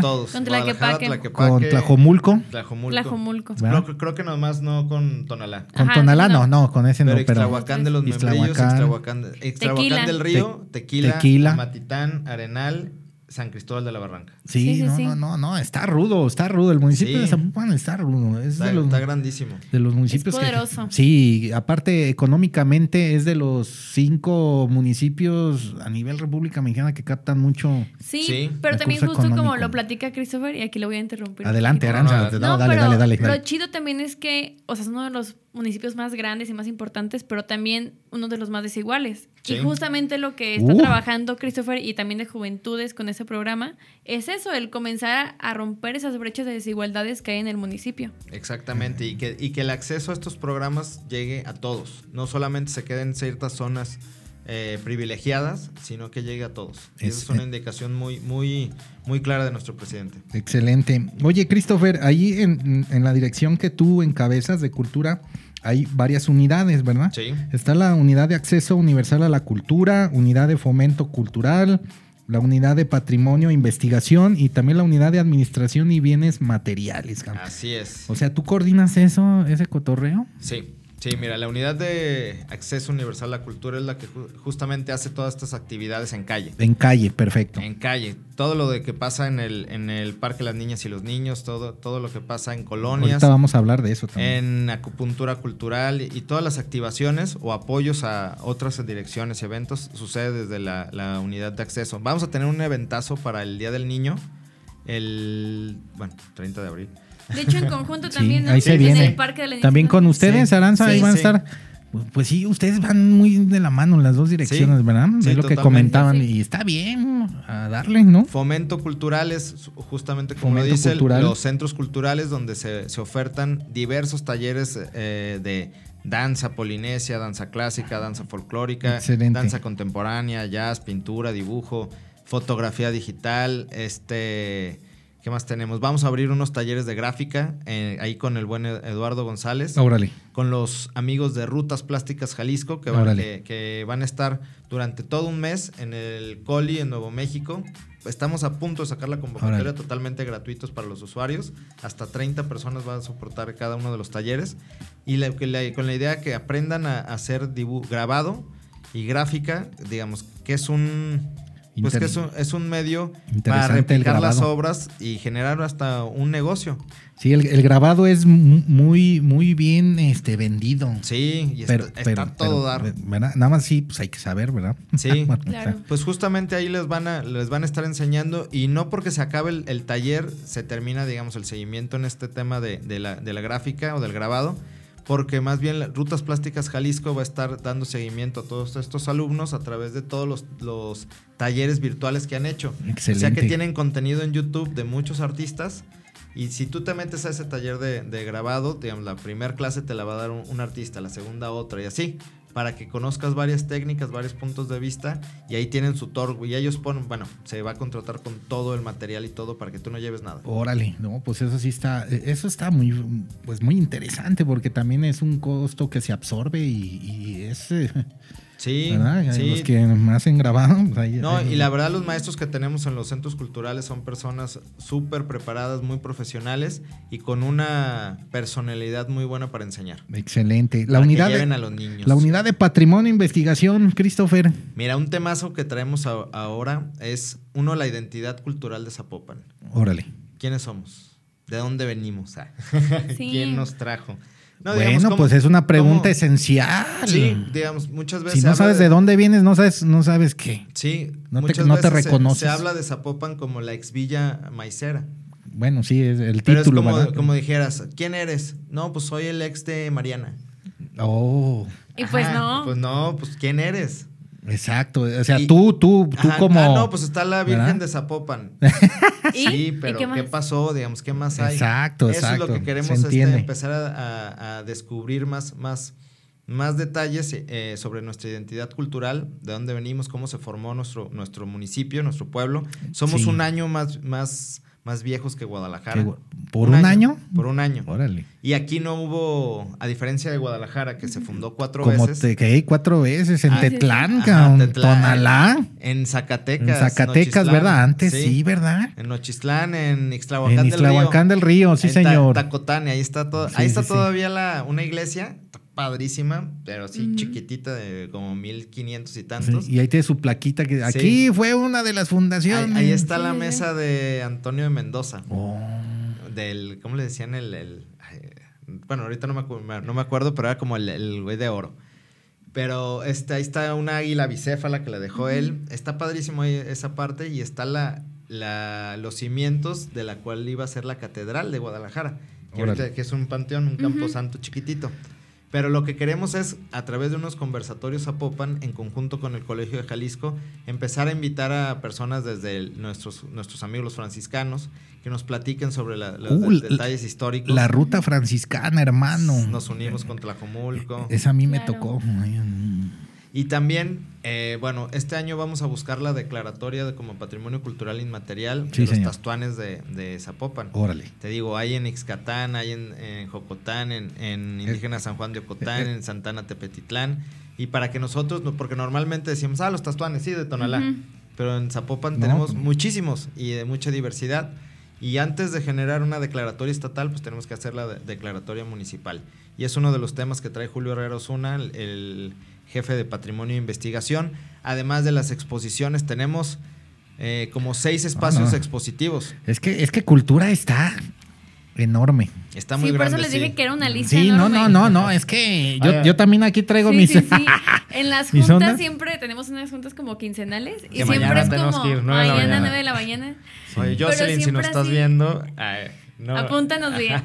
Speaker 7: Con
Speaker 6: con,
Speaker 7: todos.
Speaker 8: Con
Speaker 7: Guadalajara,
Speaker 8: Tlaquepaque.
Speaker 6: Tlajomulco,
Speaker 7: Tlajomulco.
Speaker 8: Tlajomulco.
Speaker 6: ¿verdad?
Speaker 7: Creo, creo que nomás no con Tonalá.
Speaker 6: con
Speaker 8: Ajá,
Speaker 6: Tonalá, no.
Speaker 8: no.
Speaker 6: no, con ese
Speaker 7: Pero
Speaker 6: no, pero
Speaker 7: Ixtlahuacán de los Membrillos,
Speaker 6: Ixtlahuacán.
Speaker 7: Ixtlahuacán, de- Ixtlahuacán del Río, Tequila,
Speaker 6: Tequila.
Speaker 7: Matitán, Arenal, San Cristóbal de la Barranca.
Speaker 6: sí,
Speaker 8: Sí, sí,
Speaker 6: no,
Speaker 8: sí.
Speaker 6: no, no, no, está rudo, está rudo. El municipio
Speaker 7: Sí.
Speaker 6: de Zapopan está rudo, es
Speaker 7: Está,
Speaker 6: de los
Speaker 7: está grandísimo.
Speaker 6: De los municipios. que-
Speaker 8: poderoso.
Speaker 6: sí, aparte económicamente es de los cinco municipios a nivel República Mexicana que captan mucho.
Speaker 8: Sí,
Speaker 7: Sí.
Speaker 8: pero
Speaker 6: Recurso
Speaker 8: también justo como
Speaker 6: económico.
Speaker 8: lo platica Christopher, y aquí lo voy a interrumpir. un
Speaker 6: Adelante,
Speaker 8: poquito.
Speaker 6: Aranza.
Speaker 7: No,
Speaker 6: no, dale,
Speaker 8: pero
Speaker 6: dale, dale,
Speaker 8: Lo
Speaker 6: dale.
Speaker 8: chido también es que, o sea, es uno de los municipios más grandes y más importantes, pero también uno de los más desiguales.
Speaker 7: Sí.
Speaker 8: Y justamente lo que está
Speaker 6: Uh.
Speaker 8: trabajando Christopher y también de Juventudes con ese programa es eso, el comenzar a, a romper esas brechas de desigualdades que hay en el municipio.
Speaker 7: Exactamente, y que, y que el acceso a estos programas llegue a todos. No solamente se queden en ciertas zonas eh, privilegiadas, sino que llegue a todos. Y esa
Speaker 6: Es-
Speaker 7: es una indicación muy, muy, muy clara de nuestro presidente.
Speaker 6: Excelente. Oye, Christopher, ahí en, en la dirección que tú encabezas de cultura hay varias unidades, ¿verdad?
Speaker 7: Sí.
Speaker 6: Está la unidad de acceso universal a la cultura, unidad de fomento cultural, la unidad de patrimonio e investigación y también la unidad de administración y bienes materiales. cabrón.
Speaker 7: Así es.
Speaker 6: O sea, ¿tú coordinas eso, ese cotorreo?
Speaker 7: Sí, sí, mira, la unidad de acceso universal a la cultura es la que ju- justamente hace todas estas actividades en calle.
Speaker 6: En calle, perfecto.
Speaker 7: En calle, todo lo de que pasa en el, en el parque Las Niñas y los Niños, todo, todo lo que pasa en colonias,
Speaker 6: Ahorita vamos a hablar de eso también.
Speaker 7: en acupuntura cultural y todas las activaciones o apoyos a otras direcciones y eventos sucede desde la, la unidad de acceso. Vamos a tener un eventazo para el Día del Niño, el bueno, 30 de abril.
Speaker 8: De hecho, en conjunto
Speaker 6: Sí,
Speaker 8: también ¿no?
Speaker 6: ahí se
Speaker 8: En
Speaker 6: viene.
Speaker 8: el Parque de la
Speaker 6: también con
Speaker 8: Independencia.
Speaker 6: ustedes,
Speaker 7: Sí,
Speaker 6: Aranza, ahí
Speaker 7: sí,
Speaker 6: van
Speaker 7: sí.
Speaker 6: a estar. Pues sí, ustedes van muy de la mano en las dos direcciones,
Speaker 7: Sí,
Speaker 6: ¿verdad?
Speaker 7: sí,
Speaker 6: es lo que
Speaker 7: totalmente.
Speaker 6: comentaban.
Speaker 8: Sí.
Speaker 6: Y está bien a darle, ¿no?
Speaker 7: Fomento cultural es su- justamente como
Speaker 6: Fomento
Speaker 7: lo dice, el-
Speaker 6: cultural.
Speaker 7: los centros culturales donde se, se ofertan diversos talleres eh, de danza polinesia, danza clásica, danza folclórica,
Speaker 6: Excelente.
Speaker 7: danza contemporánea, jazz, pintura, dibujo, fotografía digital, este ¿qué más tenemos? Vamos a abrir unos talleres de gráfica eh, ahí con el buen Ed- Eduardo González
Speaker 6: Órale.
Speaker 7: con los amigos de Rutas Plásticas Jalisco, que van,
Speaker 6: Órale.
Speaker 7: que, que van a estar durante todo un mes en el Coli en Nuevo México. Estamos a punto de sacar la convocatoria
Speaker 6: Órale.
Speaker 7: totalmente gratuitos para los usuarios. Hasta 30 personas van a soportar cada uno de los talleres. Y la- que la- con la idea que aprendan a, a hacer dibu- grabado y gráfica, digamos, que es un... Pues
Speaker 6: Inter-
Speaker 7: que es un, es un medio para
Speaker 6: Interesante el
Speaker 7: replicar las
Speaker 6: grabado.
Speaker 7: obras y generar hasta un negocio.
Speaker 6: Sí, el, el grabado es mu- muy, muy bien este, vendido.
Speaker 7: Sí, y
Speaker 6: pero,
Speaker 7: está,
Speaker 6: pero-
Speaker 7: está todo
Speaker 6: pero,
Speaker 7: dar.
Speaker 6: ¿verdad? Nada más sí, pues hay que saber, ¿verdad?
Speaker 7: Sí.
Speaker 6: Bueno,
Speaker 8: Claro.
Speaker 7: Pues justamente ahí les van a, les van a estar enseñando y no porque se acabe el, el taller, se termina, digamos, el seguimiento en este tema de, de la, de la gráfica o del grabado, porque más bien la- Rutas Plásticas Jalisco va a estar dando seguimiento a todos estos alumnos a través de todos los, los talleres virtuales que han hecho.
Speaker 6: Excelente.
Speaker 7: O sea que tienen contenido en YouTube de muchos artistas. Y si tú te metes a ese taller de, de grabado, digamos, la primera clase te la va a dar un, un artista, la segunda otra y así, para que conozcas varias técnicas, varios puntos de vista y ahí tienen su torgo y ellos ponen, bueno, se va a contratar con todo el material y todo para que tú no lleves nada.
Speaker 6: Órale, no, pues eso sí está, eso está muy, pues muy interesante porque también es un costo que se absorbe y, y es, eh,
Speaker 7: Sí,
Speaker 6: ¿verdad?
Speaker 7: sí.
Speaker 6: Los que más han grabado. pues, ahí-
Speaker 7: No,
Speaker 6: ahí-
Speaker 7: y la verdad los maestros que tenemos en los centros culturales son personas súper preparadas, muy profesionales y con una personalidad muy buena para enseñar.
Speaker 6: Excelente. La
Speaker 7: para
Speaker 6: unidad,
Speaker 7: que lleven
Speaker 6: de,
Speaker 7: a los niños.
Speaker 6: la unidad de patrimonio e investigación, Christopher.
Speaker 7: Mira, un temazo que traemos a- ahora es uno, la identidad cultural de Zapopan.
Speaker 6: Órale.
Speaker 7: ¿Quiénes somos? ¿De dónde venimos? Ah,
Speaker 8: Sí.
Speaker 7: ¿Quién nos trajo? No,
Speaker 6: bueno,
Speaker 7: digamos, ¿cómo-
Speaker 6: pues es una pregunta
Speaker 7: cómo-
Speaker 6: esencial.
Speaker 7: Sí, digamos, muchas veces.
Speaker 6: si
Speaker 7: se
Speaker 6: no
Speaker 7: habla
Speaker 6: sabes de dónde vienes, no sabes, no sabes qué.
Speaker 7: Sí,
Speaker 6: No te-
Speaker 7: muchas
Speaker 6: no te
Speaker 7: veces se- Se,
Speaker 6: reconoces.
Speaker 7: habla de Zapopan como la ex villa maicera.
Speaker 6: Bueno, sí, es el
Speaker 7: Pero es
Speaker 6: título,
Speaker 7: como,
Speaker 6: ¿verdad?
Speaker 7: como dijeras, ¿quién eres? No, pues soy el ex de Mariana.
Speaker 6: Oh,
Speaker 8: Y pues
Speaker 7: Ajá,
Speaker 8: no.
Speaker 7: Pues no, pues ¿quién eres?
Speaker 6: exacto. O sea,
Speaker 7: Y-
Speaker 6: tú, tú, tú
Speaker 7: Ajá,
Speaker 6: como.
Speaker 7: Ah, no, pues está la Virgen
Speaker 6: ¿verdad?
Speaker 7: de Zapopan.
Speaker 8: ¿Y?
Speaker 7: Sí,
Speaker 8: ¿Y
Speaker 7: pero
Speaker 8: qué
Speaker 7: ¿qué,
Speaker 8: más?
Speaker 7: pasó? Digamos, ¿qué más hay?
Speaker 6: Exacto,
Speaker 7: Eso es
Speaker 6: exacto,
Speaker 7: lo
Speaker 6: se
Speaker 7: que queremos este,
Speaker 6: entiende.
Speaker 7: empezar a, a- a descubrir más, más, más detalles eh, sobre nuestra identidad cultural, de dónde venimos, cómo se formó nuestro, nuestro municipio, nuestro pueblo. Somos
Speaker 6: Sí.
Speaker 7: un año más, más, más viejos que Guadalajara.
Speaker 6: Que gu- ¿por un año?
Speaker 7: Por un año.
Speaker 6: Órale.
Speaker 7: Y aquí no hubo, a diferencia de Guadalajara, que se fundó cuatro
Speaker 6: Como
Speaker 7: veces.
Speaker 6: te caí cuatro veces en
Speaker 7: Ah, sí, sí.
Speaker 6: Tetlán,
Speaker 7: Ajá,
Speaker 6: cabrón,
Speaker 7: Tetlán.
Speaker 6: Tonalá,
Speaker 7: En Zacatecas.
Speaker 6: en Zacatecas,
Speaker 7: Nochistlán.
Speaker 6: ¿verdad? Antes sí, ¿verdad?
Speaker 7: En Nochislán, en Ixtlahuacán
Speaker 6: En
Speaker 7: del
Speaker 6: Islahuacán
Speaker 7: Río.
Speaker 6: del Río, Oh, sí,
Speaker 7: Ahí está
Speaker 6: señor.
Speaker 7: Tacotane, ahí está, todo,
Speaker 6: Sí,
Speaker 7: ahí está
Speaker 6: sí, sí.
Speaker 7: todavía la, una iglesia padrísima, pero sí
Speaker 8: Ujú.
Speaker 7: chiquitita, de como 1500 y
Speaker 6: Sí,
Speaker 7: tantos.
Speaker 6: y ahí tiene su plaquita que aquí fue una de las
Speaker 7: ahí,
Speaker 6: fundaciones.
Speaker 7: ahí está
Speaker 8: Sí,
Speaker 7: la
Speaker 8: sí, sí.
Speaker 7: mesa de Antonio de Mendoza,
Speaker 6: Oh,
Speaker 7: del, ¿cómo le decían? El, el- ay, bueno, ahorita no me, acu- me- no me acuerdo, pero era como el, el güey de oro. Pero este, ahí está una águila bicéfala que la dejó él. Está padrísimo ahí esa parte y está la, la- los cimientos de la cual iba a ser la catedral de Guadalajara, que,
Speaker 6: Órale.
Speaker 7: ahorita- que es un panteón, un camposanto chiquitito. Pero lo que queremos es, a través de unos conversatorios a Popan, en conjunto con el Colegio de Jalisco, empezar a invitar a personas desde el- nuestros, nuestros amigos los franciscanos que nos platiquen sobre la- los
Speaker 6: Uh,
Speaker 7: de-
Speaker 6: la-
Speaker 7: detalles históricos.
Speaker 6: la ruta franciscana, hermano.
Speaker 7: Nos unimos con Tlajomulco.
Speaker 6: Esa a mí me
Speaker 8: Claro.
Speaker 6: tocó. Ay, mm.
Speaker 7: Y también, eh, bueno, este año vamos a buscar la declaratoria de como patrimonio cultural inmaterial
Speaker 6: Sí,
Speaker 7: de los
Speaker 6: señor.
Speaker 7: tastuanes de, de Zapopan.
Speaker 6: Órale.
Speaker 7: Te digo, hay en Ixcatán, hay en, en Jocotán, en, en Indígena San Juan de Ocotán, en Santana Tepetitlán. Y para que nosotros, no- porque normalmente decimos, ah, los tastuanes, sí, de Tonalá.
Speaker 8: Ujú.
Speaker 7: Pero en Zapopan
Speaker 6: No,
Speaker 7: tenemos
Speaker 6: pues-
Speaker 7: muchísimos y de mucha diversidad. Y antes de generar una declaratoria estatal, pues tenemos que hacer la de- declaratoria municipal. Y es uno de los temas que trae Julio Herrera Osuna, el, el jefe de Patrimonio e Investigación. Además de las exposiciones, tenemos eh, como
Speaker 8: Ah,
Speaker 7: seis espacios
Speaker 6: no.
Speaker 7: expositivos.
Speaker 6: Es que, es que cultura está enorme.
Speaker 7: Está
Speaker 8: sí,
Speaker 7: muy
Speaker 8: por eso
Speaker 7: grande.
Speaker 8: les
Speaker 7: sí.
Speaker 8: dije que era una lista
Speaker 6: Sí, no,
Speaker 8: enorme.
Speaker 6: no, no, no. Es que yo,
Speaker 7: Oye.
Speaker 6: yo también aquí traigo
Speaker 8: Sí,
Speaker 6: mis.
Speaker 8: sí, sí. En las
Speaker 6: ¿Mis
Speaker 8: juntas
Speaker 6: ondas?
Speaker 8: siempre tenemos unas juntas como quincenales y
Speaker 7: Que
Speaker 8: siempre
Speaker 7: mañana
Speaker 8: es
Speaker 7: tenemos
Speaker 8: como
Speaker 7: que ir, nueve de la
Speaker 8: mañana,
Speaker 7: mañana.
Speaker 8: 9 de la mañana.
Speaker 7: Oye,
Speaker 8: Pero
Speaker 7: Jocelyn, si
Speaker 8: siempre
Speaker 7: nos estás
Speaker 8: así.
Speaker 7: viendo, ay, no.
Speaker 8: Apúntanos bien.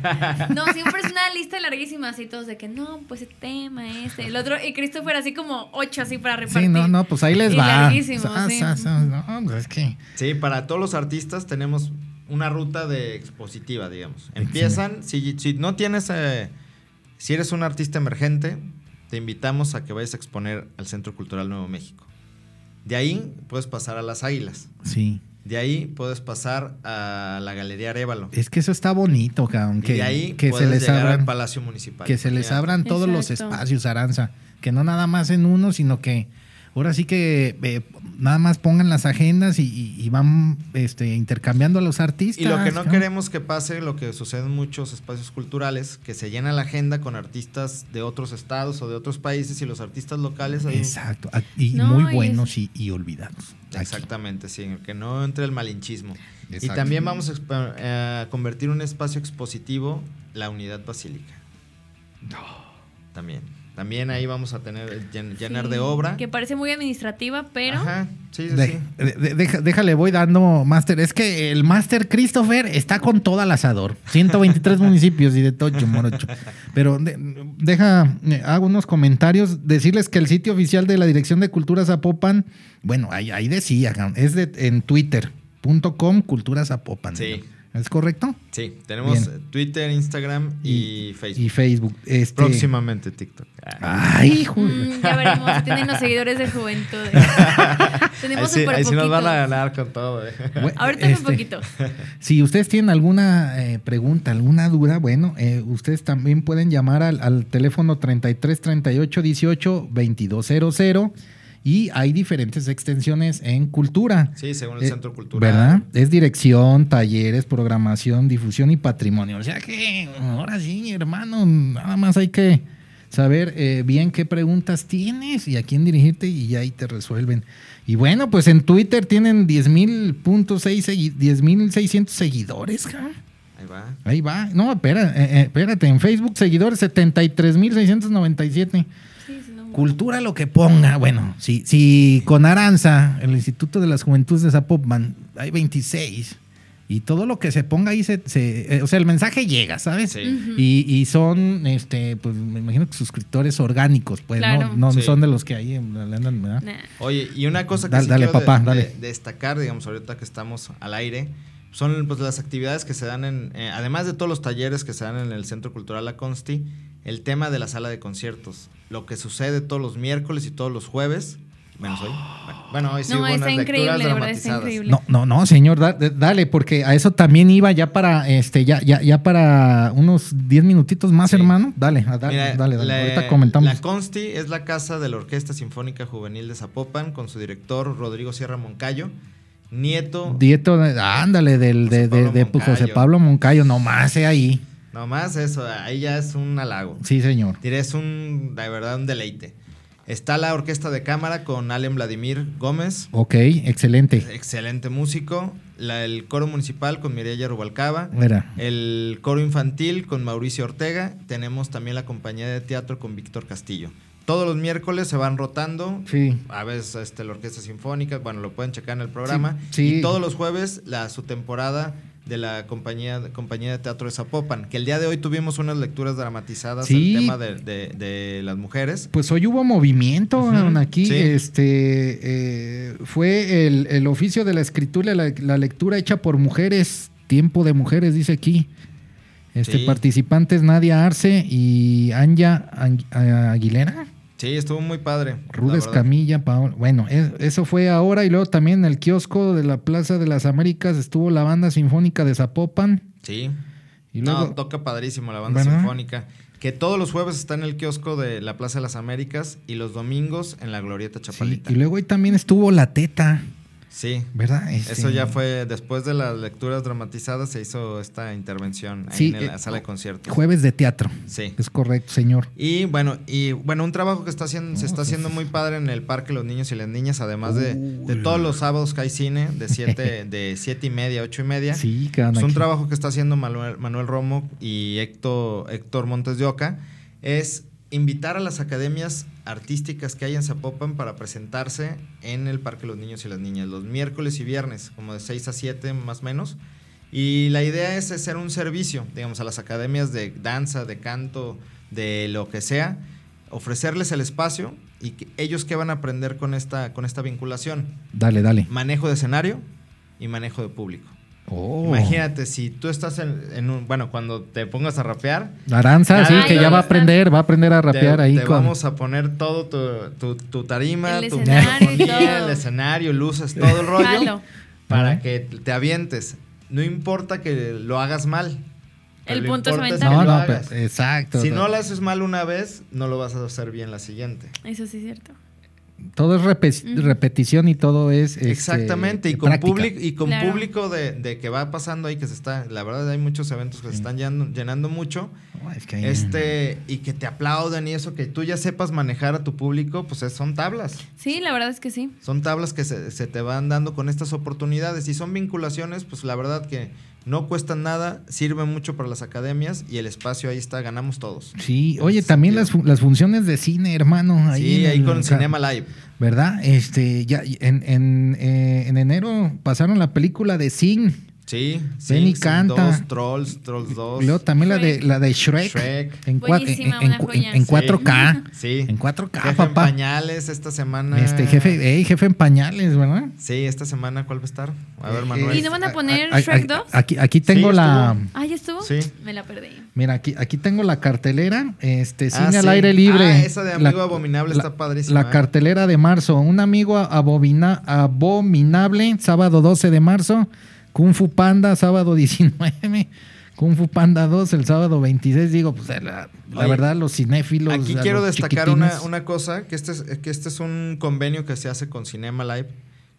Speaker 8: No, siempre es una lista larguísima, así todos de que no, pues este tema, este, el otro. Y Christopher así como ocho así para repartir.
Speaker 6: Sí, no, no, pues ahí les
Speaker 8: Y
Speaker 6: va.
Speaker 8: larguísimo,
Speaker 6: Sa,
Speaker 8: sí.
Speaker 6: sa, sa, no, pues es que.
Speaker 7: Sí, para todos los artistas tenemos una ruta de expositiva, digamos. Empiezan, si, si no tienes, eh, si eres un artista emergente, te invitamos a que vayas a exponer al Centro Cultural Nuevo México. De ahí puedes pasar a las Águilas.
Speaker 6: Sí.
Speaker 7: De ahí puedes pasar a la Galería Arévalo.
Speaker 6: Es que eso está bonito, cabrón.
Speaker 7: y
Speaker 6: Que,
Speaker 7: de ahí
Speaker 6: que se
Speaker 7: puedes
Speaker 6: les
Speaker 7: llegar al
Speaker 6: abran.
Speaker 7: Palacio Municipal.
Speaker 6: Que se les
Speaker 7: Mira,
Speaker 6: abran todos los
Speaker 8: Exacto.
Speaker 6: espacios, Aranza. Que no nada más en uno, sino que ahora sí que eh, nada más pongan las agendas y, y- y van este, intercambiando a los artistas.
Speaker 7: Y lo que no
Speaker 6: cabrón.
Speaker 7: queremos que pase, lo que sucede en muchos espacios culturales, que se llena la agenda con artistas de otros estados o de otros países y los artistas locales. ahí-
Speaker 6: Exacto. Ah, Y
Speaker 8: No, y
Speaker 6: muy
Speaker 8: es-
Speaker 6: buenos y, y olvidados. Aquí.
Speaker 7: Exactamente, sí, que no entre el malinchismo. Y
Speaker 6: Exacto.
Speaker 7: también vamos a expa- a convertir un espacio expositivo la unidad basílica. También. También ahí vamos a tener eh, llen- llenar
Speaker 8: Sí,
Speaker 7: de obra.
Speaker 8: Que parece muy administrativa, pero.
Speaker 7: Ajá, sí, sí, sí.
Speaker 6: De- de- deja- déjale, voy dando máster. Es que el máster Christopher está con todo al asador. 123 municipios y de tocho, morocho. Pero de- deja, eh, hago unos comentarios. Decirles que el sitio oficial de la Dirección de Cultura Zapopan, bueno, ahí, ahí decía, cabrón, es de, en twitter.com Cultura Zapopan.
Speaker 7: Sí.
Speaker 6: ¿Es correcto?
Speaker 7: Sí, tenemos
Speaker 6: Bien.
Speaker 7: Twitter, Instagram y,
Speaker 6: Y
Speaker 7: Facebook.
Speaker 6: Facebook. Este-
Speaker 7: Próximamente TikTok. Ah.
Speaker 6: Ay, hijo.
Speaker 8: mm, ya veremos si tienen los seguidores de juventud.
Speaker 7: Ahí
Speaker 8: Tenemos
Speaker 7: sí,
Speaker 8: súper
Speaker 7: ahí sí nos van a
Speaker 8: poquitos.
Speaker 7: ganar con todo. eh.
Speaker 6: Bueno,
Speaker 8: Ahorita es un
Speaker 6: este,
Speaker 8: poquito.
Speaker 6: Si ustedes tienen alguna eh, pregunta, alguna duda, bueno, eh, ustedes también pueden llamar al, al teléfono 33 38 18 2200 y hay diferentes extensiones en cultura.
Speaker 7: Sí, según el
Speaker 6: Eh,
Speaker 7: Centro Cultural.
Speaker 6: ¿Verdad? Es dirección, talleres, programación, difusión y patrimonio. O sea que, ahora sí, hermano, nada más hay que saber eh, bien qué preguntas tienes y a quién dirigirte y ya ahí te resuelven. Y bueno, pues en Twitter tienen 10.600 segui- 10.600 seguidores, cabrón.
Speaker 7: Hay Ahí va.
Speaker 6: Ahí va. No, espera, eh, eh, espérate. En Facebook, seguidores 73,697.
Speaker 8: Sí, sí, no.
Speaker 6: Cultura lo que ponga. Bueno, si, si con Aranza, el Instituto de las Juventudes de Zapopan, hay 26. Y todo lo que se ponga ahí, se, se- eh, o sea, el mensaje llega, ¿sabes?
Speaker 7: Sí.
Speaker 6: Y, y son, este, pues me imagino que suscriptores orgánicos, pues,
Speaker 8: Claro.
Speaker 6: ¿no? No
Speaker 7: Sí.
Speaker 6: son de los que ahí le andan, ¿verdad?
Speaker 8: Nah.
Speaker 7: Oye, y una cosa que
Speaker 6: Dale,
Speaker 7: sí
Speaker 6: dale,
Speaker 7: quiero de-
Speaker 6: papá,
Speaker 7: de-
Speaker 6: dale.
Speaker 7: destacar, digamos, ahorita que estamos al aire, son pues, las actividades que se dan en, eh, además de todos los talleres que se dan en el Centro Cultural La Consti, el tema de la sala de conciertos, lo que sucede todos los miércoles y todos los jueves, menos hoy. Bueno, hoy sí
Speaker 8: No,
Speaker 7: hubo unas
Speaker 8: está increíble,
Speaker 7: lecturas
Speaker 8: la verdad, está
Speaker 7: dramatizadas.
Speaker 8: increíble.
Speaker 6: No, no, no, señor, da- de- dale, porque a eso también iba ya para este, ya, ya, ya para unos 10 minutitos más,
Speaker 7: Sí.
Speaker 6: hermano. Dale, a- dale,
Speaker 7: Mira,
Speaker 6: dale, dale.
Speaker 7: la-
Speaker 6: Ahorita comentamos.
Speaker 7: La Consti es la casa de la Orquesta Sinfónica Juvenil de Zapopan con su director Rodrigo Sierra Moncayo, nieto
Speaker 6: Dieto, de- ándale, del, de,
Speaker 7: José
Speaker 6: de, de- pues,
Speaker 7: Pablo
Speaker 6: José
Speaker 7: Moncayo.
Speaker 6: Pablo Moncayo, nomás eh, ahí.
Speaker 7: Nomás eso, ahí ya es un halago.
Speaker 6: Sí, señor.
Speaker 7: Diré, es un, de verdad, un deleite. Está la orquesta de cámara con Allen Vladimir Gómez,
Speaker 6: Ok, excelente.
Speaker 7: excelente músico. La- el coro municipal con Mireya Rubalcaba.
Speaker 6: Mira,
Speaker 7: El coro infantil con Mauricio Ortega. Tenemos también la compañía de teatro con Víctor Castillo. Todos los miércoles se van rotando.
Speaker 6: sí.
Speaker 7: A veces este, la orquesta sinfónica, bueno, lo pueden checar en el programa.
Speaker 6: Sí, sí.
Speaker 7: Y todos los jueves la, su temporada de la compañía, compañía de teatro de Zapopan, que el día de hoy tuvimos unas lecturas dramatizadas
Speaker 6: Sí.
Speaker 7: el tema de, de- de las mujeres.
Speaker 6: Pues hoy hubo movimiento
Speaker 7: Ujú,
Speaker 6: aquí.
Speaker 7: sí.
Speaker 6: Este eh, fue el, el oficio de la escritura, la, la lectura hecha por mujeres, tiempo de mujeres, dice aquí. Este
Speaker 7: Sí.
Speaker 6: participantes Nadia Arce y Anja Ang- a- Aguilera,
Speaker 7: Sí, estuvo muy padre. la
Speaker 6: Rudes
Speaker 7: verdad.
Speaker 6: Camilla, Paola. Bueno, es- eso fue ahora y luego también en el kiosco de la Plaza de las Américas estuvo la banda sinfónica de Zapopan
Speaker 7: Sí.
Speaker 6: y
Speaker 7: no,
Speaker 6: luego
Speaker 7: toca padrísimo la banda
Speaker 6: ¿Verdad?
Speaker 7: sinfónica. Que todos los jueves está en el kiosco de la Plaza de las Américas y los domingos en la Glorieta
Speaker 6: sí,
Speaker 7: Chapalita.
Speaker 6: y
Speaker 7: Sí.
Speaker 6: luego ahí también estuvo la Teta, ¿verdad? Este,
Speaker 7: Eso ya fue después de las lecturas dramatizadas, se hizo esta intervención ahí
Speaker 6: Sí,
Speaker 7: en la
Speaker 6: eh,
Speaker 7: sala de conciertos.
Speaker 6: jueves de teatro.
Speaker 7: Sí.
Speaker 6: Es correcto, señor.
Speaker 7: Y bueno, y bueno, un trabajo que está haciendo, se está haciendo muy padre en el parque los niños y las niñas, además de, de todos los sábados que hay cine, de siete, de siete y media, ocho y media.
Speaker 6: Sí, que andan
Speaker 7: es un
Speaker 6: aquí.
Speaker 7: trabajo que está haciendo Manuel, Manuel Romo y Héctor, Héctor Montes de Oca. Es invitar a las academias artísticas que hay en Zapopan para presentarse en el Parque Los Niños y las Niñas, los miércoles y viernes, como de 6 a 7 más o menos. Y la idea es hacer un servicio, digamos, a las academias de danza, de canto, de lo que sea, ofrecerles el espacio y que ellos qué van a aprender con esta, con esta vinculación.
Speaker 6: Dale, dale.
Speaker 7: Manejo de escenario y manejo de público.
Speaker 6: Oh.
Speaker 7: Imagínate, si tú estás en, en un. Bueno, cuando te pongas a rapear.
Speaker 6: Aranza, sí,
Speaker 7: Ay,
Speaker 6: que ya va a
Speaker 8: ¿dónde
Speaker 6: aprender, va a aprender a rapear
Speaker 7: te,
Speaker 6: ahí
Speaker 7: te
Speaker 6: con.
Speaker 7: vamos a poner todo tu, tu, tu tarima,
Speaker 8: El
Speaker 7: tu
Speaker 8: escenario y
Speaker 7: microfonía,
Speaker 8: todo.
Speaker 7: el escenario, luces, todo el rollo.
Speaker 8: Jalo.
Speaker 7: Para
Speaker 6: Ajá.
Speaker 7: que te avientes. No importa que lo hagas mal. pero
Speaker 8: El
Speaker 7: lo
Speaker 8: punto es
Speaker 7: importa
Speaker 8: aventar.
Speaker 7: que
Speaker 6: No,
Speaker 7: lo
Speaker 6: no, eh,
Speaker 7: hagas.
Speaker 6: pe- exacto.
Speaker 7: Si no lo haces mal una vez, no lo vas a hacer bien la siguiente.
Speaker 8: Eso sí es cierto.
Speaker 6: Todo es repe-
Speaker 8: Mm.
Speaker 6: repetición y todo es. este,
Speaker 7: Exactamente, y con,
Speaker 6: práctica.
Speaker 7: público y con
Speaker 8: Claro.
Speaker 7: público de, de que va pasando ahí, que se está, la verdad hay muchos eventos que se están llenando- llenando mucho,
Speaker 6: Oh, es que ahí-
Speaker 7: Este, y que te aplaudan y eso, que tú ya sepas manejar a tu público, pues es- son tablas.
Speaker 8: Sí, la verdad es que sí.
Speaker 7: Son tablas que se, se te van dando con estas oportunidades. Y son vinculaciones, pues la verdad que no cuestan nada, sirven mucho para las academias y el espacio ahí está, ganamos todos.
Speaker 6: Sí,
Speaker 7: en
Speaker 6: oye,
Speaker 7: ese
Speaker 6: también
Speaker 7: sentido.
Speaker 6: las, fu- las funciones de cine, hermano. Ahí
Speaker 7: Este, sí,
Speaker 6: en
Speaker 7: ahí
Speaker 6: el-
Speaker 7: con
Speaker 6: o sea,
Speaker 7: Cinema Live.
Speaker 6: ¿Verdad? Este, ya en, en, eh, en enero pasaron la película de Sing.
Speaker 7: Sí,
Speaker 6: Ven
Speaker 7: sí,
Speaker 6: y
Speaker 7: sí,
Speaker 6: canta.
Speaker 7: dos, Trolls, Trolls 2.
Speaker 6: Luego también la de,
Speaker 8: Shrek.
Speaker 6: la de Shrek.
Speaker 7: Oh, Shrek.
Speaker 6: En, cua- en-
Speaker 8: Buenísima,
Speaker 6: en-
Speaker 8: una
Speaker 6: en-
Speaker 8: joya.
Speaker 6: en
Speaker 8: Sí.
Speaker 6: 4K.
Speaker 7: Sí.
Speaker 6: En 4K,
Speaker 7: Jefe en
Speaker 6: papá.
Speaker 7: pañales esta semana.
Speaker 6: Este jefe, ey, jefe en pañales, ¿verdad?
Speaker 7: Sí, esta semana, ¿cuál va a estar? A ver,
Speaker 6: Eh,
Speaker 7: Manuel.
Speaker 8: ¿Y no van a
Speaker 6: a-
Speaker 8: poner
Speaker 6: a- a-
Speaker 8: Shrek 2?
Speaker 6: Aquí, aquí tengo
Speaker 7: Sí,
Speaker 6: la.
Speaker 7: estuvo.
Speaker 8: Ah, ¿ya estuvo?
Speaker 7: Sí.
Speaker 8: Me la perdí.
Speaker 6: Mira, aquí, aquí tengo la cartelera. Este, cine
Speaker 7: Ah,
Speaker 6: al
Speaker 7: sí.
Speaker 6: aire libre.
Speaker 7: Ah, esa de Amigo
Speaker 6: La-
Speaker 7: Abominable
Speaker 6: la-
Speaker 7: está padrísima,
Speaker 6: La
Speaker 7: ¿eh?
Speaker 6: cartelera de marzo. Un amigo abomina- abominable, sábado 12 de marzo. Kung Fu Panda, sábado 19. Kung Fu Panda 2, el sábado 26. Digo, pues la, la
Speaker 7: Oye,
Speaker 6: verdad, los cinéfilos.
Speaker 7: Aquí
Speaker 6: a
Speaker 7: quiero
Speaker 6: los
Speaker 7: destacar una,
Speaker 6: chiquitines.
Speaker 7: una cosa, que este, es, que este es un convenio que se hace con Cinema Live.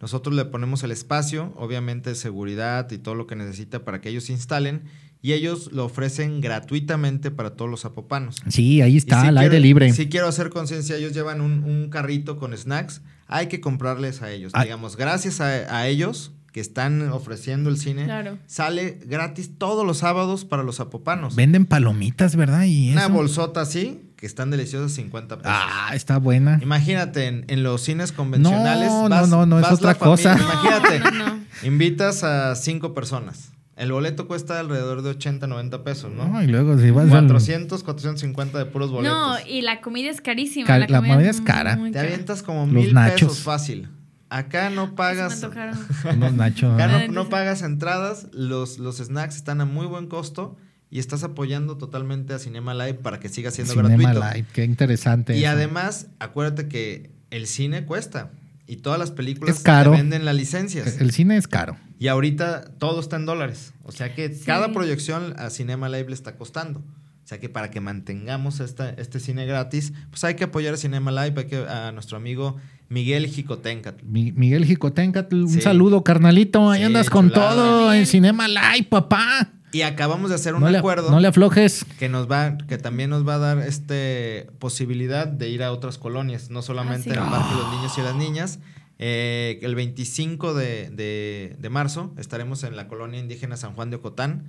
Speaker 7: Nosotros le ponemos el espacio, obviamente seguridad y todo lo que necesita para que ellos se instalen y ellos lo ofrecen gratuitamente para todos los zapopanos.
Speaker 6: Sí, ahí
Speaker 7: Y
Speaker 6: está,
Speaker 7: sí
Speaker 6: al aire
Speaker 7: quiero-
Speaker 6: libre.
Speaker 7: Sí quiero hacer conciencia, ellos llevan un, un carrito con snacks, hay que comprarles a ellos.
Speaker 6: Ah.
Speaker 7: Digamos, gracias a, a ellos que están ofreciendo el cine.
Speaker 8: Claro.
Speaker 7: Sale gratis todos los sábados para los apopanos.
Speaker 6: Venden palomitas, ¿verdad? Y
Speaker 7: Una
Speaker 6: eso.
Speaker 7: bolsota así, que están deliciosas 50 pesos.
Speaker 6: Ah, está buena.
Speaker 7: Imagínate, en, en los cines convencionales.
Speaker 6: No,
Speaker 7: vas-
Speaker 6: no, no, no, es
Speaker 7: vas
Speaker 6: otra
Speaker 7: la familia,
Speaker 6: cosa.
Speaker 8: No,
Speaker 7: Imagínate,
Speaker 8: no, no.
Speaker 7: invitas a cinco personas. El boleto cuesta alrededor de 80, 90 pesos, ¿no?
Speaker 6: No, y luego si vas al-
Speaker 7: 400, 450 de puros boletos.
Speaker 8: No, y la comida es carísima.
Speaker 6: Cal- la comida es
Speaker 8: muy
Speaker 6: cara.
Speaker 8: muy
Speaker 7: Te
Speaker 8: cara.
Speaker 7: avientas como
Speaker 6: Los
Speaker 7: mil
Speaker 6: nachos.
Speaker 7: pesos fácil. Acá no
Speaker 8: Se
Speaker 7: pagas.
Speaker 8: me antojaron. Ah,
Speaker 6: unos nachos. ¿no?
Speaker 7: Acá no,
Speaker 8: Ay,
Speaker 7: no
Speaker 8: sí.
Speaker 7: pagas entradas, los, los snacks están a muy buen costo y estás apoyando totalmente a Cinema Live para que siga siendo
Speaker 6: Cinema
Speaker 7: gratuito.
Speaker 6: Live, qué interesante.
Speaker 7: Y
Speaker 6: eso.
Speaker 7: además, acuérdate que el cine cuesta y todas las películas
Speaker 6: Es caro.
Speaker 7: te venden las licencias.
Speaker 6: E-, el cine es caro.
Speaker 7: Y ahorita todo está en dólares. O sea que
Speaker 8: Sí.
Speaker 7: cada proyección a Cinema Live le está costando. O sea que para que mantengamos esta, este cine gratis, pues hay que apoyar a Cinema Live, hay que a nuestro amigo Miguel Jicotencatl.
Speaker 6: Mi- Miguel Jicotenca, un
Speaker 7: Sí.
Speaker 6: saludo, carnalito. Ahí
Speaker 7: Sí,
Speaker 6: andas con
Speaker 7: chulada.
Speaker 6: todo en
Speaker 8: Bien.
Speaker 6: Cinema Live, papá.
Speaker 7: Y acabamos de hacer un
Speaker 6: No le,
Speaker 7: acuerdo
Speaker 6: no le aflojes.
Speaker 7: que nos va, que también nos va a dar este posibilidad de ir a otras colonias, no solamente
Speaker 8: Ah, sí.
Speaker 7: en el Parque de los Niños y las Niñas. Eh, el 25 de, de- de marzo estaremos en la colonia indígena San Juan de Ocotán.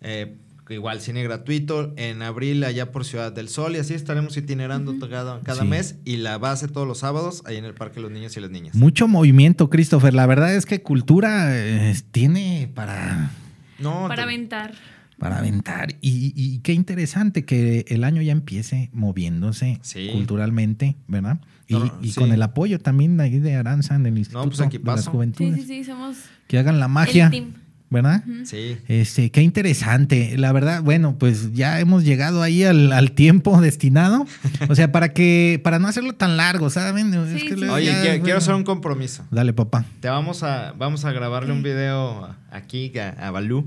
Speaker 7: eh, que igual cine gratuito. En abril allá por Ciudad del Sol. Y así estaremos itinerando cada, cada
Speaker 6: Sí.
Speaker 7: mes. Y la base todos los sábados ahí en el Parque de los Niños y las Niñas.
Speaker 6: Mucho movimiento, Christopher. La verdad es que cultura eh, tiene para,
Speaker 7: No,
Speaker 8: Para
Speaker 7: te-
Speaker 8: aventar.
Speaker 6: para aventar. Y, y qué interesante que el año ya empiece moviéndose
Speaker 7: Sí.
Speaker 6: culturalmente, ¿verdad? Y,
Speaker 7: No,
Speaker 6: y
Speaker 7: sí.
Speaker 6: con el apoyo también ahí de Aranza en el Instituto
Speaker 7: pues,
Speaker 6: de las
Speaker 7: equipazo.
Speaker 8: Sí,
Speaker 6: Juventudes.
Speaker 8: sí, sí, somos
Speaker 6: Que hagan la magia,
Speaker 8: el team.
Speaker 6: ¿verdad?
Speaker 7: Sí.
Speaker 6: Este, qué interesante. La verdad, bueno, pues ya hemos llegado ahí al, al tiempo destinado. O sea, para que, para no hacerlo tan largo, ¿saben? Es
Speaker 8: Sí,
Speaker 6: que
Speaker 8: sí.
Speaker 6: luego
Speaker 7: Oye,
Speaker 6: ya,
Speaker 7: quiero, quiero
Speaker 6: bueno.
Speaker 7: hacer un compromiso.
Speaker 6: Dale, papá.
Speaker 7: Te vamos a, vamos a grabarle un video aquí a, a Balú.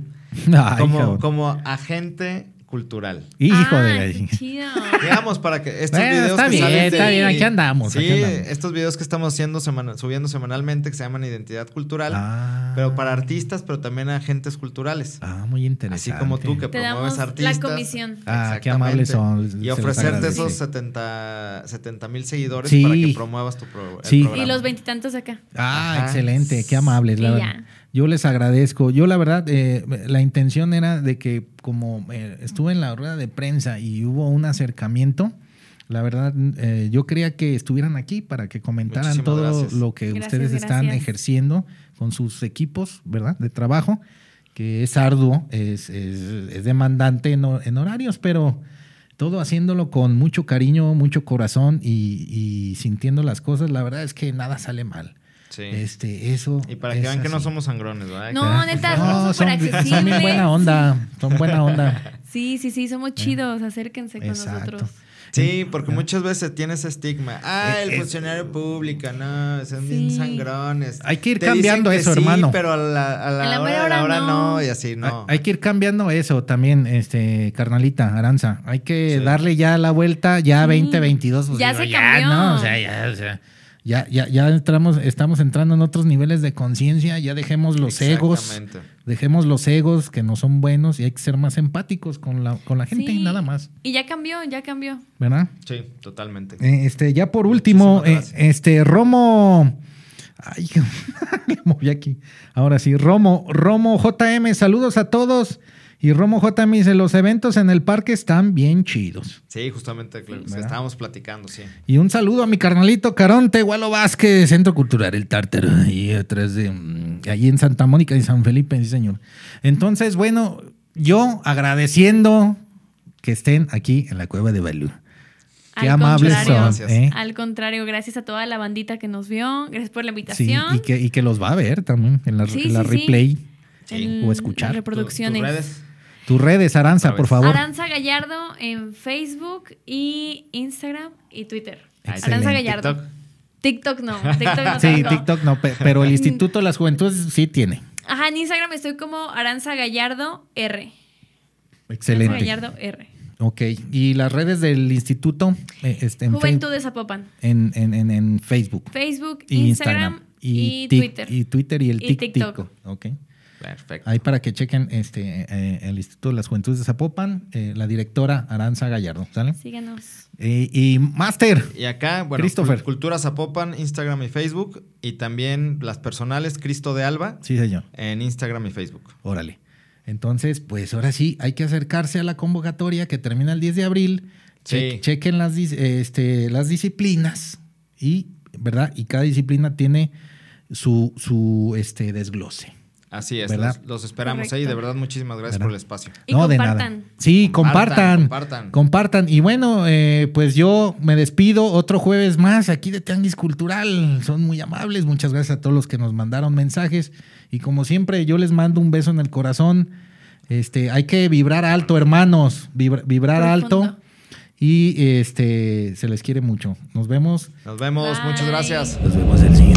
Speaker 6: Ay,
Speaker 7: como,
Speaker 6: cabrón.
Speaker 7: como agente cultural.
Speaker 6: Hijo de la
Speaker 8: Ay, Ah, qué
Speaker 6: chingada.
Speaker 8: chido.
Speaker 7: Digamos, para que estos
Speaker 6: Bueno,
Speaker 7: videos
Speaker 6: está
Speaker 7: que
Speaker 6: bien,
Speaker 7: salen
Speaker 6: está
Speaker 7: de-
Speaker 6: bien, aquí andamos,
Speaker 7: Sí,
Speaker 6: aquí andamos.
Speaker 7: estos videos que estamos haciendo semana- subiendo semanalmente que se llaman Identidad Cultural,
Speaker 6: Ah.
Speaker 7: pero para artistas, pero también agentes culturales.
Speaker 6: Ah, muy
Speaker 7: Así
Speaker 6: interesante.
Speaker 7: como tú que
Speaker 8: Te
Speaker 7: promueves
Speaker 8: damos la
Speaker 7: artistas.
Speaker 8: comisión.
Speaker 6: Ah,
Speaker 7: Exactamente.
Speaker 6: qué amables son. se
Speaker 7: Y
Speaker 6: los
Speaker 7: ofrecerte
Speaker 6: agradece.
Speaker 7: esos 70 mil seguidores
Speaker 6: Sí.
Speaker 7: para que promuevas tu pro- el
Speaker 6: Sí. Y
Speaker 7: programa.
Speaker 8: Y los veintitantos acá.
Speaker 6: Ah,
Speaker 7: Ajá.
Speaker 6: excelente, qué amables. la
Speaker 8: Sí,
Speaker 6: verdad.
Speaker 8: ya.
Speaker 6: Yo les agradezco. Yo la verdad, eh, la intención era de que como eh, estuve en la rueda de prensa y hubo un acercamiento, la verdad, eh, yo quería que estuvieran aquí para que comentaran
Speaker 7: Muchísimas
Speaker 6: todo
Speaker 7: gracias.
Speaker 6: lo que
Speaker 8: Gracias,
Speaker 6: ustedes están
Speaker 8: gracias.
Speaker 6: ejerciendo con sus equipos, ¿verdad? De trabajo, que es arduo, es, es- es demandante en, hor- en horarios, pero todo haciéndolo con mucho cariño, mucho corazón y, y sintiendo las cosas. La verdad es que nada sale mal.
Speaker 7: Sí.
Speaker 6: Este, eso.
Speaker 7: Y para
Speaker 6: es
Speaker 7: que vean que no
Speaker 6: así.
Speaker 7: somos sangrones, ¿verdad?
Speaker 8: No,
Speaker 6: ¿Verdad?
Speaker 8: neta, somos súper
Speaker 6: son,
Speaker 8: accesibles.
Speaker 6: son bien buena onda. Son buena onda.
Speaker 8: Sí, sí, sí, somos chidos. Acérquense con
Speaker 6: Eh. Exacto.
Speaker 8: nosotros.
Speaker 7: Sí,
Speaker 6: Ah.
Speaker 7: porque muchas veces tiene ese estigma.
Speaker 6: Eh,
Speaker 7: Ah, el funcionario público, no, son bien
Speaker 8: Sí.
Speaker 7: sangrones.
Speaker 6: Hay que ir
Speaker 7: Te dicen
Speaker 6: cambiando
Speaker 7: que
Speaker 6: eso,
Speaker 7: sí,
Speaker 6: hermano.
Speaker 7: Pero a la, a la
Speaker 8: A la
Speaker 7: hora,
Speaker 8: mera
Speaker 7: de la
Speaker 8: hora
Speaker 7: hora no.
Speaker 8: no.
Speaker 7: y así no.
Speaker 6: Hay que ir cambiando eso también, este, carnalita, Aranza. Hay que
Speaker 7: Sí.
Speaker 6: darle ya la vuelta, ya
Speaker 8: Sí.
Speaker 6: 2022. pues,
Speaker 8: Ya
Speaker 6: digo,
Speaker 8: se cambió.
Speaker 6: ¿no? O sea, ya, o sea, ya, ya, ya entramos, estamos entrando en otros niveles de conciencia. Ya dejemos los egos.
Speaker 7: Exactamente.
Speaker 6: Dejemos los egos que no son buenos y hay que ser más empáticos con la, con la gente
Speaker 8: Sí.
Speaker 6: y nada más,
Speaker 8: Y ya cambió, ya cambió.
Speaker 6: ¿verdad?
Speaker 7: Sí, totalmente.
Speaker 6: Eh, Este, ya por último,
Speaker 7: Muchísimas
Speaker 6: eh,
Speaker 7: gracias.
Speaker 6: este, Romo. Ay, le moví aquí. Ahora sí, Romo, Romo JM, saludos a todos. Y Romo JM dice: Los eventos en el parque están bien chidos.
Speaker 7: Sí, justamente claro,
Speaker 6: ¿verdad?
Speaker 7: estábamos platicando, sí.
Speaker 6: Y un saludo a mi carnalito Caronte, Gualo Vázquez, Centro Cultural El Tártaro, ahí atrás de. mm, Ahí en Santa Mónica y San Felipe, sí, señor. Entonces, bueno, yo agradeciendo que estén aquí en la Cueva de Balú. Qué
Speaker 8: Al
Speaker 6: amables
Speaker 8: contrario,
Speaker 6: son. ¿eh?
Speaker 8: Al contrario, gracias a toda la bandita que nos vio. Gracias por la
Speaker 6: Sí,
Speaker 8: invitación.
Speaker 6: y que, y que los va a ver también en la,
Speaker 8: Sí,
Speaker 6: en la
Speaker 8: sí, sí.
Speaker 6: replay.
Speaker 8: En
Speaker 6: O escuchar.
Speaker 8: las
Speaker 7: ¿Tu-
Speaker 8: Reproducciones.
Speaker 7: tus redes?
Speaker 6: Tus redes, Aranza,
Speaker 7: Otra
Speaker 6: por
Speaker 7: vez.
Speaker 6: favor.
Speaker 8: Aranza Gallardo en Facebook y Instagram y Twitter.
Speaker 6: Excelente.
Speaker 8: Aranza Gallardo.
Speaker 7: TikTok.
Speaker 8: TikTok no. TikTok no
Speaker 6: Sí,
Speaker 8: tengo.
Speaker 6: TikTok no, pe- pero el Instituto de las Juventudes sí tiene.
Speaker 8: Ajá, en Instagram estoy como Aranza Gallardo R. Aranza
Speaker 6: Excelente.
Speaker 8: Gallardo R.
Speaker 6: Ok, y las redes del instituto eh, este, en, fe-
Speaker 8: Juventud de Zapopan.
Speaker 6: en, en- en- en Facebook,
Speaker 8: Facebook,
Speaker 6: y
Speaker 8: Instagram,
Speaker 6: Instagram
Speaker 8: y,
Speaker 6: tic-
Speaker 8: Twitter.
Speaker 6: Y Twitter y el
Speaker 8: Y
Speaker 6: tic-
Speaker 8: TikTok.
Speaker 6: tico. Ok.
Speaker 7: Perfecto.
Speaker 6: Ahí para que chequen este, eh, el Instituto de las Juventudes de Zapopan, eh, la directora Aranza Gallardo, ¿sale?
Speaker 8: Síganos.
Speaker 6: Eh, y Master,
Speaker 7: Y acá, bueno,
Speaker 6: Christopher.
Speaker 7: Cul- Cultura Zapopan, Instagram y Facebook. Y también las personales, Cristo de Alba,
Speaker 6: sí señor,
Speaker 7: en Instagram y Facebook.
Speaker 6: órale. Entonces, pues ahora sí, hay que acercarse a la convocatoria que termina el 10 de abril. Che-
Speaker 7: Sí.
Speaker 6: Chequen las, dis- este, las disciplinas y, ¿verdad? Y cada disciplina tiene su, su este, desglose.
Speaker 7: Así es,
Speaker 6: ¿Verdad?
Speaker 7: los, los esperamos
Speaker 8: Correcto.
Speaker 7: ahí. De verdad, muchísimas gracias
Speaker 6: ¿Verdad?
Speaker 7: por el espacio.
Speaker 8: Y compartan.
Speaker 6: Sí,
Speaker 7: Compartan,
Speaker 6: compartan. Compartan.
Speaker 7: compartan.
Speaker 6: Y bueno, eh, pues yo me despido otro jueves más aquí de Tianguis Cultural. Son muy amables. Muchas gracias a todos los que nos mandaron mensajes. Y como siempre, yo les mando un beso en el corazón. Este, hay que vibrar alto, hermanos. Vibra- vibrar
Speaker 8: Profundo.
Speaker 6: alto. Y este, se les quiere mucho. Nos vemos.
Speaker 7: Nos vemos, muchas
Speaker 8: Bye.
Speaker 7: gracias.
Speaker 6: Nos vemos el siguiente.